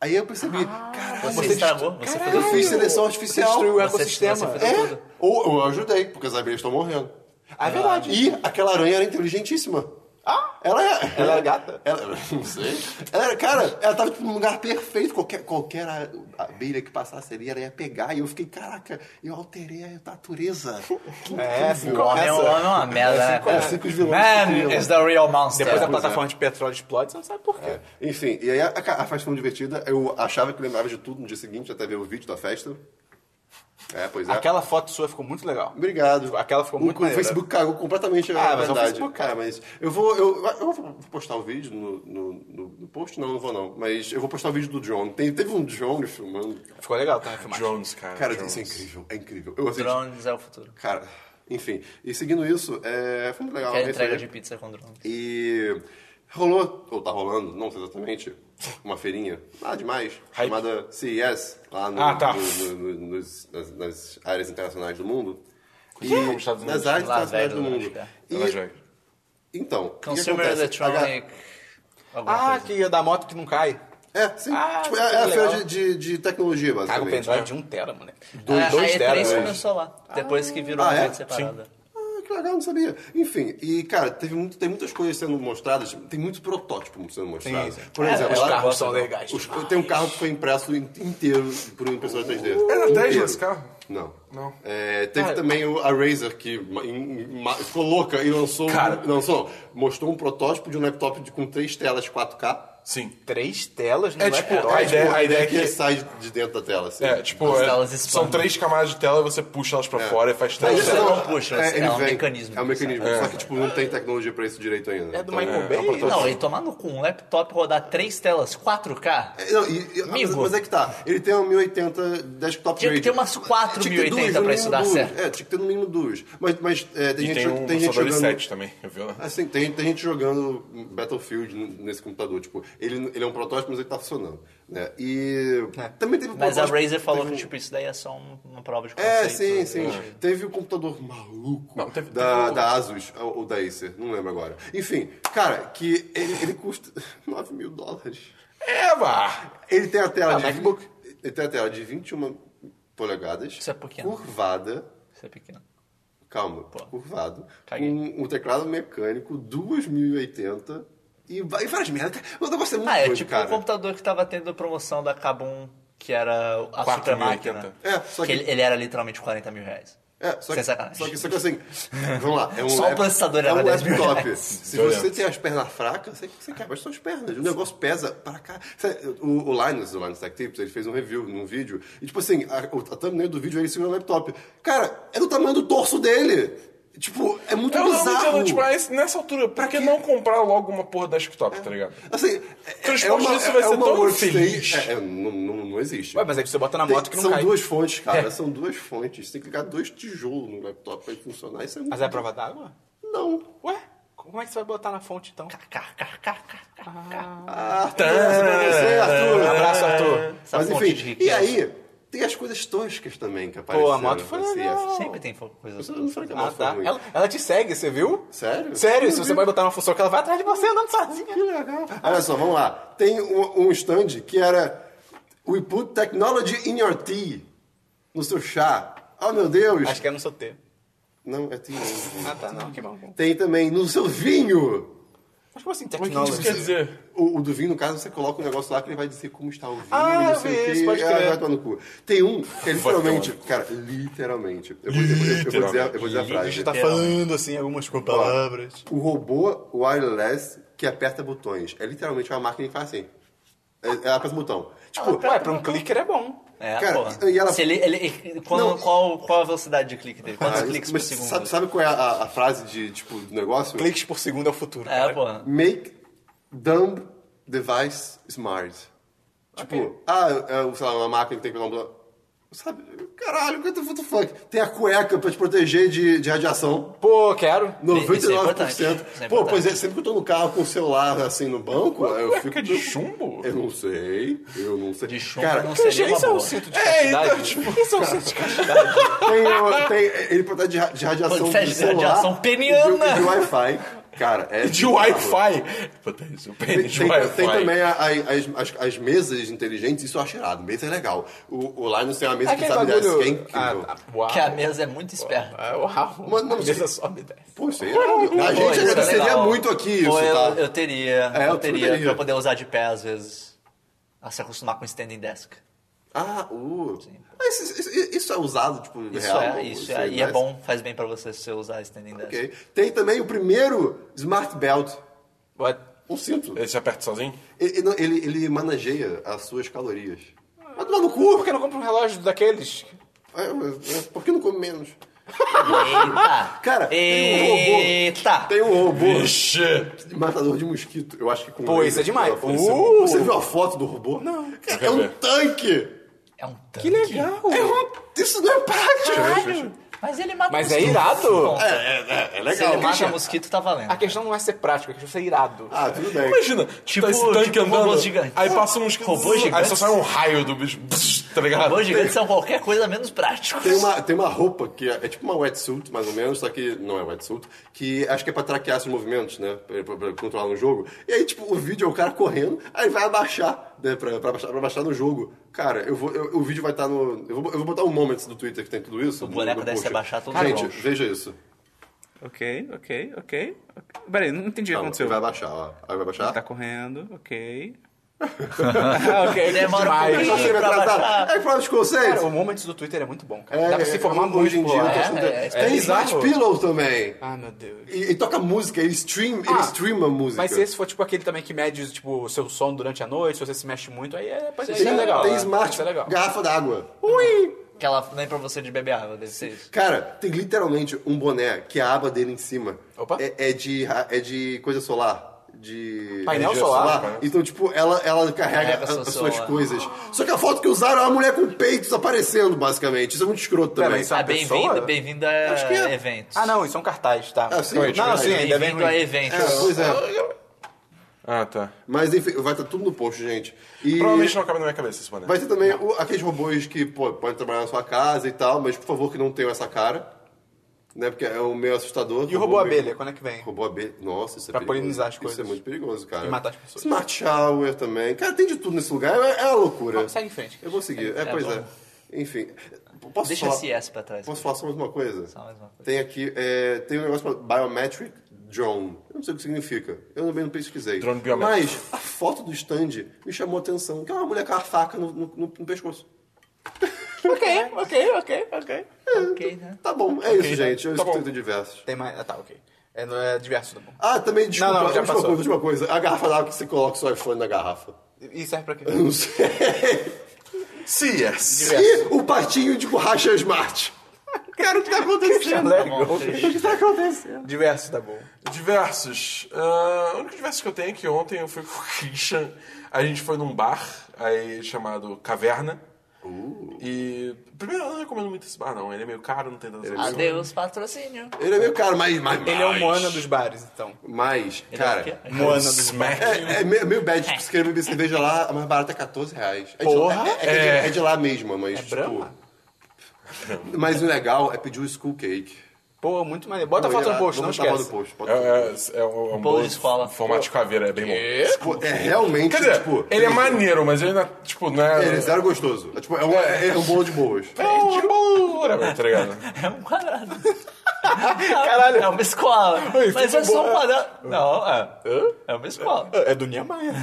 C: Aí eu percebi,
A: Ah.
C: caralho,
D: Você
C: vocês-
D: estragou, você
C: eu
D: fez
C: fiz seleção
A: Você
C: artificial.
A: destruiu o
D: Você- você
A: ecossistema.
D: fez-
A: É.
C: É, ou eu ajudei, porque as abelhas estão morrendo.
A: Ah, é verdade.
C: E aquela aranha era inteligentíssima. Ah, ela é.
A: Ela era gata?
C: Ela, não sei. Ela era, cara, ela tava tipo, num lugar perfeito. Qualquer, qualquer a- abelha que passasse ali, ela ia pegar. E eu fiquei, caraca, eu alterei a natureza. Que
A: É, assim,
C: incrível.
D: Homem é um
A: Essa-
D: homem é uma merda, né?
C: é
D: cara?
C: assim que os vilões
D: Man
C: criam.
D: is the real monster.
A: Depois a
C: Pois é.
A: plataforma de petróleo explode, você não sabe por quê.
C: Enfim, e aí a, a festa foi divertida. Eu achava que lembrava de tudo no dia seguinte, até ver o vídeo da festa. É, pois é.
A: Aquela foto sua ficou muito legal.
C: Obrigado.
A: Aquela ficou
C: O-
A: muito
C: O
A: maneira.
C: Facebook cagou completamente a
A: Ah, mas é o
C: verdade.
A: Facebook,
C: cara, mas eu vou, eu, eu vou postar o vídeo no, no, no- no post? Não, não vou não. Mas eu vou postar o vídeo do drone. Tem, teve um drone filmando.
A: Ficou legal também, filmagem.
B: Jones, cara.
C: Cara,
B: Jones.
C: isso é incrível. É incrível. Eu assisti.
D: Drones é o futuro.
C: Cara, enfim. E seguindo isso, é, foi muito legal.
D: Que é a
C: Esse
D: entrega
C: aí.
D: de pizza com drones.
C: E rolou, ou tá rolando, não sei exatamente, uma feirinha, nada demais,
B: Hype.
C: chamada CES, lá no-
B: Ah, tá.
C: no- no- no- nos- nas, nas áreas internacionais do mundo. E
B: Como é? nos Estados Unidos?
C: nas áreas
D: Las
C: internacionais do
D: Vegas,
C: mundo.
D: eu acho
C: E,
B: Ela joga.
C: então, o que
D: Consumer
C: acontece?
D: Electronic. alguma
A: Ah,
D: coisa.
A: que é da moto que não cai.
C: A- É, sim.
A: Ah,
C: tipo, é,
A: isso
C: é
A: é
C: a feira
A: legal.
C: de, de, de
B: Tá,
C: tecnologia,
A: Caga o
C: basicamente.
A: um pendrive de 1 tera, moleque.
D: a, a
A: dois
D: E3
A: delas.
D: é começou lá. Depois que virou
C: Ah,
D: uma
C: é?
D: rede separada.
C: Ah, que legal, não sabia. Enfim, e cara, teve muito, tem muitas coisas sendo mostradas, tem muito protótipo sendo mostrado.
A: Sim, sim.
C: Por
D: É,
C: exemplo,
A: Os
D: Ela
A: carros
D: gosta,
A: são
D: não.
A: legais.
C: os- tem um carro que foi impresso in- inteiro por uma impressora 3D.
B: Era
C: Inteiro.
B: Tesla esse carro?
C: Não.
B: Não.
C: É, teve também o- a Razer que ma- em- ma- ficou louca e lançou, um-
B: Cara.
C: lançou, mostrou um protótipo de um laptop de- com três telas 4K.
B: Sim.
A: Três telas no
B: É, tipo,
A: Mac
B: a
A: Pro.
B: ideia-
C: Pô,
B: é
C: que
B: que-
C: ele sai de dentro da tela, assim.
B: É, tipo,
D: As
B: é-
D: telas
B: são
D: expandem.
B: três camadas de tela e você puxa elas pra fora e faz
D: Mas
B: três.
D: isso é-
B: telas.
D: não puxa, é
C: ele
D: um mecanismo.
C: É um mecanismo, só que tipo, não tem tecnologia pra isso direito ainda.
A: É do
C: Então,
A: Michael
B: é,
A: Bay?
B: é um protótipo.
D: Não, ele tomar no cu um laptop rodar três telas 4K.
C: É, Não, e, e- mas,
D: Amigo.
C: mas é que tá. Ele tem uma 1080 desktop
D: Tinha que
C: grade.
D: ter umas quatro
C: Tinha que ter
D: 1080
C: duas,
D: pra
C: no
D: isso
C: mínimo
D: dar
C: duas.
D: certo.
C: É, tinha que ter no mínimo duas. Mas, mas é, tem
B: E
C: gente,
B: tem um
C: tem gente
B: lançador
C: jogando...
B: i7 também, viu? né?
C: Assim, tem, tem gente jogando Battlefield n- nesse computador. Tipo, ele, ele é um protótipo, mas ele tá funcionando. Né? E também teve um
D: É. Mas a
C: protótipo-
D: Razer falou
C: teve
D: que
C: um-
D: tipo, isso daí é só um- uma prova de conceito. né?
C: É, sim, sim.
D: Ah.
C: Teve o computador maluco
B: Não, teve-
C: da,
D: um
B: teve o-
C: da Asus ou ou da Acer, não lembro agora. Enfim, cara, que ele, ele custa 9 mil dólares.
B: É, vá!
C: Ele tem a tela
A: Ah,
C: de.
A: MacBook.
C: Ele tem a tela de 21 polegadas.
D: Isso é pequeno.
C: Curvada.
D: Isso é pequeno.
C: Calma, curvado.
D: Caguei.
C: Um, um teclado mecânico, 2080. E, vai- e várias merdas. O negócio é muito
D: Ah, é
C: doido,
D: tipo
C: cara.
D: o computador que tava tendo promoção da Kabum, que era a super
B: 4.080.
D: máquina.
C: É, só que-
D: ele, ele era literalmente 40 mil reais.
C: É, só
D: Sem
C: que,
D: sacanagem.
C: só que, só que assim, vamos lá. É um
D: Só o
C: lap-
D: processador
C: é
D: era
C: um
D: 10 mil
C: laptop.
D: reais.
C: Se
B: Violento.
C: você tem as pernas fracas, você, você quebra as suas pernas. O negócio pesa pra cá. Sabe, O, o Linus, do Linus Tech Tips, ele fez um review num vídeo. E tipo assim, a, o- a thumbnail do vídeo é ele segurando o laptop. Cara, é do tamanho do torso dele. Tipo, é muito
B: Eu não
C: bizarro.
B: entendo, tipo, mas nessa altura, por que não comprar logo uma porra desktop, tá ligado?
C: Assim, é-
B: transporte
C: é uma,
B: disso vai
C: é
B: ser
C: uma
B: tão
C: workstation-
B: infeliz.
C: É, é, não, não, não existe.
A: Ué, mas é que você bota na
C: Tem-
A: moto que não
C: são
A: cai. É.
C: duas fontes, cara. São duas fontes. Você tem que ligar dois tijolos no laptop pra ele funcionar. Isso é muito
A: Mas é a prova d'água?
C: Não.
A: Ué? Como é que você vai botar na fonte, então?
C: Arthur,
A: É,
C: essa pra você, Arthur.
A: Um Abraço, Arthur.
D: Essa
C: Mas
D: fonte de
C: enfim, e
D: riqueza.
C: aí, tem as coisas toscas também que apareceram.
A: moto foi
C: nesse
A: legal.
D: Sempre tem fo- coisa
C: Você não sabe que a
A: Ah,
C: moto
A: tá.
C: foi ruim.
A: Ela, ela te segue, você viu?
C: Sério?
A: Sério, se
C: Eu
A: você
C: vi.
A: vai botar uma função que ela vai atrás de você andando sozinha.
C: Que legal. Olha só, vamos lá. Tem um, um stand que era We put technology in your tea. No seu chá. Oh, meu Deus.
A: Acho que é no seu T.
C: Não, é tea.
A: Ah, tá, não, que bom.
C: Tem também no seu vinho.
A: Mas como assim,
B: Mas o que isso
A: tecnologia?
B: quer dizer?
C: O, o do vinho, no caso, você coloca um negócio lá que ele vai dizer como está o vinho,
A: Ah,
C: não
A: eu
C: sei
A: vi
C: o quê.
A: isso, pode
C: ah,
A: crer.
C: vai tomar no cu. Tem um que é literalmente, cara, literalmente. Eu vou, eu vou- eu vou dizer, a- eu vou dizer a
A: A gente
C: frase.
A: tá falando, assim, algumas palavras.
C: O robô wireless que aperta botões. É literalmente uma máquina que faz assim. É- Ela aperta um botão. Tipo,
A: Ué, pra um clicker é bom.
D: É,
C: Cara,
D: porra.
C: e ela-
D: Se ele, ele- quando-
C: Não.
D: qual, qual a velocidade de clique dele? Quantos
C: ah,
D: cliques por
C: mas
D: segundo?
C: sabe, sabe qual é a, a- a frase de, tipo, do negócio?
A: Cliques por segundo é o futuro,
D: É,
A: cara.
D: porra.
C: Make dumb device smart. Tipo, ah, é, sei lá, uma máquina que tem que pegar um. Sabe? Caralho, what the what the fuck? Tem a cueca pra te proteger de, de radiação.
A: Pô, quero.
D: Isso é
C: 99%.
D: importante. Isso é
C: Pô, pois é,
D: importante.
C: sempre que eu tô no carro com o celular assim no banco, eu
B: cueca
C: fico.
B: de chumbo?
C: Eu não sei, eu não sei.
D: De chumbo
C: Cara,
D: não
A: Que
D: seria
A: gente,
D: uma
A: isso é um
D: boa.
A: cinto de
B: É,
A: castidade?
B: então, tipo, isso é um sentido.
C: tem, o- tem ele protege de, ra- de radiação.
D: Protege
C: do
D: de
C: celular
D: é radiação
C: e de-
D: peniana.
C: E de, Wi-Fi. Cara, é.
B: De
C: bizarro.
B: Wi-Fi! Puta, isso, o
C: Tem,
B: pênis de
C: tem-
B: Wi-Fi.
C: tem também a- a- as, as- as mesas inteligentes, isso eu acho irado. Mesa é legal. O, o Linus tem uma mesa que
A: Aquele
C: sabe
A: bagulho...
C: desce, que é incrível.
A: Ah, tá. Uau.
D: Que a mesa é muito esperta.
A: Ah, uau.
C: Mas não
A: A mesa sobe e desce.
C: Pô, isso aí é irado. A gente
D: Pô, isso é
C: agradeceria
D: legal.
C: muito aqui isso,
D: Pô, eu,
C: tá?
D: eu teria.
C: É,
D: eu,
C: eu
D: teria,
C: teria.
D: pra eu poder usar de pé às vezes. A se acostumar com standing desk.
C: Ah, uh. Mas isso, isso- isso é usado, tipo,
D: Isso
C: real?
D: é, isso é. E é
C: mas-
D: bom, faz bem pra você se você usar standing desk.
C: Ok. Tem também o primeiro Smart Belt.
A: What?
C: Um cinto.
B: Ele se aperta sozinho?
C: Ele, ele- ele, ele maneja as suas calorias. Vai tomar no cu!
A: Por que não compra um relógio daqueles?
C: É, é, é, Por que não come menos?
D: Eita!
C: Cara, tem um robô.
D: Ah, Eita!
C: Tem um robô
B: Vixe!
C: de matador de mosquito. Eu acho que com
A: Pô,
C: laser
A: isso é demais.
C: ela ofereceu.
A: Uh!
C: Você viu a foto do robô? Não. É
B: Quer
C: um
B: ver?
C: tanque!
D: É um
A: Que
D: tanque.
A: legal.
C: É um... Isso não é prático!
D: Mas ele mata
A: Mas é
D: mosquito.
A: irado.
D: Bom,
C: É, é, é, é
D: Se ele
C: legal.
D: mata mosquito, tá valendo.
A: A questão não é ser prático, a questão é ser irado.
C: Ah, tudo bem.
B: Imagina, tipo,
D: Tipo-
B: esse tanque
D: tipo
B: andando,
D: robôs gigantes.
B: aí passa uns...
D: Robôs
B: Aí
D: gigantes?
B: só sai um raio do bicho, pss, tá
A: é
B: ligado?
D: Robôs gigantes são qualquer coisa menos práticos.
C: Tem uma, tem uma roupa que é, é tipo uma wetsuit, mais ou menos, só que não é wetsuit, que acho que é pra traquear seus movimentos, né? Pra, pra- pra controlar no jogo. E aí, tipo, o vídeo é o cara correndo, aí ele vai abaixar, né? Pra, pra, abaixar, pra abaixar no jogo. Cara, eu vou, eu- o vídeo vai estar no. Eu vou, eu vou botar um Moments do Twitter que tem tudo isso. O
D: boneco deve se abaixar todo
C: Gente,
D: jogo.
C: veja isso.
E: Ok, ok, ok. ok. Peraí, não entendi o que
C: Calma,
E: aconteceu.
C: ele vai abaixar, ó. Aí vai abaixar.
E: Tá correndo, ok. ah, ok,
D: Demora um
C: Eu
D: pouquinho
C: chego
D: pra
C: tá atrasado.
D: baixar.
C: É prova de conceitos.
A: Cara, o Moments do Twitter é muito bom, cara.
C: É,
A: Dá pra se formar
C: eu-
A: muito
C: hoje em dia. eu tô
A: pô.
D: é,
C: achando-
D: é,
C: tem
A: bizarro.
C: Smart Pillow também.
A: Ah, meu Deus.
C: E, e toca música, ele, stream, ele
A: Ah,
C: streama música.
A: Mas se esse for tipo aquele também que mede tipo, o seu som durante a noite, se você se mexe muito, aí é, pode
C: tem,
A: ser legal.
C: tem
A: né?
C: Smart
A: Isso é legal.
C: garrafa d'água. Ui!
D: Aquela nem pra você de beber água, deve ser isso.
C: Cara, tem literalmente um boné que a aba dele em cima
A: Opa.
C: É, é de, ra- é de coisa solar. De
A: Painel
C: de
A: solar, né?
B: cara.
C: Então, tipo, ela, ela carrega
D: Carrega
C: as,
D: sua
C: as suas
D: solar.
C: coisas. Só que a foto que usaram é uma mulher com peitos aparecendo, basicamente. Isso é muito escroto
A: Pera,
C: também.
A: isso é uma
D: Ah, bem-vinda,
A: pessoa?
D: bem-vinda a
C: que é.
D: eventos.
A: Ah, não, isso é um cartaz, tá?
C: Ah, sim,
A: não,
C: ótimo,
A: não,
C: é.
A: sim, ainda é bem
D: Bem-vindo a
A: ruim.
C: É,
D: eventos.
C: pois é.
B: Ah, tá.
C: Mas enfim, vai estar tudo no post, gente. E
B: Provavelmente não cabe na minha cabeça esse boné.
C: vai ter também o- aqueles robôs que pô, podem trabalhar na sua casa e tal, mas por favor que não tenham essa cara. Né? Porque é um meio assustador.
A: E o robô
C: meio-
A: abelha, quando é que vem?
C: Robô abelha. Nossa, isso é
A: Pra
C: perigoso.
A: polinizar as
C: Isso é
A: coisas.
C: muito perigoso, cara.
A: E matar as pessoas.
C: Smart shower também. Cara, tem de tudo nesse lugar. É, é uma loucura.
A: Não, segue em frente.
C: Eu vou seguir. É,
D: É,
C: pois
D: bom.
C: é. Enfim. Posso
D: Deixa assim, é.
C: falar?
D: esse S pra trás.
C: Posso falar só mais uma coisa?
D: Só mais uma coisa.
C: Tem aqui, é, tem um negócio pra biometric drone. Eu não sei o que significa. Eu também não pesquisei.
B: Drone biométrico.
C: Mas a foto do stand me chamou a atenção. Que é uma mulher com a faca no, no- no- no pescoço.
A: Ok, ok, ok, ok.
D: Ok, né?
C: Tá bom, é isso, gente. Eu
B: Tá bom.
C: escuto diversos.
A: Tem mais. Ah, tá, ok. É, não é diverso, tá bom.
C: Ah, também, desculpa,
A: Não, não, já
C: última,
A: passou.
C: coisa, última coisa. A garrafa d'água que você coloca o seu iPhone na garrafa.
A: E serve pra quê?
C: Eu não sei.
B: Se yes.
C: E o patinho de borracha smart.
A: Cara, o que tá acontecendo?
D: Bom,
A: tá Diverso, tá bom.
B: Diversos. Ah, o único diverso que eu tenho é que ontem eu fui com o Christian. A gente foi num bar aí, chamado Caverna. E. Primeiro, eu não recomendo muito esse bar, não. Ele é meio caro, não tem tantas opções.
D: Adeus, patrocínio.
C: Ele é meio caro, mas... mas
A: Ele é o Moana dos bares, então.
C: Mas,
D: Ele é o
C: cara...
D: quê?
A: Moana dos
B: Smack.
C: É, é meio, meio bad, tipo, se querer beber cerveja lá, a mais barata é 14 reais. É de-
A: Porra!
C: é- é, de- é de lá mesmo, mas, tipo...
A: Brahma?
C: Mas o legal é pedir o school cake.
A: Pô, muito maneiro.
B: Tá
A: Bota a foto no post, não
C: Vamos botar
A: esquece.
C: a foto no post, bota
B: É,
C: no post.
B: é, é um, é um
D: Bolo
B: bolo
D: de escola.
B: Formato de caveira, é bem bom.
C: Tipo, é realmente,
B: Quer dizer,
C: tipo...
B: ele é maneiro, mas ele ainda, tipo, não é.
C: Ele é zero gostoso. É, tipo, é um, é um bolo de boas.
B: É um bolo, whatever, tá ligado?
D: É um quadrado. Caralho. É uma escola. Mas é só um quadrado. Não, é. É uma escola.
A: É do Niemeyer.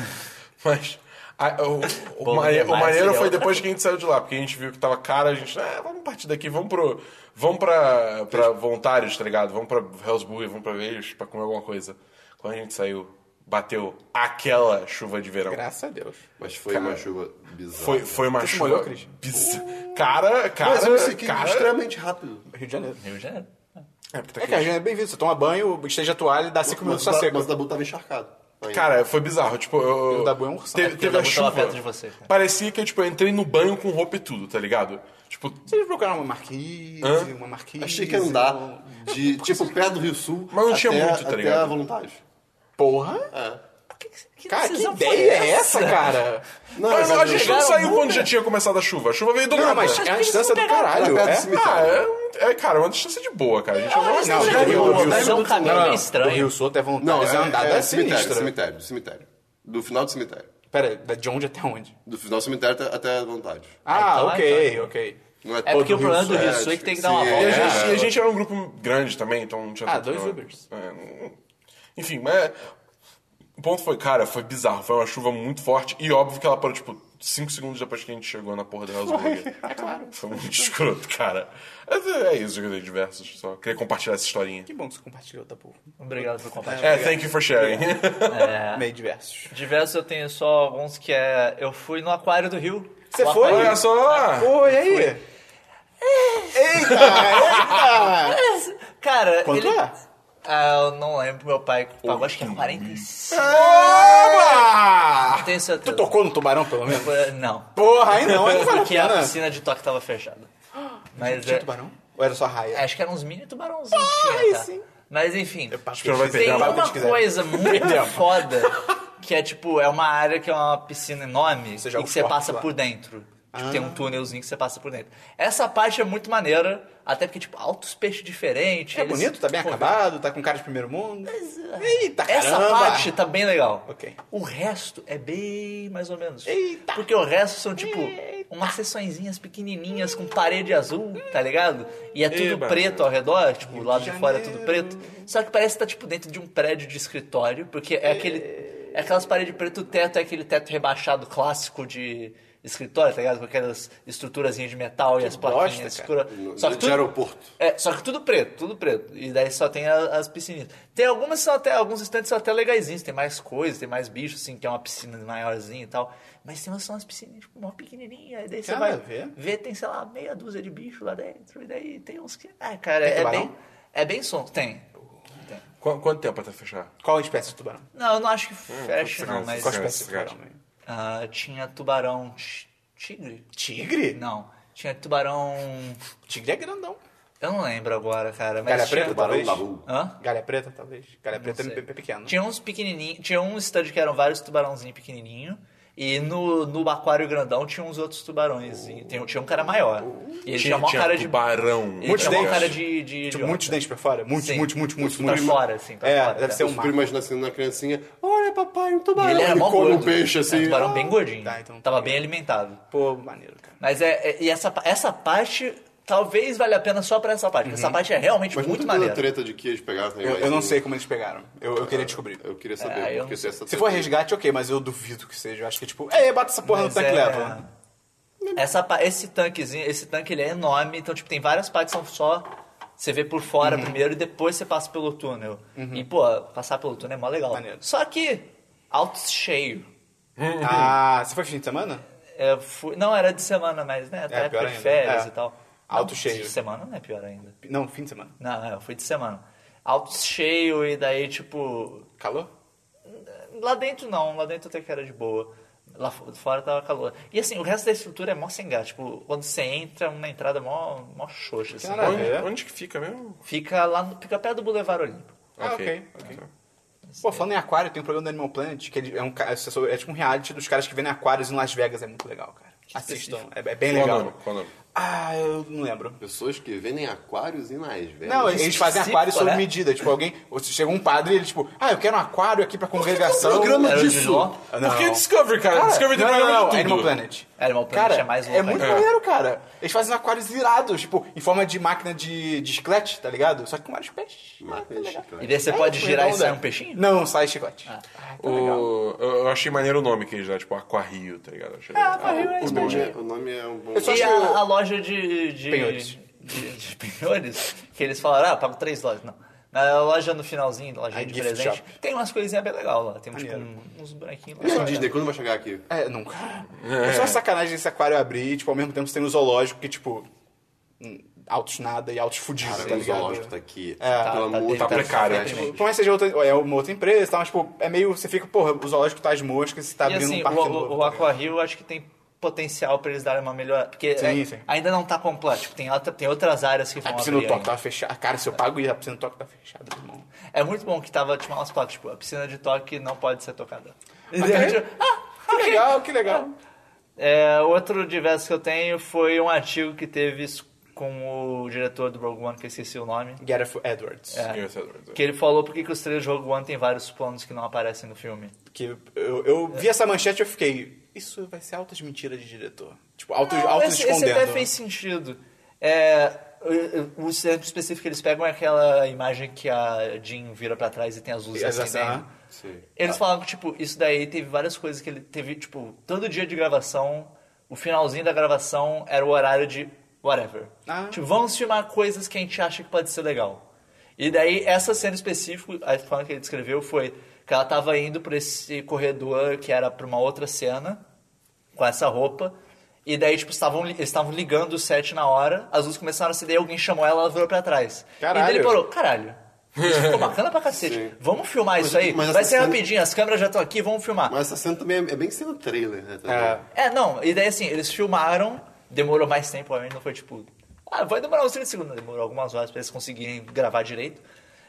B: Mas. a- o, o
D: Bolo
B: mane- o
D: demais,
B: maneiro
D: entendeu?
B: foi depois que a gente saiu de lá, porque a gente viu que tava cara, a gente, ah, vamos partir daqui, vamos pro. Vamos pra, pra voluntários, tá ligado? Vamos pra Hellsburg, vamos pra Veios, pra comer alguma coisa. Quando a gente saiu, bateu aquela chuva de verão.
A: Graças a Deus.
C: Mas foi
B: Cara,
C: uma chuva bizarra.
B: Foi, foi uma
A: Você se
B: chuva.
A: molhou, Cris?
B: bizar- Cara, cara.
C: Mas eu sequei
B: cara-
C: extremamente rápido.
A: Rio de Janeiro.
D: Rio de Janeiro.
B: É, porque tá
A: É, cara,
B: aqui.
A: Rio de Janeiro é bem-vindo. Você toma banho, esteja a toalha e dá cinco
C: Mas
A: minutos
C: o
A: tá
C: da-
A: seco.
C: mas o Dabu tava encharcado. ainda.
B: Cara, foi bizarro. Tipo, eu.
A: o Dabu é um ursão.
B: Te-
A: Porque
D: o
B: Teve a
D: Dabu tava
B: chuva.
D: perto de você, cara.
B: Parecia que tipo, eu entrei no banho com roupa e tudo, tá ligado? Tipo,
A: Vocês procuraram uma marquise, uma marquise.
C: Achei que ia andar de, tipo, pé do Rio Sul
B: Mas não tinha
C: até,
B: muito, tá
C: até
B: ligado?
C: voluntários.
A: Porra!
D: Que- que
A: Cara, que
D: decisão foi
A: ideia é essa, cara?
C: Não,
B: Mas a gente não
D: chegaram
B: saiu
D: muito,
B: quando
D: né?
B: já tinha começado a chuva. A chuva veio do
A: Não,
B: nada.
A: mas é a
D: eles
A: distância
D: não
A: do
D: pegaram.
A: caralho,
C: Perto do
A: é?
C: cemitério.
B: Ah, é, é, cara, uma distância de boa, cara. A gente andou-
D: Mas não,
A: Não, do
D: já viu
A: Rio-
D: uma
A: do
D: mas é um
C: Sul-
B: não,
D: caminho meio
B: do
A: Do Rio
D: estranho.
A: Sul até
C: Não,
A: voluntários.
C: é,
A: Não, é andada
C: é,
A: é,
C: cemitério,
A: sinistra.
C: cemitério, cemitério. Do final do cemitério.
A: Pera, aí, de onde até onde?
C: Do final do cemitério até, até voluntários.
A: Ah,
D: então,
A: ok,
D: então.
A: ok.
C: Não
D: É porque
C: todo
D: o problema
C: Sul,
D: do Rio Sul é que tem que dar uma
C: sim,
B: E
D: volta.
B: a,
C: é.
B: gente, e a gente era um grupo grande também, então não tinha
A: Ah,
B: tanto
A: dois
B: problema.
A: Ubers.
B: É, não- enfim, mas. O ponto foi, cara, foi bizarro. Foi uma chuva muito forte e óbvio que ela parou, tipo, 5 segundos depois que a gente chegou na porra da Hellsburg. É claro. Foi muito escroto, cara. Mas é, é isso, jogador diversos. Só queria compartilhar essa historinha.
A: Que bom que você compartilhou, tá bom.
D: Obrigado por compartilhar.
B: É, thank you for sharing.
A: Meio diversos.
D: Diversos eu tenho só alguns que é... Eu fui no Aquário do Rio.
A: Você
D: O
A: foi?
D: aquário-
B: Olha só!
A: Oi, e aí? Eita, eita!
D: Cara,
A: Quanto
D: ele...
A: é?
D: Ah, eu não lembro. Meu pai pagou, acho que é era 45.
A: Oba!
D: Tenho certeza.
A: Tu tocou no tubarão, pelo menos?
D: Foi- Não.
A: Porra, aí não, aí não vale a
D: Porque a
A: pena. Ah,
D: piscina de toque tava fechada. Mas
A: Tinha
D: é,
A: tubarão? Ou era só raia?
D: acho que eram uns mini tubarãozinhos. que tinha,
A: aí
D: tá?
A: sim.
D: Mas enfim.
B: Acho que não vai
D: Tem
B: perder
A: Paga
B: a
A: o que a
D: uma
A: gente quiser.
D: coisa muito
A: Perdemos.
D: foda que é tipo, é uma área que é uma piscina enorme e
A: joga
D: que
A: os
D: você
A: corpos
D: passa
A: lá.
D: por dentro. Tipo, tem um túnelzinho que você passa por dentro. Essa parte é muito maneira, até porque, tipo, altos peixes diferentes.
A: É
D: eles-
A: bonito, tá bem
D: Pô,
A: acabado, tá com cara de primeiro mundo. Eita,
D: Essa
A: caramba!
D: parte tá bem legal.
A: Ok.
D: O resto é bem mais ou menos.
A: Eita.
D: Porque o resto são, tipo, umas seçõezinhas pequenininhas com parede azul, tá ligado? E é tudo
B: Eba.
D: preto ao redor, tipo, o lado de fora é tudo
A: Janeiro.
D: preto. Só que parece que tá, tipo, dentro de um prédio de escritório, porque é aquele... É aquelas paredes preto, o teto é aquele teto rebaixado clássico de escritório, tá ligado? Com aquelas estruturazinhas de metal e as plaquinhas
A: bosta,
D: escuras. Só que
C: de
D: tudo-
C: aeroporto.
D: é, só que tudo preto, tudo preto. E daí só tem a- as piscininhas. Tem algumas que são até, alguns estantes são até legaisinhos, tem mais coisas, tem mais bicho, assim, que é uma piscina maiorzinha e tal. Mas tem umas são umas piscininhas, tipo, uma pequenininha. E daí você
A: Cara,
D: vai
A: vê.
D: ver. tem, sei lá, meia dúzia de bicho lá dentro. E daí tem uns que. Ah, cara, é
A: tubarão?
D: bem, é bem sonso. Tem. Tem.
B: Qu- quanto tempo até fechar?
A: Qual espécie de tubarão?
D: Não, eu não acho que
A: Hum,
D: fecha, não,
B: sacanagem,
D: mas. é
A: Qual
B: Sim,
A: espécie de
B: sim,
A: tubarão?
B: sim.
A: hein?
D: ah, tinha tubarão. ti- Tigre?
A: Tigre?
D: Não. Tinha tubarão.
A: Tigre é grandão.
D: Eu não lembro agora, cara. Mas
A: Galha
D: tinha...
A: preta,
C: Barão
A: é talvez.
C: da Rua.
D: Hã?
A: tipo Galha preta, talvez. Galha preta é
D: sei.
A: bem pequeno.
D: Tinha um uns pequenininhos, tinha um stand que eram vários tubarãozinhos pequenininhos. E no, no aquário grandão tinha uns outros tubarões. e Tem, tinha um cara maior. E ele tinha uma cara de
B: tubarão.
D: Ele é
A: Muitos
D: tinha uma
A: dentes.
D: cara de. de
A: Tipo,
D: idiota.
A: muitos dentes pra fora. Muitos,
D: Sim.
A: muitos, muitos, muitos.
D: Pra
A: muitos.
D: fora, assim, pra
A: É,
D: fora,
A: deve
D: tá.
A: ser um
C: Eu
A: mar.
C: fico imaginando assim na criancinha,
D: Oh,
C: olha papai, um tubarão.
D: E ele era mó
C: come
D: gordo.
C: um peixe
D: Era
C: assim.
D: um tubarão bem gordinho.
A: Tá, então tá
D: Tava
A: ligado.
D: bem alimentado.
A: Pô, maneiro, cara.
D: Mas é. é- e essa, essa parte talvez valha a pena só pra essa parte. Porque
A: Uhum.
D: essa parte é realmente
C: Mas
D: muito
C: não tem toda a
D: maneira.
C: treta de que eles pegaram. tá
A: Eu,
C: ligado?
A: eu não sei como eles pegaram. Eu, eu queria descobrir.
C: Eu queria saber,
D: É, eu
C: porque
D: não
C: se essa
A: Se for
C: treta-
A: resgate, ok, mas eu duvido que seja. Eu acho que tipo, é, bota essa porra no
D: Mas
A: tanque
D: é-
A: e leva.
D: Essa, pa- esse tanquezinho, esse tanque ele é enorme, então tipo, tem várias partes que são só. Você vê por
A: Uhum.
D: fora primeiro e depois você passa pelo túnel. E, pô, passar pelo túnel é mó legal.
A: Maneiro.
D: Só que, alto cheio.
A: Ah, você foi fim de semana?
D: Eu fui- não, era de semana, mas, né, até
A: pior
D: época de
A: ainda.
D: férias
A: É.
D: e tal.
A: Alto
D: Não,
A: cheio.
D: De semana não é pior ainda.
A: Não, fim de semana.
D: Não, é, eu fui de semana. Alto cheio e daí, tipo,
A: Calor?
D: Lá dentro não, lá dentro até que era de boa. Lá fo- fora tava calor. E assim, o resto da estrutura é mó sem gás. Tipo, quando você entra, é uma entrada mó, mó xoxa. Assim.
A: Caralho.
B: Onde,
A: É.
B: onde que fica mesmo?
D: Fica lá, no- fica perto do Boulevard Olímpico.
A: Ah, ok, ok. Pô, falando em aquário, tem um programa do Animal Planet que ele é, um, ca- é sobre- é tipo um reality dos caras que vêm aquários em Las Vegas. É muito legal, cara. Assistam, é, é bem
B: Qual o
A: legal.
B: nome? Qual o nome?
A: Ah, eu não lembro.
C: Pessoas que vendem aquários e nas velhas.
A: Não, eles fazem
D: específico,
A: aquário sob
D: né?
A: medida. Tipo, alguém. ou se Chega um padre e ele, tipo, ah, eu quero um aquário aqui pra congregação.
C: programa
D: Era o
C: disso?
D: Giló.
A: Ah,
B: Por que Discovery, cara?
A: Cara,
B: Discovery tem
A: não, não,
B: programa
A: não,
B: de tudo.
A: Animal Planet.
D: Animal Planet
A: cara,
D: é mais louco
A: É muito
B: ainda.
A: maneiro, cara. Eles fazem aquários irados, tipo, em forma de máquina de, de chiclete, tá ligado? Só que com vários peixes. Ah, tá legal.
D: E daí você
A: É,
D: pode
A: foi
D: girar e
A: onda.
D: sair um peixinho? Ah,
A: Não, sai chiclete. Tá
B: O- eu eu achei maneiro o nome que eles dão, tipo Aquarrio, tá ligado?
A: É.
B: Achei...
A: Ah,
D: Ah,
C: O nome, é, o nome é um bom.
A: Eu só
D: E
A: acho que eu-
D: a, a loja de. de
A: Penhores.
D: De, de penhores, que eles falaram, ah, pago três dólares. Não. Na loja no finalzinho, loja
A: A
D: de
A: gift
D: presente,
A: shop.
D: tem umas coisinhas bem legais lá. Tem tipo,
A: Maneiro.
D: um- uns buraquinhos lá.
C: Isso, Disney, quando vai chegar aqui?
A: É, nunca. É só uma sacanagem esse aquário abrir, tipo, ao mesmo tempo você tem um zoológico que, tipo, hum, altos nada e altos fudidos,
C: Cara,
A: tá
C: o
A: ligado?
C: zoológico tá aqui.
D: tá-
C: pelo
D: tá-
C: amor
D: tá
C: de Deus,
B: precário,
C: cara.
B: né?
A: Tipo, Por mais que seja outra, é uma outra empresa e tal, mas, tipo, é meio. Você fica, porra, o zoológico tá as moscas, você tá
D: E
A: abrindo
D: assim,
A: um
D: o,
A: parque novo.
D: o, o
A: tá ligado?
D: Aqua Rio acho que tem potencial pra eles darem uma melhora. Porque
A: Sim,
D: é-
A: sim.
D: ainda não tá completo. Tipo, tem, outra- tem outras áreas que
A: A
D: vão
A: piscina do
D: abrir
A: Tá toque
D: ainda.
A: tava fechada. Cara, se eu pago e a piscina do toque tá fechada, irmão.
D: É muito bom que tava, tipo, umas placas, tipo, a piscina de toque não pode ser tocada.
A: Ok.
D: Tipo, ah,
A: Que legal, que legal.
D: É, outro diverso que eu tenho foi um artigo que teve isso com o diretor do Rogue One, que eu esqueci o nome.
A: Gareth Edwards.
D: É.
B: Sim, esse é doido.
D: Que ele falou porque que os três de Rogue One tem vários planos que não aparecem no filme.
A: Que eu, eu vi essa manchete e eu fiquei. Isso vai ser altas mentiras de diretor. Tipo, altos,
D: Não,
A: altos
D: esse,
A: escondendo.
D: Esse até fez sentido. É, o- o o centro específico que eles pegam é aquela imagem que a Jean vira pra trás e tem as luzes
A: Exato,
D: acendendo.
A: aham.
C: Sim.
D: Eles falam que, tipo, isso daí teve várias coisas que ele teve, tipo, todo dia de gravação, o finalzinho da gravação era o horário de whatever.
A: Ah.
D: Tipo, vamos filmar coisas que a gente acha que pode ser legal. E daí, essa cena específica, a forma que ele descreveu foi que ela tava indo por esse corredor que era pra uma outra cena, com essa roupa. E daí, tipo, estavam, li- eles estavam ligando o set na hora, as luzes começaram a acender, alguém chamou ela, ela virou pra trás. E daí
A: Caralho.
D: ele parou, caralho, isso ficou bacana pra cacete.
C: Sim.
D: Vamos filmar isso aí?
C: mas
D: Vai
C: essa
D: ser
C: cena-
D: rapidinho, as câmeras já estão aqui, vamos filmar.
C: Mas essa cena também é, é bem cena trailer, né?
A: É.
D: É, não, e daí assim, eles filmaram, demorou mais né? tempo, obviamente, não foi tipo. Ah, vai demorar uns 30 segundos, demorou algumas horas pra eles conseguirem gravar direito.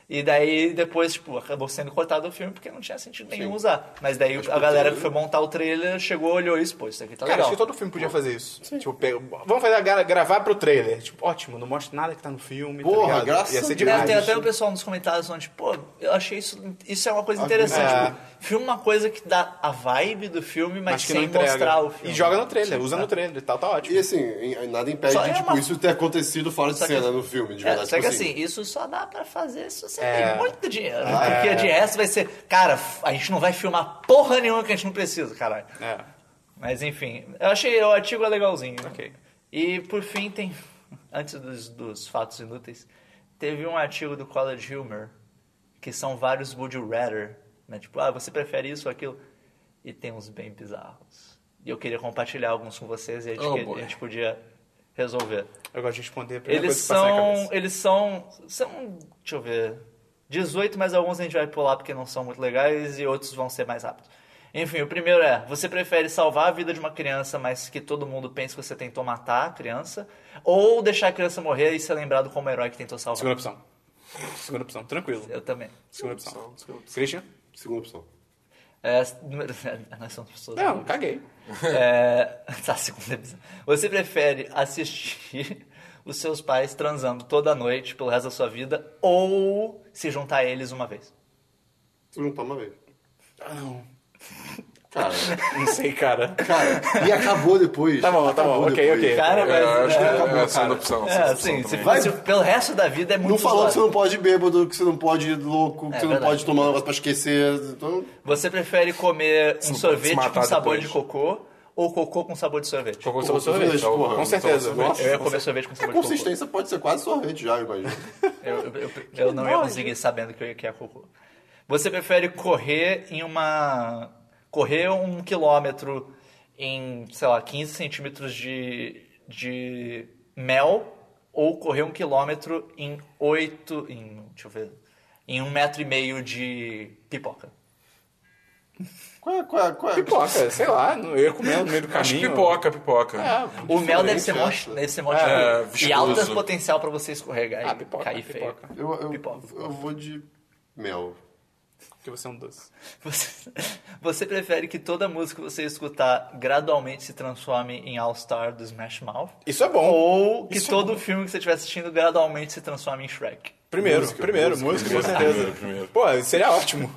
D: E daí depois, tipo, acabou sendo cortado o filme porque não tinha sentido nenhum usar. Mas daí a galera que foi montar o trailer chegou, olhou isso, pô, isso aqui tá
A: Cara, acho
D: legal.
A: que todo filme podia fazer isso. Tipo, pega- vamos fazer a gra- gravar pro trailer. Tipo, ótimo, não mostra nada que tá no filme. tá
C: Porra,
A: ligado?
C: graças
A: Ia ser
C: a Deus.
A: demais.
D: Deve ter até o pessoal nos comentários onde, pô, eu achei isso. Isso é uma coisa interessante.
A: É.
D: Tipo, filma uma coisa que dá a vibe do filme, mas,
A: Mas que não
D: sem
A: entrega.
D: mostrar o filme.
A: E joga no trailer,
D: Sim,
A: usa
D: tá.
A: no trailer e tal, tá ótimo.
C: E assim, em- nada impede
D: Só
C: de,
D: é
C: tipo,
D: uma-
C: isso ter acontecido fora de
D: Só que-
C: cena no filme, de
D: É,
C: verdade.
D: só que
C: tipo
D: assim, isso só dá pra fazer se você
A: É.
D: tem muito dinheiro. né?
C: Ah, é.
D: Porque de resto vai ser, cara, a gente não vai filmar porra nenhuma que a gente não precisa, caralho.
A: É.
D: Mas enfim, eu achei o artigo é legalzinho.
E: Ok.
D: E por fim tem, antes dos, dos fatos inúteis, teve um artigo do College Humor, que são vários would you rather, né? Tipo, ah, você prefere isso ou aquilo? E tem uns bem bizarros. E eu queria compartilhar alguns com vocês e a gente,
B: Oh,
D: que-
B: boy.
D: a gente podia resolver.
A: Eu gosto de responder a primeira coisa
D: Eles
A: que passa na
D: são,
A: cabeça.
D: eles são, são, deixa eu ver, 18, mas alguns a gente vai pular porque não são muito legais e outros vão ser mais rápidos. Enfim, o primeiro é, você prefere salvar a vida de uma criança, mas que todo mundo pense que você tentou matar a criança, ou deixar a criança morrer e ser lembrado como o herói que tentou salvar?
A: Segunda opção. Segunda opção, tranquilo.
D: Eu também.
A: Segunda opção. Christian?
C: Segunda opção.
D: É, número- nós somos pessoas...
A: Não, caguei.
D: É, tá, segunda visão. Você prefere assistir os seus pais transando toda noite pelo resto da sua vida ou se juntar a eles uma vez?
C: Se juntar uma vez.
A: Ah, Não.
C: Cara,
A: Não sei, cara.
C: cara, e acabou depois.
A: Tá bom, tá bom,
C: Acabou
A: ok,
C: depois.
A: ok.
D: Cara,
B: É, eu
D: mas.
B: acho que
D: é,
B: é, é a
A: cara.
B: segunda opção.
D: é,
B: segunda
D: assim,
B: opção
D: se,
B: também.
D: se pelo resto da vida é muito
C: Não falou que você
D: zoado.
C: não pode ir bêbado, que você não pode ir louco, que
D: É
C: você não
D: verdade.
C: pode tomar um negócio pra esquecer. Então,
D: Você prefere comer um
B: não pode se
D: sorvete com
B: matar
D: sabor
B: depois.
D: de cocô ou cocô com sabor de sorvete?
B: Só com
C: Pô,
B: sorvete,
C: sorvete,
B: só-
C: porra.
B: só-
A: Com certeza.
B: só-
A: Nossa.
D: Eu ia comer sorvete com
C: a
D: sabor
B: É
D: de cocô.
C: consistência pode ser quase sorvete já, eu imagino.
D: Eu, eu- eu- eu não ia conseguir sabendo que eu ia que ia cocô. Você prefere correr em uma. correr um quilômetro em, sei lá, 15 centímetros de, de mel ou correr um quilômetro em 8. Em, deixa eu ver. Em um metro e meio de pipoca.
C: Qual é, qual é, qual é?
A: Pipoca, sei lá. Eu ia comer no meio do
B: Acho que
A: caminho. É,
B: pipoca, pipoca.
D: O
C: é
D: mel deve ser mó,
C: acho.
D: deve ser mó
B: É,
D: tipo, E
B: viscoso.
D: alto potencial pra você escorregar
A: Ah,
D: e
A: pipoca,
D: cair
A: pipoca.
D: feio.
C: Eu, eu,
D: Pipoca.
C: eu vou de mel.
A: Porque você é um doce.
D: Você, você prefere que toda música que você escutar gradualmente se transforme em All Star do Smash Mouth?
A: Isso é bom.
D: Ou que
A: Isso é
D: todo filme que você estiver assistindo gradualmente se transforme em Shrek?
A: Primeiro,
C: Música,
A: primeiro,
C: música,
A: música, com
B: primeiro,
A: certeza.
B: primeiro, primeiro.
A: Pô, seria ótimo.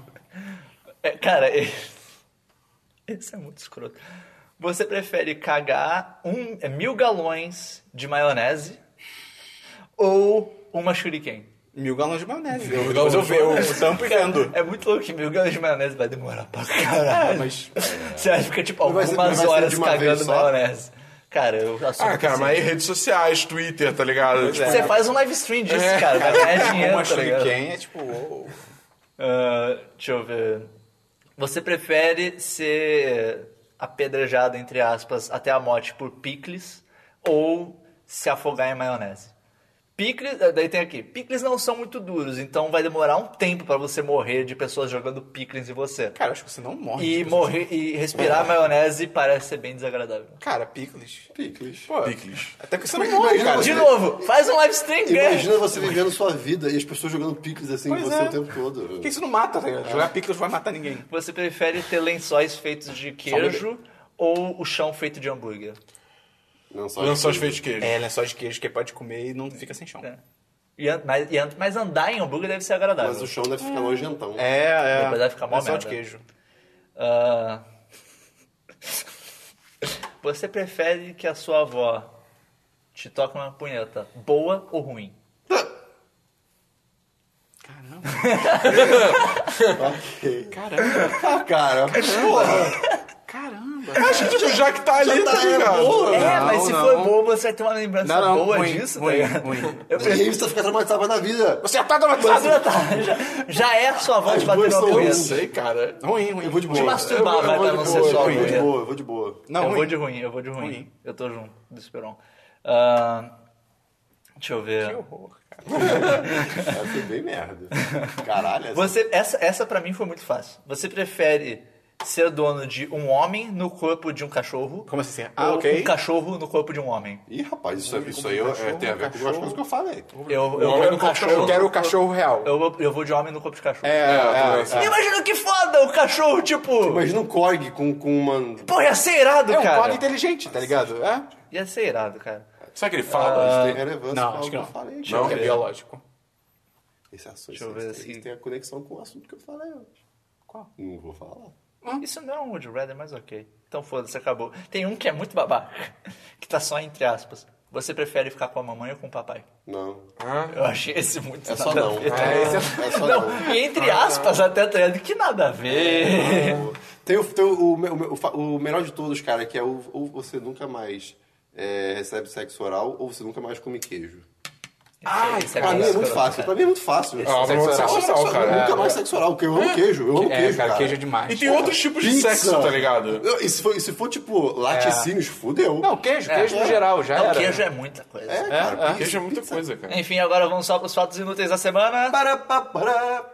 D: É, cara, e- esse é muito escroto. Você prefere cagar um, é, mil galões de maionese ou uma shuriken?
A: Mil galões de maionese. Eu, depois
B: galões
A: eu
B: de
A: vejo, eu tampo e vendo.
D: É muito louco que mil galões de maionese vai demorar pra
A: É,
D: caralho.
A: mas...
D: Você vai ficar, tipo,
C: vai ser-
D: algumas
C: vai ser
D: horas
C: de uma
D: cagando
C: vez só?
D: maionese. Cara, eu assumo
B: Ah,
D: que
B: cara,
D: sim.
B: mas aí redes sociais, Twitter, tá ligado?
A: Pois
B: Tipo,
A: é.
D: Você faz um live stream disso, cara. Vai ganhar
A: Uma
D: dinheiro, tá ligado?
A: shuriken é tipo... uou.
D: Ah, deixa eu ver. Você prefere ser apedrejado, entre aspas, até a morte por picles ou se afogar em maionese? Picles, eh, daí tem aqui, picles não são muito duros, então vai demorar um tempo pra você morrer de pessoas jogando picles em você.
A: Cara, acho que você não morre.
D: E
A: tipo,
D: morrer e respirar maionese parece ser bem desagradável.
A: Cara, picles.
C: Picles.
A: Pô,
B: Picles.
A: até que você não
C: Imagina
A: morre, cara.
C: você-
D: De novo, faz um live stream, ganha.
C: Imagina você vivendo sua vida e as pessoas jogando picles assim em
A: Pois
C: você
A: é.
C: o tempo todo.
A: Porque isso não mata, tá ligado? Jogar picles não vai matar ninguém.
D: Você prefere ter lençóis feitos de queijo ou o chão feito de hambúrguer?
C: Não só
B: Lançou as feitas de queijo.
A: É, lençóis de queijo que pode comer e não fica sem chão.
D: É. E an- mas, e an- mas andar em hambúrguer deve ser agradável.
C: Mas o chão deve ficar nojentão.
A: É, é.
D: Depois vai ficar mó
A: Lençol de
D: merda.
A: queijo.
D: Ah. Você prefere que a sua avó te toque uma punheta boa ou ruim?
C: Ok.
A: Caramba,
C: Ah, cara. Porra.
A: caramba.
B: Acho que, tipo, já que tá ali, tá ligado?
D: é,
A: não,
D: mas se
A: não.
D: for boa, você vai ter uma lembrança
A: Não, não,
D: boa
A: ruim,
D: disso,
A: ruim,
D: tá ligado?
A: ruim.
D: Eu
C: E aí
D: prefiro.
C: você fica traumatizado pra na vida.
A: Você já tá traumatizado.
D: Mas já tá, já, já é a sua avó te
C: As
D: bater
C: duas
D: uma
C: são
B: Eu
D: punheta.
B: sei, cara.
A: Ruim, ruim.
C: Eu vou de boa.
D: Te masturbar vai pra não ser só
C: Eu vou de
D: mulher.
C: boa, eu vou de boa.
A: Não,
D: eu
A: ruim.
D: vou de ruim, eu vou de ruim.
A: Ruim.
D: Eu tô junto do Esperon. Ah, deixa eu ver.
A: Que horror, cara.
C: Essa foi bem merda. Caralho, assim. essa
D: Você, essa, essa pra mim foi muito fácil. Você prefere ser dono de um homem no corpo de um cachorro.
A: Como assim? Ah,
D: ou
A: ok.
D: um cachorro no corpo de um homem.
C: Ih, rapaz, isso, isso aí eu- é, tem a ver com as coisas que eu falei.
A: Um
D: Eu, eu
B: homem
D: vou
B: no
D: no
B: corpo de
D: cachorro.
A: Eu quero o cachorro real.
D: Eu, vou- eu vou de homem no corpo de cachorro.
A: É, é, é.
D: Imagina que foda o cachorro, tipo.
C: Imagina um Korg com, com uma.
D: Pô, ia ser irado,
A: É um
D: cara.
A: quadro inteligente, tá ligado? É?
D: Ia ser irado, cara.
B: Será que ele fala?
C: Isso tem relevância
A: não,
C: com
A: acho
C: algo
A: que não.
C: eu falei.
B: Ah, Não?
A: É biológico.
C: Esse assunto
D: Deixa eu ver
C: esse-
D: assim.
C: esse tem a conexão com o assunto que eu falei hoje. Qual? Não vou falar.
D: Isso não é um Would You Rather, mas ok. Então foda-se, acabou. Tem um que é muito babaca, que tá só entre aspas. Você prefere ficar com a mamãe ou com o papai?
C: Não.
B: É.
D: Eu achei esse muito
C: É só
D: nada a
C: não.
D: ver.
C: É, esse é, é só não.
D: E entre aspas, até tá ligado? que nada a ver.
C: É. Tem, o, tem o, o me- o me- o fa- o melhor de todos, cara, que é o, ou você nunca mais é, recebe sexo oral ou você nunca mais come queijo.
D: Ah, isso
C: pra mim é
D: bem
C: muito
D: escroto,
C: fácil. Pra
D: cara.
C: mim é muito fácil.
B: Ah, pra você é
A: sexo
C: Sexo
B: sexual,
C: oral,
B: cara.
C: Nunca mais sexo oral, porque eu amo queijo. Eu amo
A: É,
C: queijo,
A: cara,
C: cara.
A: queijo é demais.
B: E tem outros tipos de
C: Pizza.
B: sexo, tá ligado?
C: Não, E se for, e se for tipo, laticínios, fudeu.
A: Não, queijo, queijo
D: É.
A: no geral, já
D: Não,
A: era.
D: queijo é muita coisa.
C: É, cara. pizza,
B: Queijo é muita
C: pizza.
B: coisa, cara.
D: Enfim, agora vamos só pros fatos inúteis da semana.
C: Pará, pá, pará.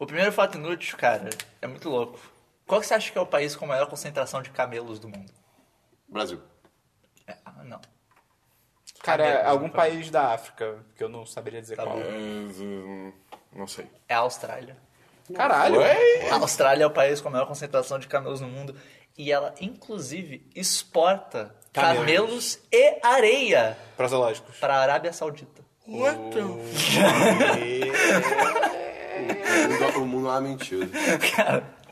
D: O primeiro fato inútil, cara, é muito louco. Qual que você acha que é o país com a maior concentração de camelos do mundo?
C: Brasil.
D: É, ah, não.
A: Cara, é algum país da África, que eu não saberia dizer qual.
B: Mas, hum, Não sei.
D: tá É a Austrália.
A: Caralho.
B: Ué?
D: A Austrália é o país com a maior concentração de camelos no mundo e ela, inclusive, exporta camelos, e areia
A: Pra zoológicos.
D: para a Arábia Saudita.
C: O mundo- O mundo é uma mentira.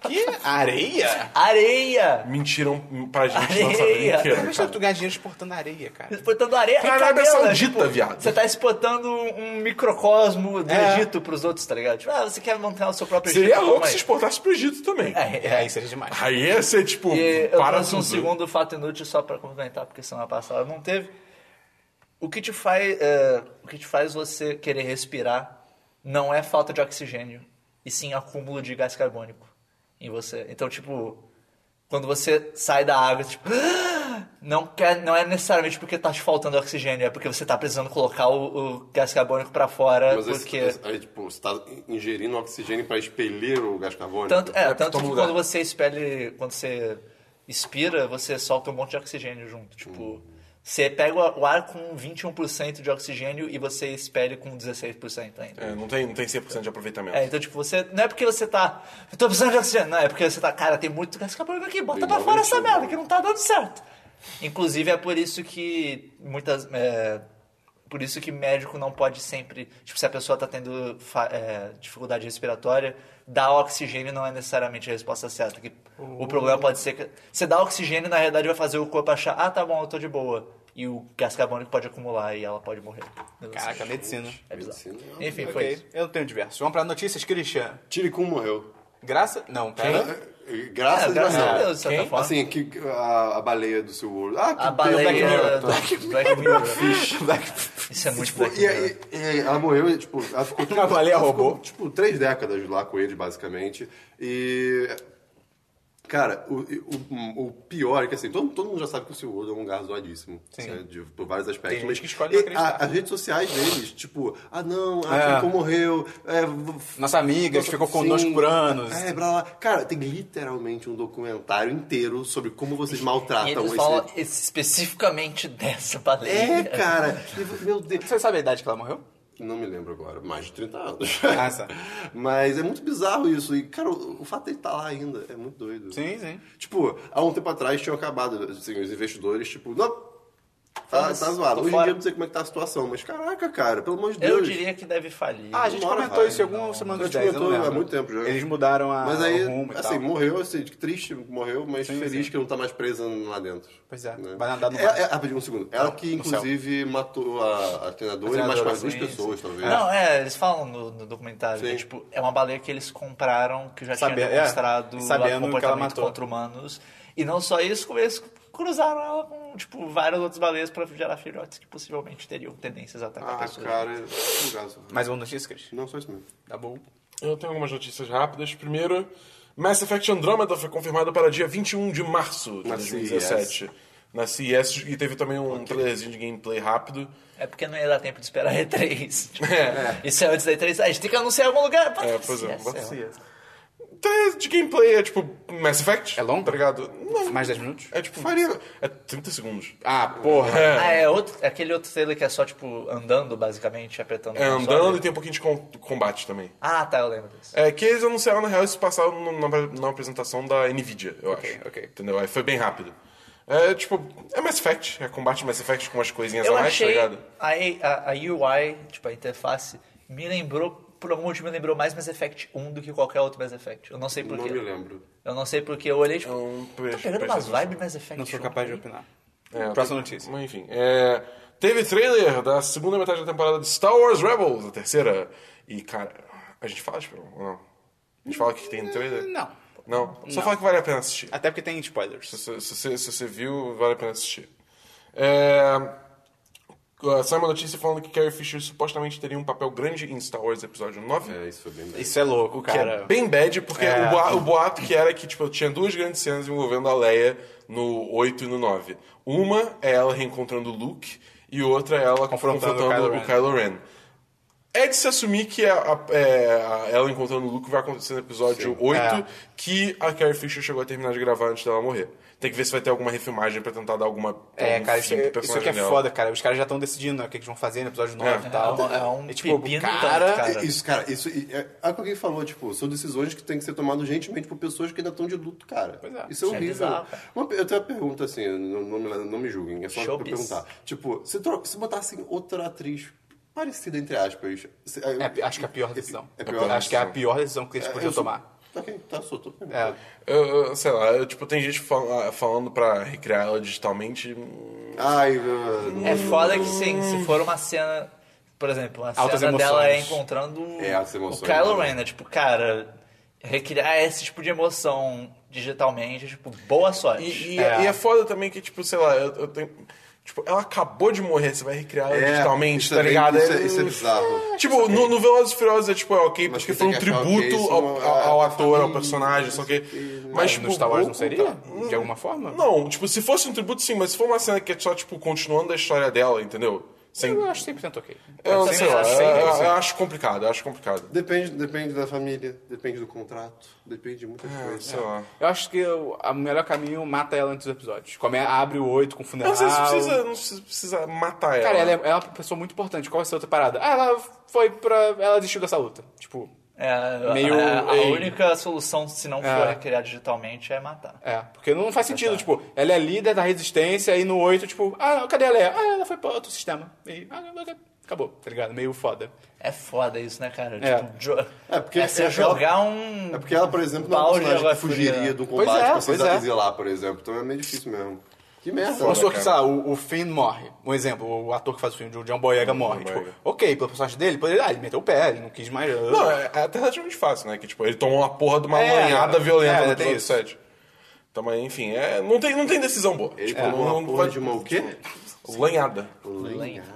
A: Que? Areia?
D: Areia!
B: Mentiram pra gente nossa
D: Areia.
B: vida inteira,
A: Imagina
B: cara.
A: tu ganhar dinheiro exportando areia, cara.
D: Exportando areia
B: Pra
D: e
B: Arábia
D: cabelo, né?
B: Saudita, viado.
D: Você tá exportando um microcosmo do
A: É.
D: Egito pros outros, tá ligado? Tipo, ah, você quer montar o seu próprio Egito?
B: Seria
D: Toma
B: louco
D: aí.
B: se exportasse pro Egito também.
D: É,
A: É, isso seria demais.
B: Aí ia ser, tipo,
D: E eu
B: para
D: trouxe um
B: tudo.
D: segundo fato inútil só pra complementar, porque semana passada não teve. O que te faz, é, o que te faz você querer respirar não é falta de oxigênio, e sim acúmulo de gás carbônico em você. Então, tipo, quando você sai da água, tipo, não quer, não é necessariamente porque tá te faltando oxigênio, é porque você tá precisando colocar o, o gás carbônico pra fora,
C: Mas
D: É, porque
C: aí, aí, tipo, você tá ingerindo oxigênio pra expelir o gás carbônico.
D: Tanto, é,
B: É,
D: tanto
B: toma
D: que
B: lugar.
D: quando você expele, quando você expira, você solta um monte de oxigênio junto. Tipo,
B: Hum.
D: você pega o o ar com 21% de oxigênio e você expele com 16% ainda.
B: É, não tem, não tem 100% de aproveitamento.
D: É. então, tipo, você. Não é porque você tá. Eu tô precisando de oxigênio. Não, é porque você tá. Cara, tem muito gás carbônico aqui. Bota
C: Tem
D: pra fora essa
C: muito.
D: merda que não tá dando certo. Inclusive, é por isso que muitas. é, por isso que médico não pode sempre. Tipo, se a pessoa tá tendo fa- é, dificuldade respiratória, dar oxigênio não é necessariamente a resposta certa. Que O problema pode ser que. Você dá oxigênio, na realidade, vai fazer o corpo achar, ah, tá bom, eu tô de boa. E o gás carbônico pode acumular e ela pode morrer.
A: Caraca, medicina.
D: é bizarro.
C: medicina é uma-
D: Enfim, foi isso.
A: Ok, eu não tenho diversos. Vamos pra notícias, Christian.
C: Tiricum morreu.
A: Graça? Não, pera.
C: Hã? Graças,
D: É, graças
C: a
D: a
C: Deus.
D: Deus, de certa
A: Quem?
D: forma.
C: Assim, que, a, a baleia do seu olho. Ah, que
D: A
C: tem Black
D: baleia
C: Mirror.
D: do Black Mirror. Isso é muito
C: Tipo,
D: Black
C: e,
D: Mirror.
C: aí- e aí ela morreu, e, tipo, ela ficou.
A: A baleia
C: ela ficou,
A: roubou.
C: Tipo, três décadas lá com ele, basicamente. E. Cara, o, o, o pior é que assim, todo, todo mundo já sabe que o SeaWorld é um lugar zoadíssimo. né, de- por vários aspectos.
A: gente
C: mas
A: que escolhe não
C: e
A: acreditar.
C: a- As redes sociais deles, tipo, ah não, a
A: É.
C: é. morreu. é, v-
A: Nossa amiga, que ficou conosco
C: Sim.
A: por anos.
C: É, blá, blá. Cara, tem literalmente um documentário inteiro sobre como vocês maltratam
D: E eles
C: ah, então esse-
D: falam especificamente dessa baleia.
C: É, cara. E, Meu Deus.
A: Você sabe a idade que ela morreu?
C: Não me lembro agora. Mais de 30 anos.
A: Ah, tá.
C: Mas é muito bizarro isso. E, cara, o, o fato de ele estar lá ainda é muito doido.
A: Sim, sim.
C: Tipo, há um tempo atrás tinham acabado, assim, os investidores, tipo, não, tá, tá
D: Foda-se,
C: zoado.
D: tô
C: Hoje em
D: fora.
C: dia eu não sei como é que tá a situação, mas caraca, cara, pelo amor de Deus.
D: Eu diria que deve falir.
A: Ah, a gente
C: Uma hora
A: comentou
C: vai,
A: isso em alguma semana
C: Eu
A: dos
C: te
A: 10, eu não
C: contou
A: lembro.
C: há muito tempo já.
A: Eles mudaram a,
C: Mas
A: o
C: aí,
A: rumo e
C: assim,
A: tal.
C: morreu, assim, triste, morreu, mas
A: Sim,
C: feliz
A: sim.
C: que não tá mais presa lá dentro.
A: Pois é,
C: né?
A: vai nadar no
C: É-
A: mar. Tá,
C: é- Rapidinho, um segundo. Ela que,
A: no céu.
C: inclusive, matou a, a treinadora e mais
A: treinadora,
C: quase duas
A: sim,
C: pessoas, talvez.
D: Não, é, eles falam no, no documentário.
C: Sim.
D: que, tipo, é uma baleia que eles compraram, que já
A: Sabe-
D: tinha
A: é,
D: demonstrado
A: sabendo que ela
D: comportamento
A: matou.
D: contra humanos. E não só isso, como eles cruzaram ela com, tipo, várias outras baleias pra gerar filhotes que possivelmente teriam tendências a atacar
C: Ah,
D: pessoas.
C: cara, que lugar, só.
A: Mais uma notícia, Cris?
C: Não, só isso mesmo.
A: Tá bom.
B: Eu tenho algumas notícias rápidas. Primeiro, Mass Effect Andromeda foi confirmado para dia 21 de março de
C: Na
B: 2017. Na CES. E teve também um trailerzinho de gameplay rápido.
D: É porque não ia dar tempo de esperar a
C: é.
D: é E3. Tipo, Isso é um- antes da E3. Ah, a gente tem que anunciar em algum lugar. Pode
B: É,
D: ser,
B: pois é,
D: sei
B: pode
D: lá.
B: ser. tre- de gameplay é tipo Mass Effect.
A: É longo?
B: Tá ligado? Não.
A: Mais 10 minutos?
B: É tipo faria. É 30 segundos.
A: Ah, porra.
D: Ah, é outro, é aquele outro trailer que é só, tipo, andando, basicamente, apertando o
B: É
D: console.
B: andando e tem um pouquinho de com- combate também.
D: Ah, tá, eu lembro disso.
B: É que eles anunciaram, na real, isso passaram no- na, na apresentação da Nvidia, eu acho.
A: ok.
B: Entendeu? Aí foi bem rápido. É tipo, é Mass Effect, é combate Mass Effect com umas coisinhas
D: Eu
B: a mais,
D: achei
B: tá ligado?
D: a, a, a UI, tipo, a interface, me lembrou, por algum motivo me lembrou mais Mass Effect 1 do que qualquer outro Mass Effect. Eu não sei
C: Não
D: porquê.
C: me lembro.
D: Eu não sei porque eu olhei, tipo,
B: É um
D: tô
B: peixe-
D: pegando
B: peixe
D: umas
B: azul.
D: vibes Mass Effect
A: Não sou
D: 1
A: capaz de
D: aí.
A: opinar.
B: É,
A: Próxima
B: tô-
A: notícia.
B: Mas enfim, é, teve trailer da segunda metade da temporada de Star Wars Rebels, a terceira. E, cara, a gente fala, tipo, ou não? A gente fala o que que tem no trailer?
A: Não.
B: Não? Só
A: Não.
B: fala que vale a pena assistir.
A: Até porque tem spoilers.
B: Se, você- se você- se você viu, vale a pena assistir. É... ah, Saiu uma notícia falando que Carrie Fisher supostamente teria um papel grande em Star Wars Episódio 9.
C: É, isso foi bem bem.
A: Isso é louco,
B: Que
A: cara.
B: é bem bad, porque
A: É.
B: o, boa- o boato que era que tipo, tinha duas grandes cenas envolvendo a Leia no 8 e no 9. Uma é ela reencontrando o Luke e outra é ela
A: Confrontando
B: confrontando,
A: o Kylo
B: o,
A: Ren.
B: Kylo Ren. É de se assumir que a, a- é, a- ela encontrando o Luke vai acontecer no episódio 8,
A: É.
B: que a Carrie Fisher chegou a terminar de gravar antes dela morrer. Tem que ver se vai ter alguma refilmagem pra tentar dar alguma.
A: É,
B: algum
A: cara, isso, isso
B: fim pro
A: que é
B: personagem dela.
A: foda, cara. Os caras já estão decidindo né, o que, que vão fazer no episódio 9
B: É.
A: e tal.
D: É um- é um
A: E, tipo,
D: pepino
A: cara,
D: tanto, cara.
C: Isso, cara, isso. e- É, é o que alguém falou, tipo, são decisões que têm que ser tomadas urgentemente por pessoas que ainda estão de luto, cara.
A: é.
C: Isso é horrível.
D: bizarro, cara.
C: Uma pe- eu tenho uma pergunta assim, não, não me, não me julguem, é só
D: Showbiz.
C: pra perguntar. Tipo, se, tro- se botassem outra atriz parecida, entre aspas. se-
A: É, acho que é a pior decisão.
C: É a pior
A: acho que é a
B: decisão.
A: pior decisão que eles
C: eu
A: podiam
C: sou-
A: tomar.
C: Ok, tá, só tô
A: É.
C: perguntando.
B: Eu, eu- sei lá, eu, tipo, tem gente fal- falando pra recriar ela digitalmente.
C: Ai, eu-
D: É foda que sim, se for uma cena, por exemplo, a
A: Altas
D: cena dela é
A: emoções.
D: encontrando
C: É, altas
D: o
C: emoções,
D: Kylo
C: né?
D: Ren, né? Tipo, cara, recriar esse tipo de emoção digitalmente, tipo, boa sorte.
B: E, e- e
A: É.
B: é. foda também que, tipo, sei lá, eu, eu tenho. Tipo, ela acabou de morrer, você vai recriar ela
C: é,
B: digitalmente,
C: isso
B: tá
C: é bem-
B: ligado?
C: Isso é, isso
A: Hum.
C: é bizarro.
B: Tipo, no, no Velozes e Furiosos é tipo, é ok,
C: Mas
B: porque
C: você
B: foi um
C: tem que achar
B: tributo
C: ok, isso
B: ao,
C: não é-
B: ao- ao
C: é
B: ator, ao
C: família,
B: personagem, só que. Mas,
C: é
B: tipo,
A: É, no Star Wars
B: vou
A: não seria?
B: contar-
A: De alguma forma?
B: Não, tipo, se fosse um tributo, sim, mas se for uma cena que é só, tipo, continuando a história dela, entendeu? Sem.
A: Eu acho 100% ok.
B: Eu,
D: também
B: sei lá,
D: acho
B: eu,
D: 100%.
B: eu acho complicado, eu acho complicado.
C: Depende, depende da família, depende do contrato, depende de muita
A: É,
C: coisa.
B: Sei lá.
A: Eu acho que o a- o melhor caminho mata ela antes dos episódios. Come, abre o 8 com
B: Eu
A: funeral.
B: não sei se
C: Ah,
B: precisa, não se precisa matar ela.
A: Cara, ela é, ela é uma pessoa muito importante. Qual é essa outra parada? Ah, ela foi pra. Ela desistiu dessa luta. Tipo,
D: É,
A: Meio-
D: a, a
A: ei.
D: única solução, se não for
A: É.
D: recriar digitalmente, é matar.
A: é. Porque não faz sentido. Tipo, ela é líder da resistência e no 8, tipo, ah, não, cadê ela? Ah, ela foi pra outro sistema. E. Ah, ok, acabou, tá ligado? Meio foda.
D: É foda isso, né, cara?
A: É.
D: Tipo, jo-
C: É, porque
D: é você
C: é aquela-
D: jogar um.
C: É porque ela, por exemplo, não é uma
D: balde de
C: personagem
D: água
C: que fugiria
D: fria.
C: do
A: Pois
C: combate
A: é,
C: pra se
A: pois é.
C: exilar, por exemplo. Então é meio difícil mesmo. Que merda.
A: Uma pessoa
B: cara.
A: que, sei lá, o, o Finn morre. Um exemplo, o ator que faz o filme, o John Boyega, morre.
B: John
A: Tipo,
B: Boyega.
A: ok, pelo personagem dele, poderia, ah, ele meteu o pé, ele não quis mais.
B: Não, é, é até relativamente fácil, né? Que tipo, ele tomou uma porra de uma
A: É,
B: lanhada violenta
A: é,
B: no
A: tem
B: episódio
A: isso.
B: 7. Então, mas enfim, é, não, tem, não tem decisão boa.
C: Ele
B: tipo,
C: tomou
B: não,
C: uma
B: não
C: porra
B: vai-
C: de uma o quê?
B: Lanhada.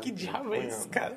A: Que diabo é isso, cara?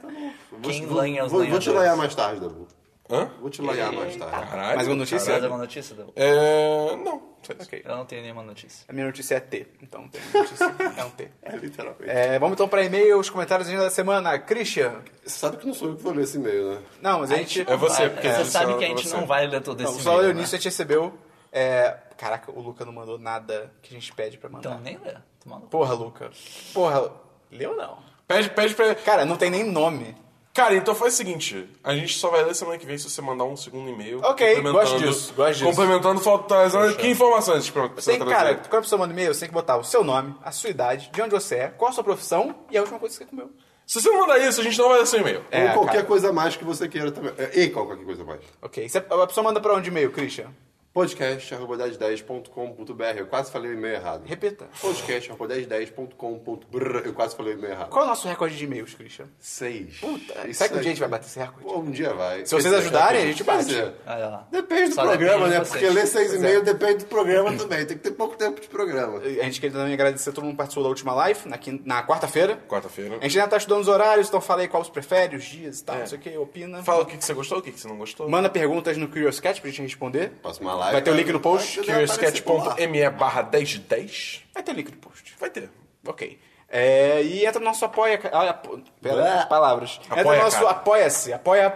D: Quem lanha os
C: Vou, vou te
D: lanhadores?
C: laiar mais tarde, Dabu.
B: Hã?
C: Vou te laiar mais tarde.
B: Caralho.
A: Mais uma notícia?
D: Você
B: caralho.
D: dá uma notícia, Dabu?
B: É, não. sei lá.
A: Ok.
D: Eu não tenho nenhuma notícia.
A: A minha notícia é T, então não tem notícia. é um T.
C: É, literalmente.
A: É, vamos então pra e-mails, comentários ainda da semana. Christian.
C: Você sabe que não sou eu que vou ler esse e-mail, né?
A: Não, mas a gente.
B: É você, é assim, porque
D: Você
B: é
D: sabe
B: só
D: que a gente
B: você.
D: não vai ler todo
A: Não,
D: esse
A: só
D: e-mail,
A: eu
D: né?
A: nisso a gente recebeu. é, Caraca, o Luca não mandou nada que a gente pede pra mandar.
D: Então nem lê. Tô maluco.
A: Porra, Luca. Porra, leu não?
B: Pede, pede pra ele.
A: Cara, não tem nem nome.
B: Cara, então faz o seguinte: a gente só vai ler semana que vem se você mandar um segundo e-mail.
A: Ok,
B: complementando-
A: gosto disso, gosto disso.
B: Complementando, faltando. Que informações tipo, precisa
A: Tem, cara,
B: trazer?
A: quando a pessoa manda e-mail, você tem que botar o seu nome, a sua idade, de onde você é, qual a sua profissão e a última coisa que você comeu.
B: Se você não mandar isso, a gente não vai ler seu e-mail.
A: É,
C: Ou qualquer
A: cara.
C: coisa a mais que você queira também. É, E qual- qualquer coisa a mais.
A: Ok. Você- a pessoa manda pra onde e-mail, Christian?
C: podcast.com.br. Eu quase falei o e-mail errado.
A: Repita.
C: podcast.com.br. Eu quase falei o e-mail errado.
A: Qual é o nosso recorde de e-mails, Christian?
C: Seis.
A: Puta, será que um dia a gente vai bater esse recorde?
C: Pô, um dia vai.
A: Se vocês
C: Esse é
A: ajudarem,
C: recorde.
A: a gente bate.
C: Quer dizer,
D: Olha lá.
C: Depende do
D: Só
C: programa,
D: depende de
C: né?
D: vocês.
C: Porque ler seis e
A: Pois
C: meio
A: é.
C: depende do programa também. Tem que ter pouco tempo de programa.
A: A gente queria também agradecer a todo mundo que participou da última live, na, quin- na quarta-feira.
B: Quarta-feira.
A: A gente ainda tá estudando os horários, então fala aí qual os prefere, os dias e tal, não sei É. o que, opina.
B: Fala o que, que você gostou, o que, que você não gostou.
A: Manda perguntas no Curious Cat pra gente responder.
C: Próxima live.
A: Vai ter o link no post? é
C: Vai ter-
B: curiouscat.me barra 1010
A: Vai ter link no post.
B: vai ter.
A: Ok. É, e entra no nosso apoia... Ah, apo... Pera, palavras. Entra
B: Apoia,
A: no nosso
B: cara.
A: apoia-se, apoia...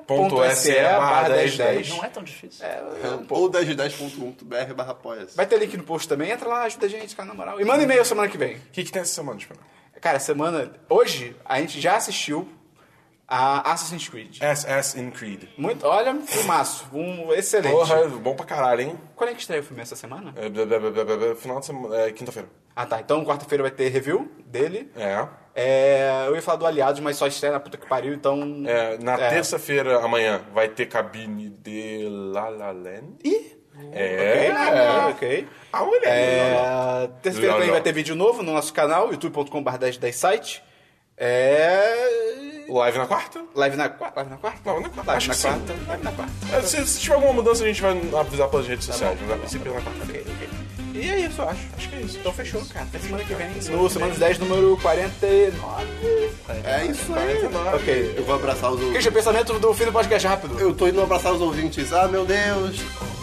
A: apoia.se barra 1010.
D: Não é tão difícil.
C: Ou 1010.1.br barra apoia-se.
A: Vai ter link no post também, entra lá, ajuda a gente, cara, na moral. E manda e-mail semana que vem.
B: O que, que tem essa semana, Esperão?
A: Cara, semana. Hoje, a gente já assistiu a Assassin's Creed. É
B: SS in Creed.
A: Muito, olha, filmaço. Um excelente.
B: Porra, bom pra caralho, hein?
A: Quando é que estreia o filme essa semana?
B: É, blá, blá, blá, blá, blá, blá, Final de semana. É, quinta-feira.
A: Ah, tá. Então, quarta-feira vai ter review dele.
B: É.
A: É, eu ia falar do Aliados, mas só estreia na puta que pariu, então...
B: É, na
A: É.
B: terça-feira, amanhã, vai ter cabine de La La Land.
A: Ih!
B: É.
A: Ah, ok.
B: A mulher.
A: É, Terça-feira também
B: Legal.
A: vai ter vídeo novo no nosso canal, youtube.com.br 1010 site. É...
B: Live na quarta?
A: Live na quarta? Live na quarta?
B: Não, na quarta,
A: Live
B: acho
A: na
B: que sim.
A: quarta. Live na quarta.
B: É, Se, se tiver alguma mudança, a gente vai avisar pelas redes sociais. Mas a princípio é na quarta.
A: Tá E é isso, eu acho.
B: Acho que é isso.
A: Então fechou, cara. Até semana que vem. No Semana dos 10, número 49.
C: É isso aí.
A: Ok. é
C: Eu vou abraçar os
A: Christian,
C: ouvintes.
A: pensamento do fim do podcast rápido.
C: Eu tô indo abraçar os ouvintes. Ah, meu Deus.